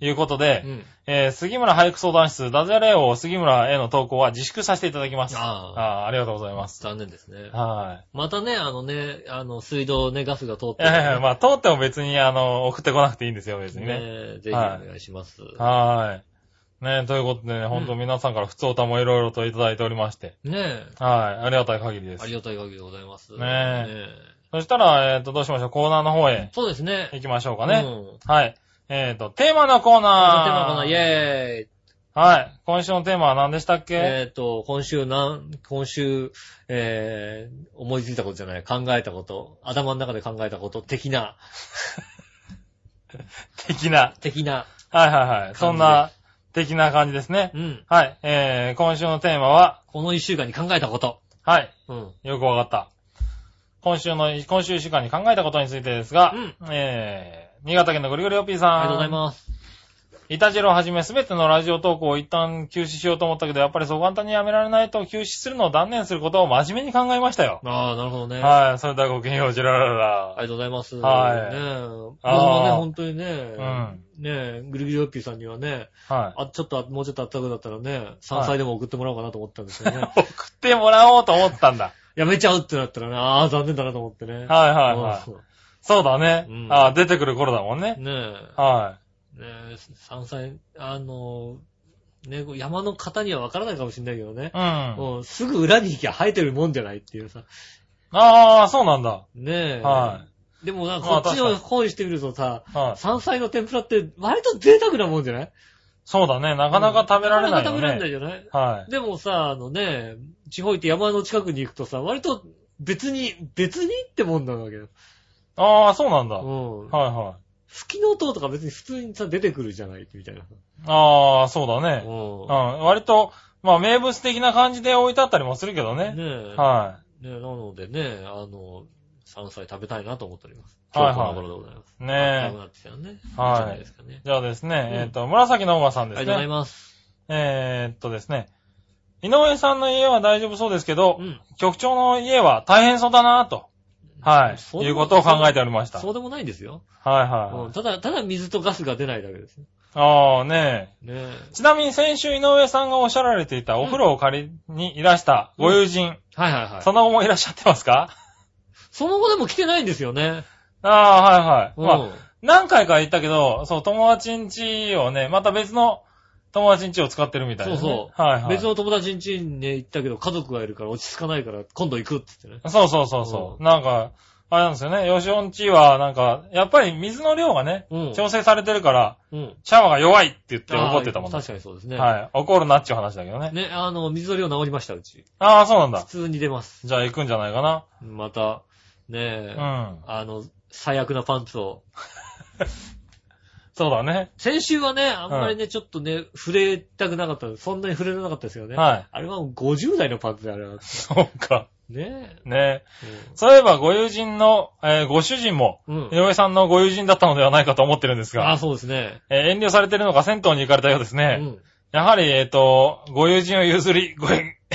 [SPEAKER 3] いうことで、
[SPEAKER 2] うん。
[SPEAKER 3] えー杉村俳句相談室、ダジャレ王杉村への投稿は自粛させていただきます。
[SPEAKER 2] あー
[SPEAKER 3] あー、ありがとうございます。
[SPEAKER 2] 残念ですね。
[SPEAKER 3] は
[SPEAKER 2] またね、あのね、あの、水道ね、ガスが通っ
[SPEAKER 3] い。
[SPEAKER 2] て
[SPEAKER 3] い
[SPEAKER 2] るんで
[SPEAKER 3] やいや、まあ、通っても別に、あの、送ってこなくていいんですよ、別にね。
[SPEAKER 2] ねえぜひお願いします。
[SPEAKER 3] はい。ねということでね、ほんと皆さんから普通歌もいろいろといただいておりまして。
[SPEAKER 2] ね
[SPEAKER 3] はい。ありがたい限りで
[SPEAKER 2] え。あ
[SPEAKER 3] す。
[SPEAKER 2] りがたい限りでございます。
[SPEAKER 3] ねえそしたら、えっ、と、どうしましょう。コーナーの方へ
[SPEAKER 2] そうですね。
[SPEAKER 3] 行きましょうか
[SPEAKER 2] う
[SPEAKER 3] ね。
[SPEAKER 2] ん。
[SPEAKER 3] はい。えっ、と、テーマのコーナー。
[SPEAKER 2] テーマかな、イェーイ。
[SPEAKER 3] はい。今週のテーマは何でしたっけ、
[SPEAKER 2] えっと、今週なん、今週、えー、思いついたことじゃない、考えたこと、頭の中で考えたこと、的な、
[SPEAKER 3] 的な。
[SPEAKER 2] 的な、
[SPEAKER 3] はいはいはい。そんな、的な感じですね。
[SPEAKER 2] うん。
[SPEAKER 3] はい。えー、今週のテーマは、
[SPEAKER 2] この一週間に考えたこと。
[SPEAKER 3] はい。
[SPEAKER 2] うん。
[SPEAKER 3] よくわかった。今週の、今週一週間に考えたことについてですが、
[SPEAKER 2] うん
[SPEAKER 3] えー、新潟県のぐりぐりおっぴーさん。
[SPEAKER 2] ありがとうございます。
[SPEAKER 3] イタジェロをはじめすべてのラジオ投稿を一旦休止しようと思ったけど、やっぱりそう簡単にやめられないと休止するのを断念することを真面目に考えましたよ。
[SPEAKER 2] ああ、なるほどね。
[SPEAKER 3] はい、それではごきげんよう、ジェララ
[SPEAKER 2] ありが
[SPEAKER 3] ラ
[SPEAKER 2] とうございます。
[SPEAKER 3] はい
[SPEAKER 2] ねえ。僕もね、
[SPEAKER 3] あー
[SPEAKER 2] 本当にね、ねえ、ぐるぐるよっぴーさんにはね、
[SPEAKER 3] ラ。はい。
[SPEAKER 2] あ、ちょっと、もうちょっとあったかくなったらね、山菜でも送ってもらおうかなと思ったんですけどね。
[SPEAKER 3] 送ってもらおうと思ったんだ。
[SPEAKER 2] やめちゃうってなったらね、ああ、残念だなと思ってね。
[SPEAKER 3] はいはいはい。
[SPEAKER 2] い。
[SPEAKER 3] そうだね。
[SPEAKER 2] うん
[SPEAKER 3] あー出てくる頃だもんね。
[SPEAKER 2] ね
[SPEAKER 3] は
[SPEAKER 2] え、ねえ、山菜、あの、ね、山の方にはわからないかもしれないけどね
[SPEAKER 3] い。。うん。あ
[SPEAKER 2] もうすぐ裏に行きゃ生えてるもんじゃないっていうさ。
[SPEAKER 3] あー、そうなんだ。
[SPEAKER 2] ねえ。
[SPEAKER 3] は
[SPEAKER 2] でもなんかこっち
[SPEAKER 3] まあ
[SPEAKER 2] の
[SPEAKER 3] 確
[SPEAKER 2] 方にしてみるとさ、
[SPEAKER 3] い。はい。
[SPEAKER 2] 山菜の天ぷらって割と贅沢なもんじゃない
[SPEAKER 3] そうだね。なかなか食べられない
[SPEAKER 2] か
[SPEAKER 3] よ
[SPEAKER 2] 食べられない
[SPEAKER 3] ね。
[SPEAKER 2] じゃない
[SPEAKER 3] はい。
[SPEAKER 2] でもさ、あのね、地方行って山の近くに行くとさ、割と別に、別にってもんなわけよ。
[SPEAKER 3] ああ、そうなんだ。
[SPEAKER 2] う
[SPEAKER 3] はい
[SPEAKER 2] ん。
[SPEAKER 3] は
[SPEAKER 2] 吹きの音とか別に普通にさ、出てくるじゃないみたいな。
[SPEAKER 3] い。ああ、そうだ
[SPEAKER 2] う
[SPEAKER 3] ね。うんん。。割と、まあ、名物的な感じで置いてあったりもするけど
[SPEAKER 2] ね
[SPEAKER 3] ね。
[SPEAKER 2] え。
[SPEAKER 3] は
[SPEAKER 2] ねえなのでね、あの、山菜食べたいなと思っております。
[SPEAKER 3] はいはい
[SPEAKER 2] 今日この頃でございます。
[SPEAKER 3] い。ね
[SPEAKER 2] 寒く
[SPEAKER 3] え。
[SPEAKER 2] なってきたらね。
[SPEAKER 3] はい
[SPEAKER 2] いんじゃないですかね。
[SPEAKER 3] じゃあですね、
[SPEAKER 2] うん
[SPEAKER 3] えっ、と、紫のおばさん
[SPEAKER 2] あ
[SPEAKER 3] で
[SPEAKER 2] りが
[SPEAKER 3] す
[SPEAKER 2] とうござい
[SPEAKER 3] ね。
[SPEAKER 2] ます。
[SPEAKER 3] えー、っとですね、井上さんの家は大丈夫そうですけど
[SPEAKER 2] う、ん。
[SPEAKER 3] 局長の家は大変そうだなぁと。は
[SPEAKER 2] そう
[SPEAKER 3] い。いうことを考えておりました。
[SPEAKER 2] そ
[SPEAKER 3] はいう
[SPEAKER 2] でもないんですよ。う
[SPEAKER 3] は
[SPEAKER 2] ん。
[SPEAKER 3] い。
[SPEAKER 2] ただ、ただ水とガスが出ないだけですね。
[SPEAKER 3] ああ、ねえ。
[SPEAKER 2] ねえ。
[SPEAKER 3] ちなみに先週井上さんがおっしゃられていたお風呂を借りにいらしたご友人、
[SPEAKER 2] はいはいはい。
[SPEAKER 3] その後もいらっしゃってますか
[SPEAKER 2] その後でも来てないんですよね。
[SPEAKER 3] ああ、はいはい。まあ、
[SPEAKER 2] うん。
[SPEAKER 3] 何回か行ったけど、そう、友達ん家をね、また別の友達ん家を使ってるみたいな、ね。
[SPEAKER 2] そうそう
[SPEAKER 3] はいはい。
[SPEAKER 2] 別の友達ん家にね、行ったけど、家族がいるから落ち着かないから、今度行くって言ってね。
[SPEAKER 3] そうそうそうそう、
[SPEAKER 2] う
[SPEAKER 3] なんか、あれなんですよね。吉本地は、なんか、やっぱり水の量がね、
[SPEAKER 2] うん
[SPEAKER 3] 調整されてるから、
[SPEAKER 2] うん。
[SPEAKER 3] シャワーが弱いって言って怒ってたもん
[SPEAKER 2] あー
[SPEAKER 3] ね。
[SPEAKER 2] 確かにそうですね。
[SPEAKER 3] はい。怒るなっちゅう話だけどね。
[SPEAKER 2] ね、あの、水の量治りました、うち。
[SPEAKER 3] ああ、そうなん
[SPEAKER 2] 普
[SPEAKER 3] だ。
[SPEAKER 2] 通に出ます。
[SPEAKER 3] じゃあ行くんじゃないかな。
[SPEAKER 2] また、ねえ、
[SPEAKER 3] うん。
[SPEAKER 2] あの、最悪なパンツを。
[SPEAKER 3] そうだね。 [LAUGHS]
[SPEAKER 2] 先週はね、あんまりね、ちょっとね、触れたくなかった。そんなに触れなかったですよね。
[SPEAKER 3] はい
[SPEAKER 2] あれはもう50代のパンツであれは。
[SPEAKER 3] そうか。
[SPEAKER 2] ね
[SPEAKER 3] ね
[SPEAKER 2] え。
[SPEAKER 3] そういえば、ご友人の、えーご主人も、
[SPEAKER 2] うん。うん
[SPEAKER 3] 井上さんのご友人だったのではないかと思ってるんです
[SPEAKER 2] あ、
[SPEAKER 3] が、
[SPEAKER 2] そうですね。
[SPEAKER 3] えー遠慮されてるのか銭湯に行かれたようです
[SPEAKER 2] う
[SPEAKER 3] ね。
[SPEAKER 2] ん。
[SPEAKER 3] やはり、えっ、と、ご友人を譲り、ご、 [LAUGHS]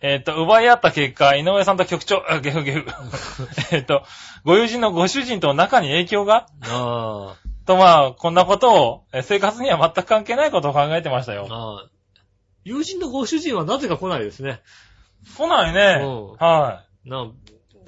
[SPEAKER 3] えっ、と、奪い合った結果、井上さんと局長、あ、ゲフゲフ。 [LAUGHS] えっと、ご友人のご主人との仲に影響が
[SPEAKER 2] ああ。
[SPEAKER 3] と、まあ、こんなことを、え生活には全く関係ないことを考えてましたよ。
[SPEAKER 2] ああ。友人のご主人はなぜか来ないですね。
[SPEAKER 3] 来ないね
[SPEAKER 2] うん。
[SPEAKER 3] は
[SPEAKER 2] な、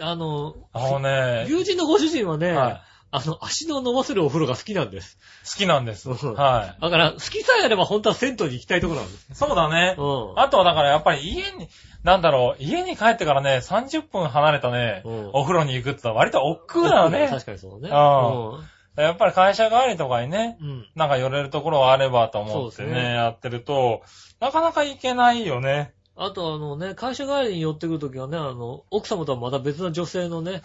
[SPEAKER 2] あの
[SPEAKER 3] い。、あのね、
[SPEAKER 2] 友人のご主人はね、
[SPEAKER 3] はい
[SPEAKER 2] あの、足の伸ばせるお風呂が好きなんです。
[SPEAKER 3] 好きなんです。
[SPEAKER 2] うん
[SPEAKER 3] は
[SPEAKER 2] だから、好きさえあれば本当は銭湯に行きたいところなんです。
[SPEAKER 3] い。そうだね
[SPEAKER 2] う。ん。
[SPEAKER 3] あとはだからやっぱり家に、なんだろう、家に帰ってからね、30分離れたね、
[SPEAKER 2] うん
[SPEAKER 3] お風呂に行くってのは割と億劫なのね。
[SPEAKER 2] 確かにそうね。
[SPEAKER 3] あやっぱり会社帰りとかにね、
[SPEAKER 2] うん。うん。
[SPEAKER 3] なんか寄れるところはあればと思って
[SPEAKER 2] そう
[SPEAKER 3] ね、
[SPEAKER 2] ですね
[SPEAKER 3] やってると、なかなか行けないよね。 [LAUGHS]
[SPEAKER 2] あとあのね、会社帰りに寄ってくるときはね、あの、奥様とはまた別の女性のね、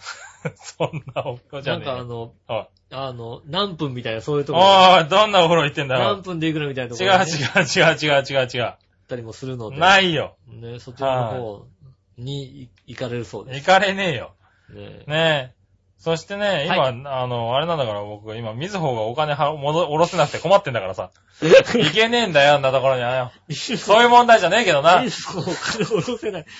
[SPEAKER 3] そんなおっこじ
[SPEAKER 2] な
[SPEAKER 3] ゃ
[SPEAKER 2] ん
[SPEAKER 3] ね
[SPEAKER 2] かあの、
[SPEAKER 3] えよ。
[SPEAKER 2] あの、何分みたいな、そういうところ。
[SPEAKER 3] ああ、どんなお風呂行ってんだろ
[SPEAKER 2] 何
[SPEAKER 3] う。
[SPEAKER 2] 分でいくらみたいなとこ
[SPEAKER 3] 違う
[SPEAKER 2] ろ、ね。行っ
[SPEAKER 3] 違う違う違う違う違う。
[SPEAKER 2] たりもするので。
[SPEAKER 3] ないよ。
[SPEAKER 2] ね、そちらの方に行かれるそうで
[SPEAKER 3] 行
[SPEAKER 2] す。
[SPEAKER 3] かれねえよ。
[SPEAKER 2] ね
[SPEAKER 3] ねえ。そしてね、今、
[SPEAKER 2] は
[SPEAKER 3] あの、あれなんだから僕、今、みずほがお金は、もど、おろせなくて困ってんだからさ。いけねえんだよ、あんなところにはよ。そういう問題じゃねえけどな。
[SPEAKER 2] いいそう、金を下ろせない。 [LAUGHS]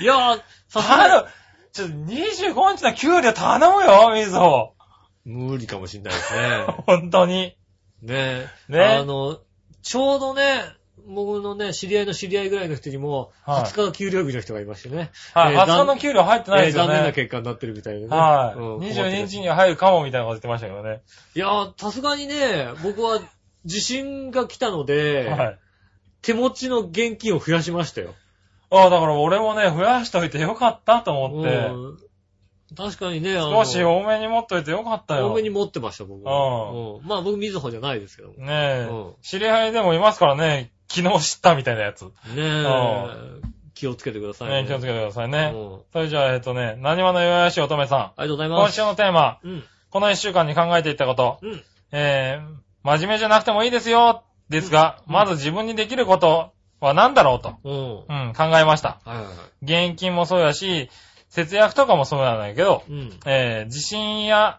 [SPEAKER 2] いやー、さ
[SPEAKER 3] 頼むちょっと25日の給料頼むよ、みずほ。
[SPEAKER 2] 無理かもしんないです
[SPEAKER 3] [LAUGHS]
[SPEAKER 2] ね。
[SPEAKER 3] 本当に。
[SPEAKER 2] ねえ。
[SPEAKER 3] ね
[SPEAKER 2] あの、ちょうどね、僕のね、知り合いの知り合いぐらいの人にも、
[SPEAKER 3] はい
[SPEAKER 2] 20日が給料日の人がいましてね。
[SPEAKER 3] はい。
[SPEAKER 2] えー
[SPEAKER 3] 発送の給料入ってな
[SPEAKER 2] え
[SPEAKER 3] いで
[SPEAKER 2] ー
[SPEAKER 3] すよ
[SPEAKER 2] 残念な
[SPEAKER 3] ね。
[SPEAKER 2] 結果になってるみたいでね。
[SPEAKER 3] はい。
[SPEAKER 2] うん
[SPEAKER 3] 22日には入るかも、みたいなこと言ってましたけどね。
[SPEAKER 2] いやー、さすがにね、僕は地震が来たので、
[SPEAKER 3] はい。
[SPEAKER 2] 手持ちの現金を増やしましたよ。
[SPEAKER 3] ああ、だから俺もね、増やしといてよかったと思って、
[SPEAKER 2] うん確かにね、あ
[SPEAKER 3] 少し多めに持っといてよかったよ。
[SPEAKER 2] 多めに持ってました、僕
[SPEAKER 3] うん
[SPEAKER 2] うんまあ僕、みずほじゃないですけども。ね
[SPEAKER 3] ねえ、
[SPEAKER 2] うん
[SPEAKER 3] 知り合いでもいますからね、昨日知ったみたいなやつ。ね
[SPEAKER 2] え、気をつけてくださいね。
[SPEAKER 3] 気をつけてくださいうね。
[SPEAKER 2] ん
[SPEAKER 3] それじゃあ、えっとね、何話の弱々しい乙女さん。
[SPEAKER 2] ありがとうございま
[SPEAKER 3] 今
[SPEAKER 2] す。
[SPEAKER 3] 週のテーマ、
[SPEAKER 2] うん。
[SPEAKER 3] この一週間に考えていったこと。
[SPEAKER 2] うん。
[SPEAKER 3] えー、真面目じゃなくてもいいですよ、ですが、
[SPEAKER 2] うん
[SPEAKER 3] まず自分にできることは何だろうと、
[SPEAKER 2] うん。は
[SPEAKER 3] うん、考えました。
[SPEAKER 2] いはいはい。
[SPEAKER 3] 現金もそうやし、節約とかもそうなんだけど、
[SPEAKER 2] うん。
[SPEAKER 3] えー、地震や、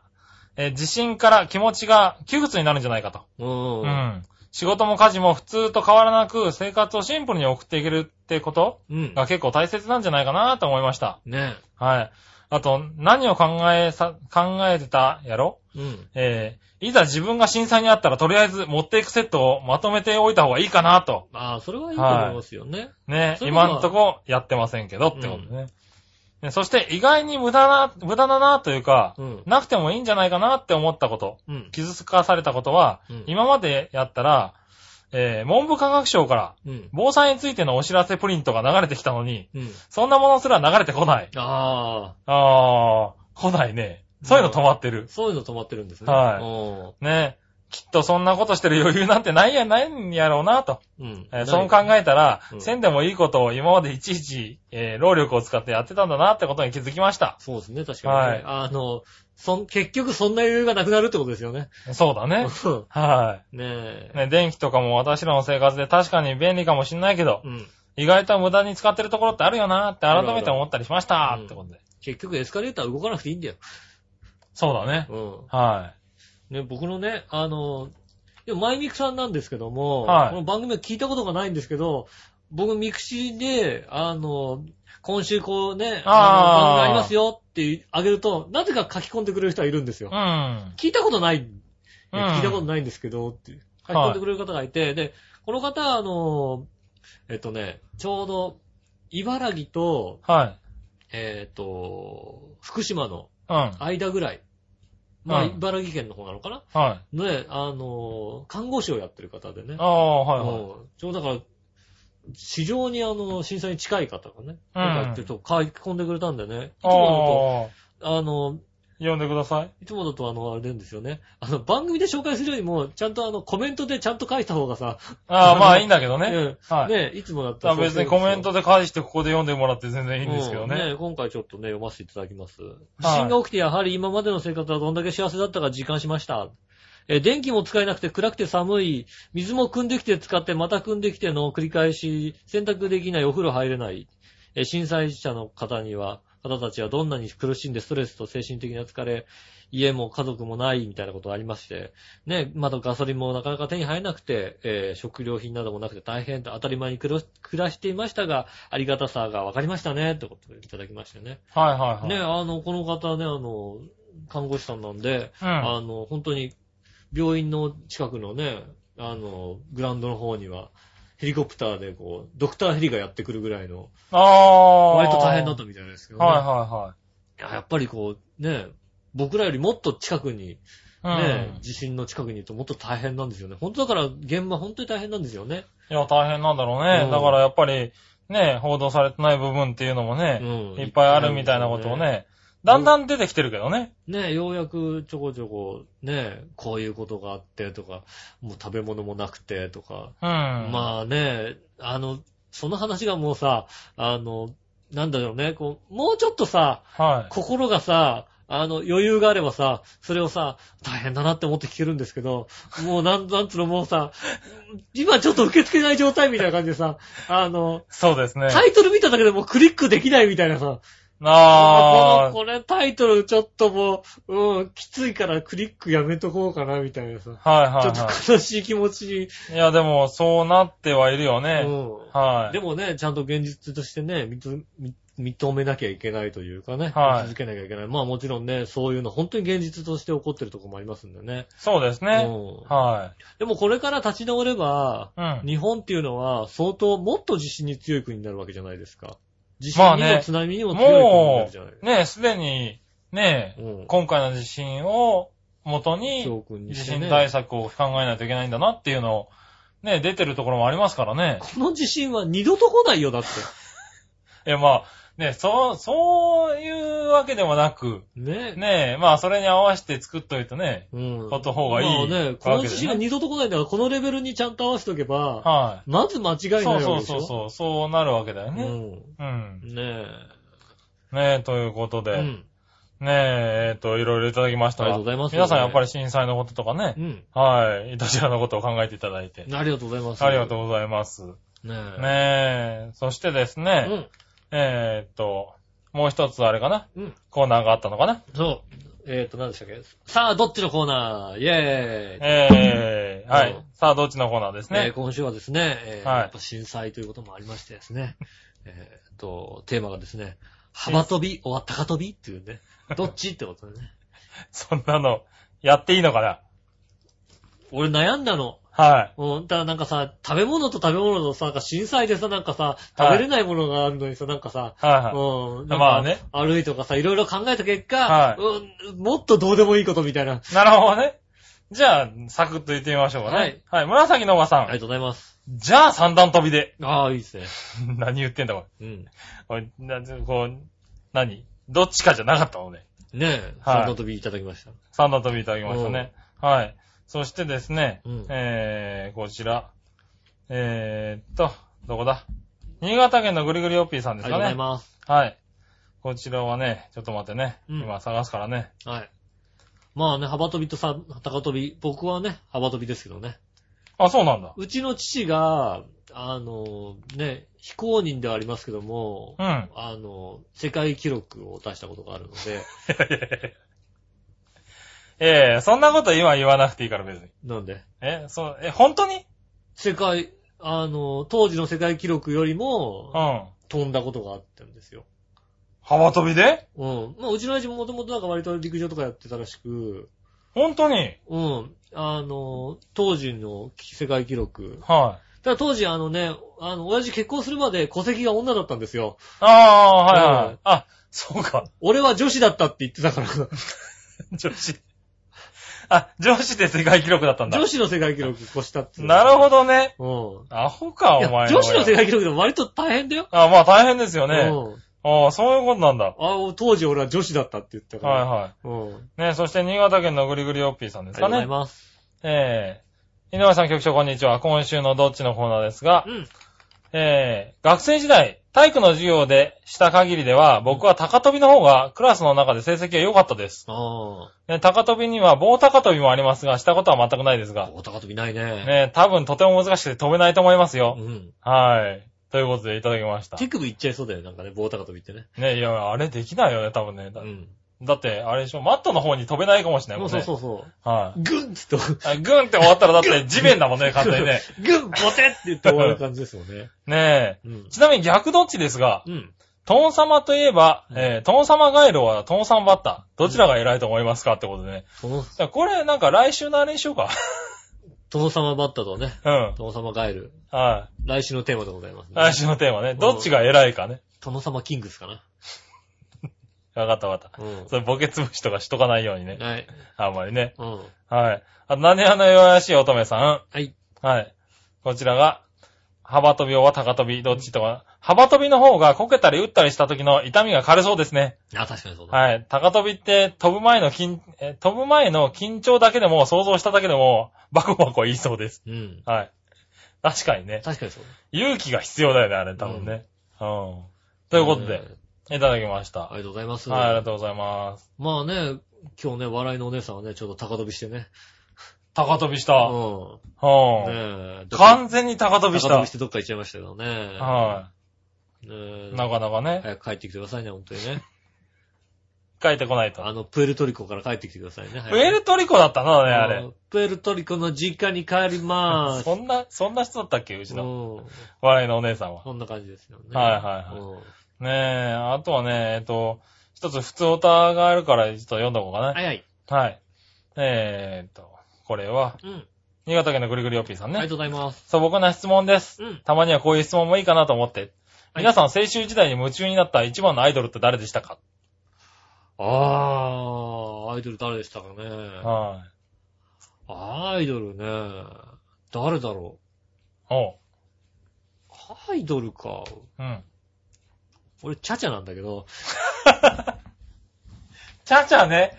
[SPEAKER 3] えー、地震から気持ちが窮屈になるんじゃないかと。
[SPEAKER 2] う。
[SPEAKER 3] うんん。仕事も家事も普通と変わらなく生活をシンプルに送っていけるってこと
[SPEAKER 2] うん。
[SPEAKER 3] が結構大切なんじゃないかなと思いました。
[SPEAKER 2] ね
[SPEAKER 3] はい。あと、何を考えさ、考えてたやろ
[SPEAKER 2] え。うん。
[SPEAKER 3] えー、いざ自分が震災にあったらとりあえず持っていくセットをまとめておいた方がいいかなと。
[SPEAKER 2] まあ、それはいいと思いますよね。
[SPEAKER 3] ね、
[SPEAKER 2] そういうことは
[SPEAKER 3] 今んとこやってませんけどってことでね。ねそして意外に無駄な、無駄だなというか、
[SPEAKER 2] うん。
[SPEAKER 3] なくてもいいんじゃないかなって思ったこと。
[SPEAKER 2] うん。
[SPEAKER 3] 傷つかされたことは、
[SPEAKER 2] うん
[SPEAKER 3] 今までやったら、えー文部科学省から
[SPEAKER 2] うん。
[SPEAKER 3] 防災についてのお知らせプリントが流れてきたのに、
[SPEAKER 2] うん。
[SPEAKER 3] そんなものすら流れてこない。
[SPEAKER 2] ああ、
[SPEAKER 3] あー、来ないね。そういうの止まってる。
[SPEAKER 2] そういうの止まってるんですね。
[SPEAKER 3] は
[SPEAKER 2] い。
[SPEAKER 3] いね。きっとそんなことしてる余裕なんてないや、ないんやろうなと。
[SPEAKER 2] うん。
[SPEAKER 3] えーそう考えたら、
[SPEAKER 2] うん
[SPEAKER 3] せんでもいいことを今までいちいち、えー労力を使ってやってたんだなってことに気づきました。
[SPEAKER 2] そうですね、確かに、ね。
[SPEAKER 3] はい
[SPEAKER 2] あの、そん、結局そんな余裕がなくなるってことですよね。
[SPEAKER 3] そうだね。
[SPEAKER 2] う
[SPEAKER 3] は
[SPEAKER 2] ん [LAUGHS] ね
[SPEAKER 3] い。
[SPEAKER 2] え。
[SPEAKER 3] ね、電気とかも私らの生活で確かに便利かもしんないけど、
[SPEAKER 2] うん。
[SPEAKER 3] 意外と無駄に使ってるところってあるよなって改
[SPEAKER 2] あ
[SPEAKER 3] め
[SPEAKER 2] る
[SPEAKER 3] て思ったりしましたってことで。
[SPEAKER 2] 結局エスカレーター動かなくていいんだよ。
[SPEAKER 3] そうだね。
[SPEAKER 2] う
[SPEAKER 3] は
[SPEAKER 2] ん。ね、僕のね、あの、でも前ミクさんなんですけども、
[SPEAKER 3] はい
[SPEAKER 2] この番組は聞いたことがないんですけど、僕ミクシーで、あの、今週こうね、
[SPEAKER 3] あー
[SPEAKER 2] の番組ありますよってあげると、なぜか書き込んでくれる人はいるんです
[SPEAKER 3] い。
[SPEAKER 2] よ
[SPEAKER 3] う。ん。
[SPEAKER 2] 聞いたことない、
[SPEAKER 3] うん
[SPEAKER 2] 聞いたことないんですけど、って書き込んでくれる方がいて、で、この方、あの、えっとね、ちょうど、茨城と、
[SPEAKER 3] はい。
[SPEAKER 2] えっ、と、福島の
[SPEAKER 3] うん。
[SPEAKER 2] 間ぐらい、まあ、
[SPEAKER 3] うん
[SPEAKER 2] 茨城県の方なのかな
[SPEAKER 3] はい。
[SPEAKER 2] ね、あの、看護師をやってる方でね
[SPEAKER 3] あ、あ、はいはい。
[SPEAKER 2] うんちょうどだから、非常にあの、震災に近い方がね、
[SPEAKER 3] うん
[SPEAKER 2] なんかやってると書き込んでくれたんでね、いつ
[SPEAKER 3] あ
[SPEAKER 2] も
[SPEAKER 3] あ、
[SPEAKER 2] だと、あの、
[SPEAKER 3] 読んでください。
[SPEAKER 2] いつもだとあの、あれなんですよね。あの、番組で紹介するよりも、ちゃんとあの、コメントでちゃんと書いた方がさ、
[SPEAKER 3] ああ、まあいいんだけどね。
[SPEAKER 2] ね、
[SPEAKER 3] はい。
[SPEAKER 2] ね、いつもだった
[SPEAKER 3] あ別にコメントで返してここで読んでもらって全然い
[SPEAKER 2] い
[SPEAKER 3] いんですけどね。
[SPEAKER 2] ね、今回ちょっとね、読ませていただきます。地震が起きてやはり今までの生活はどんだけ幸せだったか実感しました。えー電気も使えなくて暗くて寒い、水も汲んできて使ってまた汲んできての繰り返し、洗濯できない、お風呂入れない。えー震災者の方には、方たちはどんなに苦しんでストレスと精神的な疲れ、家も家族もないみたいなことがありまして、ね、まだガソリンもなかなか手に入らなくて、えー食料品などもなくて大変と当たり前に暮らし暮らしていましたが、ありがたさが分かりましたね、ってことをいただきましてね。
[SPEAKER 3] はいはいはい。
[SPEAKER 2] ね、あの、この方ね、あの、看護師さんなんで、
[SPEAKER 3] うん。
[SPEAKER 2] あの、本当に、病院の近くのね、あの、グラウンドの方には、ヘリコプターでこう、ドクターヘリがやってくるぐらいの、
[SPEAKER 3] ああ。
[SPEAKER 2] 割と大変だったみたいですけどね。
[SPEAKER 3] はいはい
[SPEAKER 2] ややっぱりこう、ね、僕らよりもっと近くに、
[SPEAKER 3] いはい。
[SPEAKER 2] ね
[SPEAKER 3] う、ん。
[SPEAKER 2] 地震の近くにいるともっと大変なんですよね。本当だから、現場本当に大変なんですよね。
[SPEAKER 3] いや、大変なんだろうね。
[SPEAKER 2] うん
[SPEAKER 3] だからやっぱり、ね、報道されてない部分っていうのもね、
[SPEAKER 2] うん
[SPEAKER 3] いっぱいあるみたいなことをね、だんだん出てきてるけどね。
[SPEAKER 2] ね、ようやくちょこちょこ、ね、こういうことがあってとか、もう食べ物もなくてとか、
[SPEAKER 3] うん。
[SPEAKER 2] まあね、あの、その話がもうさ、あの、なんだろうね、こう、もうちょっとさ、
[SPEAKER 3] は
[SPEAKER 2] 心がさ、あの、余裕があればさ、それをさ、大変だなって思って聞けるんですけど、もうなん、なんつうの、もうさ、今ちょっと受け付けない状態みたいな感じでさ、あの
[SPEAKER 3] い。、そうですね。
[SPEAKER 2] タイトル見ただけでもうクリックできないみたいなさ、
[SPEAKER 3] あ
[SPEAKER 2] このこれタイトルちょっともう、うん、きついからクリックやめとこうかなみたいなさ、
[SPEAKER 3] あ、はいは
[SPEAKER 2] ち
[SPEAKER 3] い
[SPEAKER 2] ょっと
[SPEAKER 3] は
[SPEAKER 2] 悲しい気持ちに、
[SPEAKER 3] い。いや、でも、そうなってはいるよね。
[SPEAKER 2] うん
[SPEAKER 3] はい。
[SPEAKER 2] でもね、ちゃんと現実としてね、認み認めなきゃいけないというかね、
[SPEAKER 3] はい
[SPEAKER 2] 続けなきゃいけない。まあもちろんね、そういうの本当に現実として起こってるとこもありますんでね。
[SPEAKER 3] そうですね。
[SPEAKER 2] うん
[SPEAKER 3] は
[SPEAKER 2] でもこれから立ち直れば、
[SPEAKER 3] い。うん。
[SPEAKER 2] 日本っていうのは相当もっと地震に強い国になるわけじゃないですか。地
[SPEAKER 3] まあ
[SPEAKER 2] 震にも
[SPEAKER 3] ね
[SPEAKER 2] 津波にも強い国にな
[SPEAKER 3] も
[SPEAKER 2] るじゃないです
[SPEAKER 3] う、ね、すでに、ね、
[SPEAKER 2] か。うん
[SPEAKER 3] 今回の地震を元に、
[SPEAKER 2] 教訓に
[SPEAKER 3] 地
[SPEAKER 2] して
[SPEAKER 3] 震
[SPEAKER 2] ね。
[SPEAKER 3] 対策を考えないといけないんだなっていうのを、ね、出てるところもありますからね。
[SPEAKER 2] この地震は二度と来ないよ、だって。
[SPEAKER 3] いや、まあ、ね、そう、そういうわけでもなく、
[SPEAKER 2] ね。
[SPEAKER 3] [LAUGHS] ね、まあ、それに合わせて作っといてね、
[SPEAKER 2] うん。
[SPEAKER 3] 買った方がいい
[SPEAKER 2] まあね、この地震が
[SPEAKER 3] わけで
[SPEAKER 2] 二度と来ないんだから、このレベルにちゃんと合わせとけば、
[SPEAKER 3] は
[SPEAKER 2] まず間
[SPEAKER 3] い。
[SPEAKER 2] 違い
[SPEAKER 3] そ
[SPEAKER 2] な
[SPEAKER 3] う
[SPEAKER 2] い
[SPEAKER 3] そ
[SPEAKER 2] わけで
[SPEAKER 3] う
[SPEAKER 2] し
[SPEAKER 3] そ
[SPEAKER 2] ょ。
[SPEAKER 3] うそう、そうなるわけだよね。うん。
[SPEAKER 2] うん。ね
[SPEAKER 3] ねえ、ということ
[SPEAKER 2] え。
[SPEAKER 3] で、
[SPEAKER 2] うん。
[SPEAKER 3] ねえ、えっと、いろいろいただきました
[SPEAKER 2] ありがとうございます
[SPEAKER 3] 皆さんやっぱり震災のこととかね
[SPEAKER 2] う、ん。
[SPEAKER 3] はい、どちらのことを考えていただいて、
[SPEAKER 2] ありがとうございます。
[SPEAKER 3] ありがとうございます。
[SPEAKER 2] う。ねえ。
[SPEAKER 3] ねえ、そしてです
[SPEAKER 2] う
[SPEAKER 3] ね、
[SPEAKER 2] ん。
[SPEAKER 3] えーっと、もう一つあれかな、
[SPEAKER 2] うん
[SPEAKER 3] コーナーがあったのかな
[SPEAKER 2] そう。えっと、何でしたっけさあ、どっちのコーナーイェーイ
[SPEAKER 3] えー、は
[SPEAKER 2] うん
[SPEAKER 3] い。さあ、どっちのコーナーです
[SPEAKER 2] ね、
[SPEAKER 3] ね。
[SPEAKER 2] 今週はですね、えー
[SPEAKER 3] はい
[SPEAKER 2] やっぱ震災ということもありましてですね、えーっと、テーマがですね、幅跳び、終わったか跳びっていうね、どっちってことでね。
[SPEAKER 3] そんなの、やっていいのかな
[SPEAKER 2] 俺悩んだの。
[SPEAKER 3] はい。
[SPEAKER 2] うん、だからなんかさ、食べ物と食べ物とさ、なんか震災でさ、なんかさ、食べれないものがあるのにさ、なんかさ、
[SPEAKER 3] はいは
[SPEAKER 2] うん、なん
[SPEAKER 3] ま
[SPEAKER 2] か
[SPEAKER 3] あね
[SPEAKER 2] 悪いとかさ、いろいろ考えた結果、
[SPEAKER 3] はい
[SPEAKER 2] うん、もっとどうでもいいことみたいな。
[SPEAKER 3] い。なるほどね。じゃあ、サクッと言ってみましょうかね。
[SPEAKER 2] は
[SPEAKER 3] はいい。紫のおばさ
[SPEAKER 2] ありが
[SPEAKER 3] ん。
[SPEAKER 2] とうございます。
[SPEAKER 3] じゃあ、三段飛びで。 [LAUGHS]
[SPEAKER 2] ああ、いいですね。
[SPEAKER 3] 何言ってんだ、こ
[SPEAKER 2] うん。
[SPEAKER 3] れ。これ、なこう、何どっちかじゃなかったのね。
[SPEAKER 2] ねえ、
[SPEAKER 3] はい
[SPEAKER 2] そんな飛びいただきました。
[SPEAKER 3] 三段飛びいただきましたね。はい。そしてですね、
[SPEAKER 2] うん
[SPEAKER 3] えー、こちら。えーっと、どこだ新潟県のぐりぐりおっぴーさん
[SPEAKER 2] あ
[SPEAKER 3] で
[SPEAKER 2] り
[SPEAKER 3] す
[SPEAKER 2] が
[SPEAKER 3] か
[SPEAKER 2] とう
[SPEAKER 3] ね。
[SPEAKER 2] ございます。
[SPEAKER 3] はい。こちらはね、ちょっと待ってね。
[SPEAKER 2] うん
[SPEAKER 3] 今探すからね。
[SPEAKER 2] はい。まあね、幅跳びとさ、高跳び、僕はね、幅跳びですけどね。
[SPEAKER 3] あ、そうなんだ。
[SPEAKER 2] うちの父が、あの、ね、非公認ではありますけども、
[SPEAKER 3] うん。
[SPEAKER 2] あの、世界記録を出したことがあるので、
[SPEAKER 3] ええそんなこと今言わなくていいから別に。
[SPEAKER 2] なんで、
[SPEAKER 3] え、そう、え、本当に
[SPEAKER 2] 世界、あの、当時の世界記録より
[SPEAKER 3] う
[SPEAKER 2] も、
[SPEAKER 3] ん。
[SPEAKER 2] 飛んだことがあったんですよ。
[SPEAKER 3] 幅跳びで
[SPEAKER 2] うん。まあ、うちの親父ももともとなんか割と陸上とかやってたらしく、
[SPEAKER 3] 本当に
[SPEAKER 2] うん。あの、当時の世界記録。
[SPEAKER 3] はい。
[SPEAKER 2] ただ当時あのね、あの、親父結婚するまで戸籍が女だったんですよ。
[SPEAKER 3] ああ、はいは
[SPEAKER 2] うん
[SPEAKER 3] い。あ、そうか。 [LAUGHS]
[SPEAKER 2] 俺は女子だったって言ってたから、
[SPEAKER 3] 女子。あ、女子で世界記録だったんだ
[SPEAKER 2] 女。子の世界記録越したって。
[SPEAKER 3] なるほどね。
[SPEAKER 2] ど。
[SPEAKER 3] アホか、
[SPEAKER 2] うん。い
[SPEAKER 3] お
[SPEAKER 2] や
[SPEAKER 3] 前。
[SPEAKER 2] 女子の世界記録でも割と大変だよ。
[SPEAKER 3] あ、まあ大変ですよね。
[SPEAKER 2] うん。
[SPEAKER 3] ああ、そういうことなんだ。は
[SPEAKER 2] あ当時俺は女子だったって言った
[SPEAKER 3] い
[SPEAKER 2] から。
[SPEAKER 3] は
[SPEAKER 2] うん。あ
[SPEAKER 3] い。ね、そして新潟県のぐりぐりおっぴーさんで
[SPEAKER 2] り
[SPEAKER 3] す
[SPEAKER 2] がと
[SPEAKER 3] か
[SPEAKER 2] うござい
[SPEAKER 3] ね。
[SPEAKER 2] ます。
[SPEAKER 3] ええ井上さん局長、こんにちは。今週のどっちのコーナーですが
[SPEAKER 2] う、ん。
[SPEAKER 3] ええ学生時代、体育の授業でした限りでは、僕は高跳びの方がクラスの中で成績が良かったです。
[SPEAKER 2] あ
[SPEAKER 3] ね、高跳びには棒高跳びもありますが、したことは全くないです
[SPEAKER 2] あ。
[SPEAKER 3] が、
[SPEAKER 2] お高跳びないね。
[SPEAKER 3] ね、多分とても難しくて飛べないと思います
[SPEAKER 2] う
[SPEAKER 3] よ。
[SPEAKER 2] ん。
[SPEAKER 3] はい。ということでいただきました。
[SPEAKER 2] 手首いっちゃいそうだよね、なんかね、棒高跳びってね。
[SPEAKER 3] ね、いや、あれできないよね、多分ね。
[SPEAKER 2] う
[SPEAKER 3] だ
[SPEAKER 2] ん。
[SPEAKER 3] だって、あれでしょ、マットの方に飛べないかもしれない
[SPEAKER 2] も
[SPEAKER 3] も
[SPEAKER 2] うんそう
[SPEAKER 3] ね。
[SPEAKER 2] そううそう。
[SPEAKER 3] そう。はい。
[SPEAKER 2] グンッと、
[SPEAKER 3] あグンって終わったらだって地面だもんね、簡単にね。
[SPEAKER 2] [LAUGHS] グンボテって言って終わる感じですもんね。
[SPEAKER 3] ね
[SPEAKER 2] う
[SPEAKER 3] え。
[SPEAKER 2] ん。
[SPEAKER 3] ちなみに逆どっちですが、
[SPEAKER 2] うん。
[SPEAKER 3] トン様といえば、
[SPEAKER 2] うん
[SPEAKER 3] えートン様ガイロはトンさんバッター。どちらが偉いと思いますかってことでね。
[SPEAKER 2] 殿、
[SPEAKER 3] だからこれなんか来週のあれにしようか。 [LAUGHS]
[SPEAKER 2] 殿様バッタとね、
[SPEAKER 3] うん。
[SPEAKER 2] 殿様ガエル。
[SPEAKER 3] は
[SPEAKER 2] 来週のテーマでございます、ね。
[SPEAKER 3] い。来週のテーマね。どっちが偉いかね。
[SPEAKER 2] 殿様キングスかな。
[SPEAKER 3] わかったわかっ
[SPEAKER 2] うん
[SPEAKER 3] た。。それボケ潰しとかしとかないようにね。
[SPEAKER 2] はい。
[SPEAKER 3] あんまりね。
[SPEAKER 2] うん。
[SPEAKER 3] はい。あと、何話の弱々しい乙女さ
[SPEAKER 2] はい。
[SPEAKER 3] ん。はい。こちらが、幅跳びは高跳び、どっちとか。幅跳びの方がこけたり打ったりした時の痛みが軽そうですね。
[SPEAKER 2] あ、確かにそうだ。
[SPEAKER 3] はい。高飛びって、飛ぶ前の緊、え飛ぶ前の緊張だけでも、想像しただけでも、バコバコ言いそうです。
[SPEAKER 2] うん。
[SPEAKER 3] はい。確かにね。
[SPEAKER 2] 確かにそう。
[SPEAKER 3] 勇気が必要だよね、あれ多分ね。うん。ということで、
[SPEAKER 2] え
[SPEAKER 3] いただきまし
[SPEAKER 2] ーあり
[SPEAKER 3] た。
[SPEAKER 2] がとうございます。
[SPEAKER 3] はい、ありがとうございます。
[SPEAKER 2] まあね、今日ね、笑いのお姉さんはね、ちょっと高飛びしてね。
[SPEAKER 3] 高飛びし
[SPEAKER 2] う
[SPEAKER 3] た。
[SPEAKER 2] ん。
[SPEAKER 3] うん。
[SPEAKER 2] ねえ。
[SPEAKER 3] 完全に高飛
[SPEAKER 2] 高
[SPEAKER 3] びし
[SPEAKER 2] 飛
[SPEAKER 3] た
[SPEAKER 2] びし。てどっか行っちゃいましたけどね。
[SPEAKER 3] は
[SPEAKER 2] ね
[SPEAKER 3] い。
[SPEAKER 2] え
[SPEAKER 3] なかなかね、
[SPEAKER 2] 早く帰ってきてくださいね、本当にね。
[SPEAKER 3] 帰ってこないと。
[SPEAKER 2] あの、プエルトリコから帰ってきてくださいね。
[SPEAKER 3] プエルトリコだったな、ね、あれ。
[SPEAKER 2] うんプエルトリコの実家に帰りまーす。
[SPEAKER 3] そんな、 [LAUGHS] そんな人だったっけうちの
[SPEAKER 2] うん
[SPEAKER 3] 笑いのお姉さんは。
[SPEAKER 2] そんな感じですよね。
[SPEAKER 3] はいはいはい
[SPEAKER 2] うん
[SPEAKER 3] ねえ、あとはね、えっと、一つ普通オタがあるから、ちょっと読んどこうかな。
[SPEAKER 2] はいはい。
[SPEAKER 3] はい。えーっと、これは、
[SPEAKER 2] うん。
[SPEAKER 3] 新潟県のぐりぐりおっぴーさ
[SPEAKER 2] あ
[SPEAKER 3] ん
[SPEAKER 2] りが
[SPEAKER 3] ね。
[SPEAKER 2] とうございます。
[SPEAKER 3] 素朴な質問です。
[SPEAKER 2] うん。
[SPEAKER 3] たまにはこういう質問もいいかなと思って。
[SPEAKER 2] はい
[SPEAKER 3] 皆さん、青春時代に夢中になった一番のアイドルって誰でしたか
[SPEAKER 2] あー、アイドル誰でしたかね。
[SPEAKER 3] は
[SPEAKER 2] アイドルね。誰だろ
[SPEAKER 3] い。おう。
[SPEAKER 2] う。アイドルか。
[SPEAKER 3] うん。
[SPEAKER 2] 俺、チャチャなんだけど。
[SPEAKER 3] ちゃちゃね。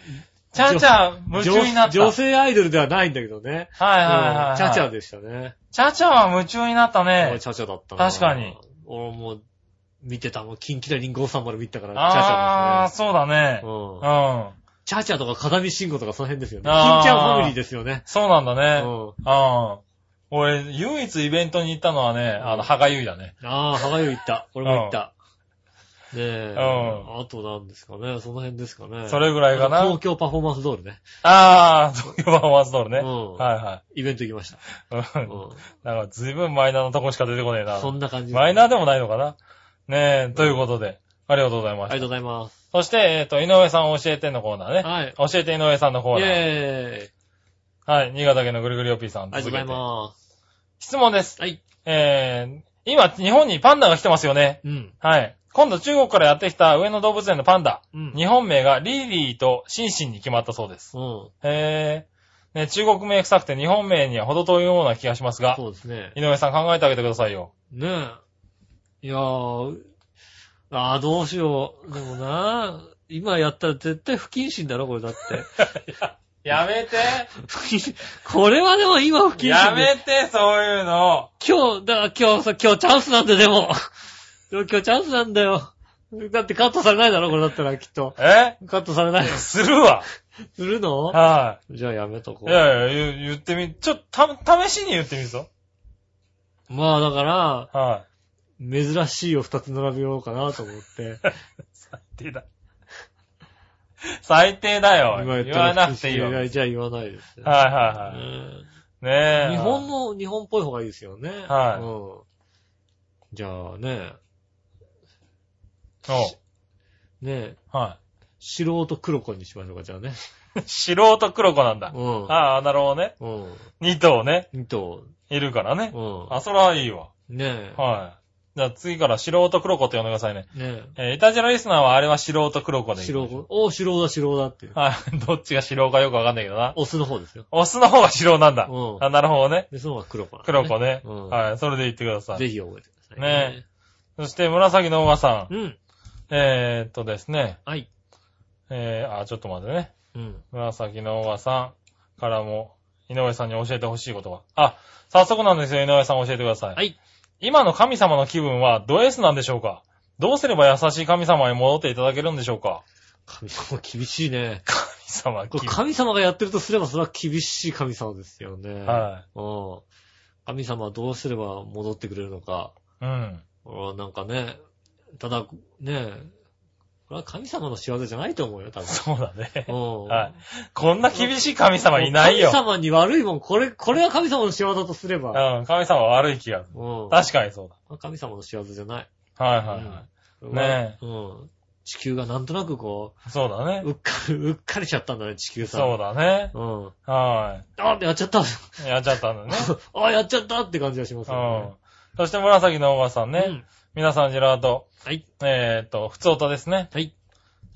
[SPEAKER 3] ちゃちゃ、夢中になった。
[SPEAKER 2] 女女性アイドルではないんだけどね。
[SPEAKER 3] はいはいはいは
[SPEAKER 2] う
[SPEAKER 3] い。
[SPEAKER 2] んチャチャ。でしたね。
[SPEAKER 3] ちゃちゃは夢中になった
[SPEAKER 2] 俺
[SPEAKER 3] ね。
[SPEAKER 2] チャチャだったな
[SPEAKER 3] 確かに。
[SPEAKER 2] 俺も、見てたもん。キンキラリンゴさんまで見てたから、チャチャ
[SPEAKER 3] あ
[SPEAKER 2] だ
[SPEAKER 3] あ、そうだね。
[SPEAKER 2] ね。うん
[SPEAKER 3] う。ん。
[SPEAKER 2] チャチャとか風見慎吾とかその辺ですよね。
[SPEAKER 3] あ
[SPEAKER 2] 金
[SPEAKER 3] ー
[SPEAKER 2] ちゃんファミリーですよね。
[SPEAKER 3] そうなんだ
[SPEAKER 2] う
[SPEAKER 3] ね。
[SPEAKER 2] ん。
[SPEAKER 3] うん。俺、唯一イベントに行ったのはね、あの、歯がゆいだね。
[SPEAKER 2] ああ、歯がゆい行った。俺も行った。ねえ。
[SPEAKER 3] うん
[SPEAKER 2] あとなんですかね。その辺ですかね。
[SPEAKER 3] それぐらいかな。
[SPEAKER 2] 東京パフォーマンス通りね。
[SPEAKER 3] ああ、東京パフォーマンスドールね。
[SPEAKER 2] うん
[SPEAKER 3] は
[SPEAKER 2] イベント行きました。
[SPEAKER 3] いは
[SPEAKER 2] う
[SPEAKER 3] い。うん。
[SPEAKER 2] ん。
[SPEAKER 3] なんか、ずいぶんマイナーなとこしか出てこねえな。
[SPEAKER 2] そんな感じ。
[SPEAKER 3] マイ
[SPEAKER 2] あ
[SPEAKER 3] ナーでもないのかな。ねえ、ということで、ありがとうございま
[SPEAKER 2] りがと
[SPEAKER 3] し
[SPEAKER 2] うございます。
[SPEAKER 3] た。そして、えっと、井上さんを教えてのコーナーね。
[SPEAKER 2] はい。
[SPEAKER 3] 教えて井上さんのコ
[SPEAKER 2] イ
[SPEAKER 3] ーナー。
[SPEAKER 2] ェーイ。
[SPEAKER 3] はい、新潟県のぐるぐるよっぴーさん。
[SPEAKER 2] ありがとうございます。
[SPEAKER 3] す。質問です。
[SPEAKER 2] はい。
[SPEAKER 3] えー、今、日本にパンダが来てますよね。
[SPEAKER 2] うん。
[SPEAKER 3] はい。今度中国からやってきた上野動物園のパンダ。
[SPEAKER 2] うん。
[SPEAKER 3] 日本名がリーリーとシンシンに決まったそうです。
[SPEAKER 2] うん。
[SPEAKER 3] へえ。ね、中国名臭くて日本名には程遠いような気がしますが、
[SPEAKER 2] そうですね。
[SPEAKER 3] 井上さん考えてあげてくださいよ。
[SPEAKER 2] ねえ。いやー、あーどうしよう。でもな今やったら絶対不謹慎だろ、これだって。
[SPEAKER 3] [LAUGHS]
[SPEAKER 2] [LAUGHS]
[SPEAKER 3] やめて
[SPEAKER 2] 不謹慎これはでも今不謹慎で
[SPEAKER 3] て、そういうの。
[SPEAKER 2] 今日、だから今日さ、今日チャンスなんだよ、でも。でも今日チャンスなんだよ。だってカットされないだろ、これだったら、きっと。
[SPEAKER 3] え
[SPEAKER 2] カットされない。
[SPEAKER 3] するわ。
[SPEAKER 2] するの
[SPEAKER 3] は
[SPEAKER 2] じゃあやめとこ。
[SPEAKER 3] い。いうやいや、言言ってみ、ちょっと、た、試しに言ってみるぞ。
[SPEAKER 2] まあだから、
[SPEAKER 3] は
[SPEAKER 2] 珍しいを二つ並べようかなと思って。
[SPEAKER 3] い。最低だ。最低だよ。
[SPEAKER 2] 今
[SPEAKER 3] [LAUGHS] 言わなくていいよ。
[SPEAKER 2] 言
[SPEAKER 3] は
[SPEAKER 2] わ
[SPEAKER 3] い
[SPEAKER 2] じゃあ言わないです、ね
[SPEAKER 3] はいはいうね
[SPEAKER 2] ん
[SPEAKER 3] え。
[SPEAKER 2] 日本の、日本っぽい方がいいですよね。
[SPEAKER 3] はい
[SPEAKER 2] うん。じゃあね、
[SPEAKER 3] お
[SPEAKER 2] ね、
[SPEAKER 3] は
[SPEAKER 2] 素人黒子にしましょうか、じゃあね。
[SPEAKER 3] [LAUGHS] い。素人黒子なんだ
[SPEAKER 2] う。ん。
[SPEAKER 3] ああ、なるほどね。
[SPEAKER 2] うん。
[SPEAKER 3] 二頭ね、
[SPEAKER 2] 二頭。
[SPEAKER 3] いるからね
[SPEAKER 2] う。ん。
[SPEAKER 3] あ、それはいいわ。
[SPEAKER 2] ね
[SPEAKER 3] はい。じゃあ次から素人黒子って呼んでくださいね。
[SPEAKER 2] え。ねえ。
[SPEAKER 3] えー、イタジラリスナーはあれは素人黒子でいい。
[SPEAKER 2] 白子。おう、白だ、白だっていう。
[SPEAKER 3] はい。 [LAUGHS] どっちが素人かよくわかんないけどな。
[SPEAKER 2] オスの方ですよ。
[SPEAKER 3] オスの方が素人なんだ。
[SPEAKER 2] うん
[SPEAKER 3] あ、なるほどね。
[SPEAKER 2] で、その方が黒子なんですね、
[SPEAKER 3] 黒子ね。
[SPEAKER 2] うん
[SPEAKER 3] はい。それで言ってください。
[SPEAKER 2] ぜひ覚えてください
[SPEAKER 3] ねそして紫のおばさん。
[SPEAKER 2] うん。
[SPEAKER 3] えー、っとですね。
[SPEAKER 2] はい。
[SPEAKER 3] えー、あ、ちょっと待ってね。
[SPEAKER 2] うん。
[SPEAKER 3] 紫のおばさんからも、井上さんに教えてほしいことが。あ、早速なんですよ、井上さん教えてください。
[SPEAKER 2] はい。
[SPEAKER 3] 今の神様の気分はド S なんでしょうかどうすれば優しい神様に戻っていただけるんでしょうか
[SPEAKER 2] 神様厳しいね。
[SPEAKER 3] 神様
[SPEAKER 2] こ
[SPEAKER 3] 気
[SPEAKER 2] れ
[SPEAKER 3] 分。
[SPEAKER 2] 神様がやってるとすれば、それは厳しい神様ですよね。
[SPEAKER 3] はい。
[SPEAKER 2] うん。神様はどうすれば戻ってくれるのか。
[SPEAKER 3] うん。
[SPEAKER 2] 俺はなんかね、ただ、ねこれは神様の仕業じゃないと思うよ、多分。
[SPEAKER 3] [LAUGHS] そうだね
[SPEAKER 2] う。ん。
[SPEAKER 3] はい。こんな厳しい神様いないよ。
[SPEAKER 2] 神様に悪いもん、これ、これは神様の仕業だとすれば。
[SPEAKER 3] うん、神様は悪い気がする。
[SPEAKER 2] うん。
[SPEAKER 3] 確かにそう
[SPEAKER 2] 神様の仕業じゃない。
[SPEAKER 3] だ。はいはいはね
[SPEAKER 2] え。うん。地球がなんとなくこ
[SPEAKER 3] い。そうだ
[SPEAKER 2] う、
[SPEAKER 3] ね。
[SPEAKER 2] うっかり、 [LAUGHS] うっかりしちゃったんだね、地球さ。
[SPEAKER 3] そうだね。
[SPEAKER 2] う。うん。
[SPEAKER 3] は
[SPEAKER 2] あやっちゃった
[SPEAKER 3] い。やっちゃった [LAUGHS] んだね。
[SPEAKER 2] [LAUGHS] あやっちゃったって感じがします
[SPEAKER 3] うん
[SPEAKER 2] よ。
[SPEAKER 3] そして紫のおばさん
[SPEAKER 2] ね。
[SPEAKER 3] ね。皆さん、ジェラート。
[SPEAKER 2] はい。
[SPEAKER 3] えーっと、普通歌ですね。
[SPEAKER 2] はい。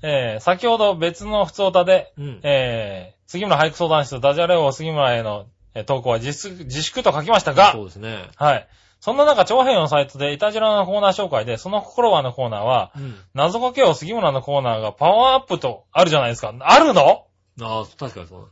[SPEAKER 3] えー、先ほど別の普通歌で、
[SPEAKER 2] うん。うん。
[SPEAKER 3] えー、杉村俳句相談室とダジャレ王杉村へのえー投稿は自粛自粛と書きましたが
[SPEAKER 2] そ、うですね。
[SPEAKER 3] はい。そんな中、長編のサイトでイタジラのコーナー紹介で、その心はのコーナーは、
[SPEAKER 2] うん。
[SPEAKER 3] 謎かけを杉村のコーナーがパワーアップとあるじゃないですか。あるの
[SPEAKER 2] ああ、確かにそう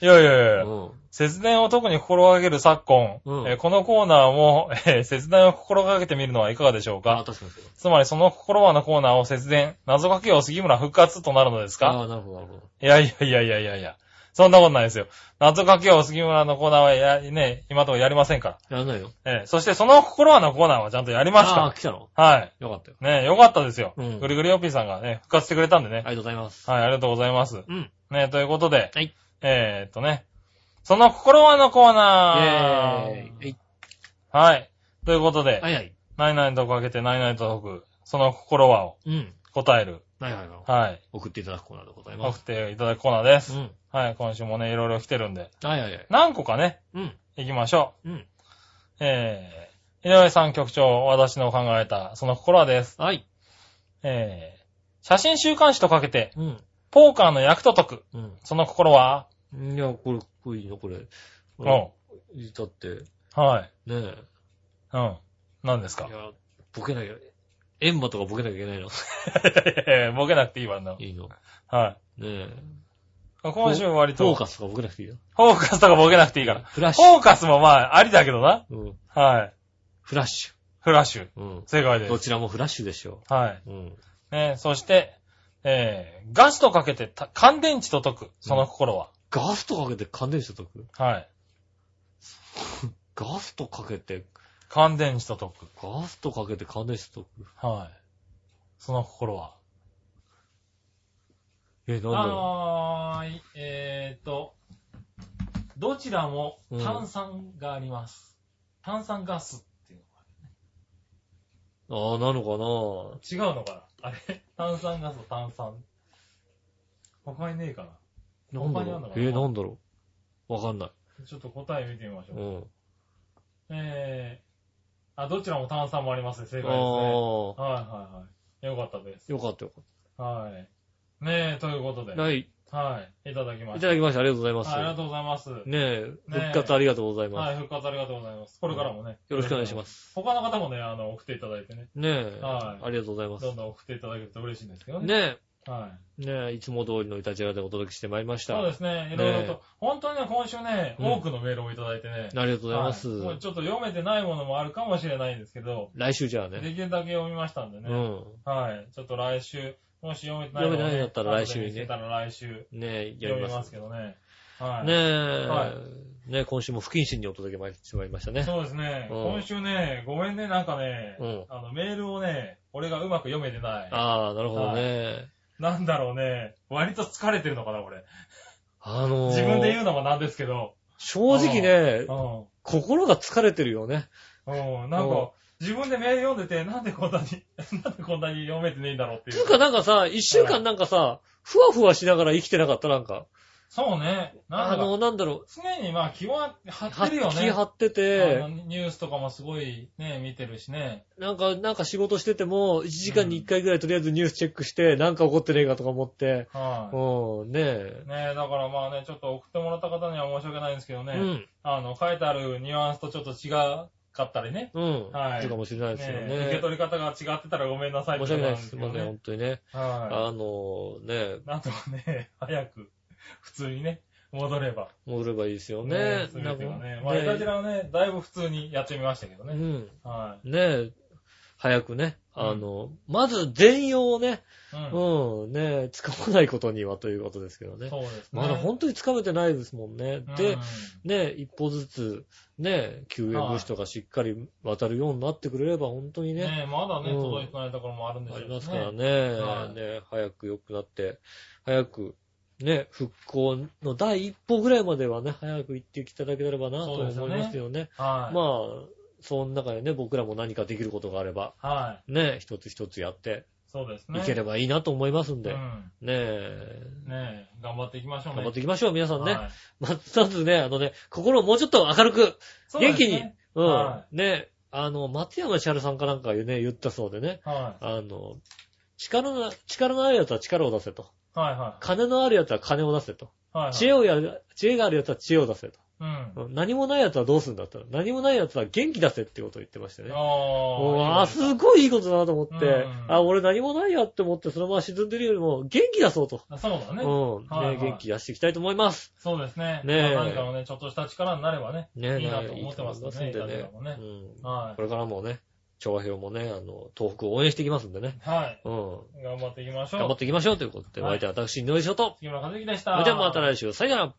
[SPEAKER 3] いやいやいやいや。
[SPEAKER 2] うん。
[SPEAKER 3] 節電を特に心がける昨今、
[SPEAKER 2] うん
[SPEAKER 3] えーこのコーナーも、えー節電を心がけてみるのはいかがでしょう
[SPEAKER 2] あ、
[SPEAKER 3] か
[SPEAKER 2] 確かにそう
[SPEAKER 3] つまりその心はのコーナーを節電、謎かけを杉村復活となるのですか
[SPEAKER 2] ああ、なるほど、なるほど。
[SPEAKER 3] いやいやいやいやいやいや。そんなことないですよ。謎かけを杉村のコーナーはや、ね、今のところやりませんか
[SPEAKER 2] や
[SPEAKER 3] ら。
[SPEAKER 2] らないよ。
[SPEAKER 3] ええそしてその心はのコーナーはちゃんとやります
[SPEAKER 2] ああ、
[SPEAKER 3] か
[SPEAKER 2] 来たの
[SPEAKER 3] ら。はい。
[SPEAKER 2] よかったよ。
[SPEAKER 3] ねよかったですよ。
[SPEAKER 2] うん
[SPEAKER 3] ぐりぐりよっぴーさんがね、復活してくれたんで
[SPEAKER 2] あり
[SPEAKER 3] ね。
[SPEAKER 2] がとうございます。
[SPEAKER 3] はい、ありがとうございます。
[SPEAKER 2] うん。
[SPEAKER 3] ねということで。
[SPEAKER 2] はい。
[SPEAKER 3] えー、っとね。その心はのコーナー。
[SPEAKER 2] イェーイ。
[SPEAKER 3] はい。ということで、
[SPEAKER 2] はいはい。
[SPEAKER 3] 何々とかけて何々と解く、その心はを
[SPEAKER 2] うん。
[SPEAKER 3] 答える。
[SPEAKER 2] はいはいはい。
[SPEAKER 3] はい。
[SPEAKER 2] 送っていただくコーナーでございま
[SPEAKER 3] 送
[SPEAKER 2] す
[SPEAKER 3] っ。ていただくコーナーで
[SPEAKER 2] う
[SPEAKER 3] す。
[SPEAKER 2] ん。
[SPEAKER 3] はい、今週もね、いろいろ来てるんで。
[SPEAKER 2] はいはいはい。
[SPEAKER 3] 何個かね、
[SPEAKER 2] うん。
[SPEAKER 3] 行きましょ
[SPEAKER 2] うん。
[SPEAKER 3] う。えー、井上さん局長、私の考えた、その心はです。
[SPEAKER 2] はい。
[SPEAKER 3] えー、写真週刊誌とかけて、
[SPEAKER 2] うん。
[SPEAKER 3] ポーカーの役と解く、その心は、
[SPEAKER 2] うん。いや、これ、これいいの、これ。これ
[SPEAKER 3] う
[SPEAKER 2] だって、ね
[SPEAKER 3] ん。はい。
[SPEAKER 2] え。
[SPEAKER 3] うん。何ですか
[SPEAKER 2] いや、ボケなきゃ、エンマとかボケなきゃいけ [LAUGHS] ないの。
[SPEAKER 3] [LAUGHS] ボケなくていいわな。
[SPEAKER 2] いいの。ね
[SPEAKER 3] はい。
[SPEAKER 2] え。
[SPEAKER 3] 今週割
[SPEAKER 2] フォ
[SPEAKER 3] と
[SPEAKER 2] ー、カスとかボケなくていいよ。
[SPEAKER 3] フォーカスとかボケなくていいから。
[SPEAKER 2] フラッシ
[SPEAKER 3] フ
[SPEAKER 2] ュ。
[SPEAKER 3] ォーカスもまあ、ありだけどな。
[SPEAKER 2] うん。
[SPEAKER 3] はい。
[SPEAKER 2] フラッシ
[SPEAKER 3] フラッシュ。
[SPEAKER 2] ュ。うん。
[SPEAKER 3] 正解で
[SPEAKER 2] ど
[SPEAKER 3] す。
[SPEAKER 2] ちらもフラッシュでしょ
[SPEAKER 3] は
[SPEAKER 2] う。うん。
[SPEAKER 3] い。ね、そして、えー、ガスとかけてた乾電池と解く、その心は。
[SPEAKER 2] ガスとかけて乾電池と解く
[SPEAKER 3] はい。
[SPEAKER 2] ガスとかけて、
[SPEAKER 3] 乾電池と解く。
[SPEAKER 2] ガスとかけて乾電池と解く
[SPEAKER 3] はい。その心は。
[SPEAKER 2] え、なんだろ
[SPEAKER 3] あーい、えーと、どちらも炭酸があります。炭酸ガスっていう
[SPEAKER 2] う。ああ、なのか
[SPEAKER 3] の違うのかなあれ [LAUGHS] 炭酸ガスと炭酸。他にねえか
[SPEAKER 2] ななんだ
[SPEAKER 3] 他にあんの
[SPEAKER 2] ろう
[SPEAKER 3] かな
[SPEAKER 2] え、なんだろうわかんない。
[SPEAKER 3] なちょっと答え見てみましょ
[SPEAKER 2] う
[SPEAKER 3] う。
[SPEAKER 2] ん。
[SPEAKER 3] えー、あ、どちらも炭酸もありますね。正解です
[SPEAKER 2] あ
[SPEAKER 3] ね。
[SPEAKER 2] あ、
[SPEAKER 3] はいはいはい。よかったです。
[SPEAKER 2] よかったよかっ
[SPEAKER 3] はい。ねえ、ということで。
[SPEAKER 2] た。はい。い
[SPEAKER 3] はい。いただきました。
[SPEAKER 2] ただきました。ありがとうございます。
[SPEAKER 3] はい、ありがとうございます。
[SPEAKER 2] ねえ、
[SPEAKER 3] え
[SPEAKER 2] 復活ありがとうございます。
[SPEAKER 3] はい、復活ありがとうございます。これからもね。。
[SPEAKER 2] よろしくお願いしますす。
[SPEAKER 3] 他の方もね、あの、送っていただいてね。
[SPEAKER 2] ねえ、
[SPEAKER 3] はい
[SPEAKER 2] ありがとうございます。
[SPEAKER 3] どんどん送っていただけると嬉しいんですけどね。
[SPEAKER 2] ね
[SPEAKER 3] はい。
[SPEAKER 2] え、ねえ、いつも通りのいたちらでお届けしてまいりました。
[SPEAKER 3] そうですね。いろいろ
[SPEAKER 2] ね
[SPEAKER 3] と。本当にね、今週ね、
[SPEAKER 2] うん
[SPEAKER 3] 多くのメールをいただいてね。
[SPEAKER 2] ありがとうございます。
[SPEAKER 3] はもうちょっと読めてないものもあるかもしれないんですけど、
[SPEAKER 2] 来週じゃあ
[SPEAKER 3] で
[SPEAKER 2] ね。
[SPEAKER 3] きるだけ読みましたんで
[SPEAKER 2] う
[SPEAKER 3] ね。
[SPEAKER 2] ん。
[SPEAKER 3] はい。ちょっと来週、もし読めてない
[SPEAKER 2] 読
[SPEAKER 3] もの
[SPEAKER 2] めてないんだったら来週にね
[SPEAKER 3] に。たら来週、
[SPEAKER 2] ねえ、や
[SPEAKER 3] 読
[SPEAKER 2] り
[SPEAKER 3] みま
[SPEAKER 2] ますす。
[SPEAKER 3] けどね。はい。
[SPEAKER 2] ねえ、
[SPEAKER 3] は
[SPEAKER 2] ねえ、今週も不謹慎にお届けしてまいりましたね。
[SPEAKER 3] そうですね。
[SPEAKER 2] うん
[SPEAKER 3] 今週ね、ごめんね、なんかね、
[SPEAKER 2] うん
[SPEAKER 3] あの、メールをね、俺がうまく読めてない。
[SPEAKER 2] ああ、なるほどね。
[SPEAKER 3] なんだろうね、割と疲れてるのかな、俺。
[SPEAKER 2] あのー、
[SPEAKER 3] 自分で言うのもなんですけど。
[SPEAKER 2] 正直ね、
[SPEAKER 3] う
[SPEAKER 2] 心が疲れてるよね。
[SPEAKER 3] ん。うん。なん
[SPEAKER 2] うん
[SPEAKER 3] か、自分でメール読んでて、なんでこんなに、 [LAUGHS] なんでこんなに読めてねえんだろうって
[SPEAKER 2] つ
[SPEAKER 3] いうう。
[SPEAKER 2] かなんかさ、一週間なんかさ、ふわふわしながら生きてなかったなんか。
[SPEAKER 3] そうね。な
[SPEAKER 2] あ
[SPEAKER 3] んだ
[SPEAKER 2] の、
[SPEAKER 3] か、
[SPEAKER 2] なんだろ
[SPEAKER 3] 常にまあ気は張
[SPEAKER 2] う、
[SPEAKER 3] ってるよ
[SPEAKER 2] 気
[SPEAKER 3] ね。
[SPEAKER 2] 張って
[SPEAKER 3] あの
[SPEAKER 2] て、
[SPEAKER 3] ニュースとかもすごいね、見てるしね。
[SPEAKER 2] なんか、なんか仕事してても、1時間に1回ぐらいとりあえずニュースチェックして、なんか起こってねえかとか思って、
[SPEAKER 3] は
[SPEAKER 2] うん、ねえ
[SPEAKER 3] い。。ねだからまあね、ちょっと送ってもらった方には申し訳ないんですけど
[SPEAKER 2] う
[SPEAKER 3] ね。
[SPEAKER 2] ん、
[SPEAKER 3] あの、書いてあるニュアンスとちょっと違かったりね。
[SPEAKER 2] うん。
[SPEAKER 3] はい
[SPEAKER 2] そうかもしれないですよ
[SPEAKER 3] ね受け
[SPEAKER 2] ね。
[SPEAKER 3] 取り方が違ってたらごめんなさい
[SPEAKER 2] 申し
[SPEAKER 3] と
[SPEAKER 2] 訳な
[SPEAKER 3] ころ
[SPEAKER 2] い
[SPEAKER 3] ん
[SPEAKER 2] です。すい
[SPEAKER 3] けど
[SPEAKER 2] ません、本当にね。
[SPEAKER 3] は
[SPEAKER 2] あの、ね
[SPEAKER 3] い。なんとかね、 [LAUGHS] 早く、普通にね、戻れば。
[SPEAKER 2] 戻ればいいですよね。
[SPEAKER 3] すべてがね。まあ、
[SPEAKER 2] ね
[SPEAKER 3] いたじらはね、だいぶ普通にやってみましたけど
[SPEAKER 2] う
[SPEAKER 3] ね。
[SPEAKER 2] ん。
[SPEAKER 3] は
[SPEAKER 2] ねえ、早くね、あの、まず全容をね、
[SPEAKER 3] い。うん。
[SPEAKER 2] うん、ねえ、つかまないことにはということですけどね。
[SPEAKER 3] そうですね。
[SPEAKER 2] まだ本当につかめてないですもんね。で
[SPEAKER 3] うん、
[SPEAKER 2] ねえ、一歩ずつ、ねえ、救援物資とかしっかり渡るようになってくれれば本当にね、
[SPEAKER 3] ねまだね、
[SPEAKER 2] うん
[SPEAKER 3] 届いてないところもあるんでしょ
[SPEAKER 2] あ
[SPEAKER 3] う
[SPEAKER 2] り
[SPEAKER 3] けど
[SPEAKER 2] ますからね、
[SPEAKER 3] はい
[SPEAKER 2] ねえ、早く良くなって、早く、ね、復興の第一歩ぐらいまではね、早く行っていただければなと
[SPEAKER 3] そうですよ
[SPEAKER 2] 思い
[SPEAKER 3] ね
[SPEAKER 2] ますよね。
[SPEAKER 3] はい。
[SPEAKER 2] まあ、その中でね、僕らも何かできることがあれば、
[SPEAKER 3] はい。
[SPEAKER 2] ね、一つ一つやって
[SPEAKER 3] そうですね。
[SPEAKER 2] いければいいなと思いますんで、
[SPEAKER 3] う
[SPEAKER 2] ね
[SPEAKER 3] ん。
[SPEAKER 2] え、
[SPEAKER 3] ね頑張っていきましょうね。
[SPEAKER 2] 頑張っていきましょう、皆さんね。
[SPEAKER 3] はい
[SPEAKER 2] まあまずね、あのね、心をもうちょっと明るく、
[SPEAKER 3] そうで
[SPEAKER 2] 元
[SPEAKER 3] す
[SPEAKER 2] 気に、
[SPEAKER 3] ね
[SPEAKER 2] うん、
[SPEAKER 3] は
[SPEAKER 2] ね、あの、松山千春さんかなんかね、言ったそうでね、
[SPEAKER 3] は
[SPEAKER 2] あの、力の、力のあるやつは力を出せと。
[SPEAKER 3] い。はいはい。
[SPEAKER 2] 金のあるやつは金を出せと。
[SPEAKER 3] はいはい。
[SPEAKER 2] 知恵をやる、知恵があるやつは知恵を出せと。
[SPEAKER 3] うんうん。あ
[SPEAKER 2] うん何もない奴はどうするんだったら、何もない奴は元気出せってことを言ってましたね。もう
[SPEAKER 3] あ。
[SPEAKER 2] あ、すごいいいことだなと思って、
[SPEAKER 3] うん
[SPEAKER 2] あ、俺何もないやって思って、そのまま沈んでるよりも、元気出そうと。
[SPEAKER 3] そうだね。
[SPEAKER 2] うん。ね、
[SPEAKER 3] はいはい
[SPEAKER 2] 元気出していきたいと思います。
[SPEAKER 3] そうですね。
[SPEAKER 2] ねえ
[SPEAKER 3] まあ何かのね、ちょっとした力になればね、
[SPEAKER 2] ね
[SPEAKER 3] いいなと思ってますね、
[SPEAKER 2] いいと思い
[SPEAKER 3] イタリ
[SPEAKER 2] ま
[SPEAKER 3] ア
[SPEAKER 2] す
[SPEAKER 3] も
[SPEAKER 2] んでね
[SPEAKER 3] ね。
[SPEAKER 2] うん。
[SPEAKER 3] は
[SPEAKER 2] これからもね、調和表もね、あの、東北を応援していきますんでね。
[SPEAKER 3] い。はい。
[SPEAKER 2] うん。
[SPEAKER 3] 頑張っていきましょう。
[SPEAKER 2] 頑張っていきましょうということで、お
[SPEAKER 3] はい
[SPEAKER 2] 相手は私、井上翔と。
[SPEAKER 3] 杉村和之でし
[SPEAKER 2] そ
[SPEAKER 3] た。
[SPEAKER 2] れではまた来週、さよなら。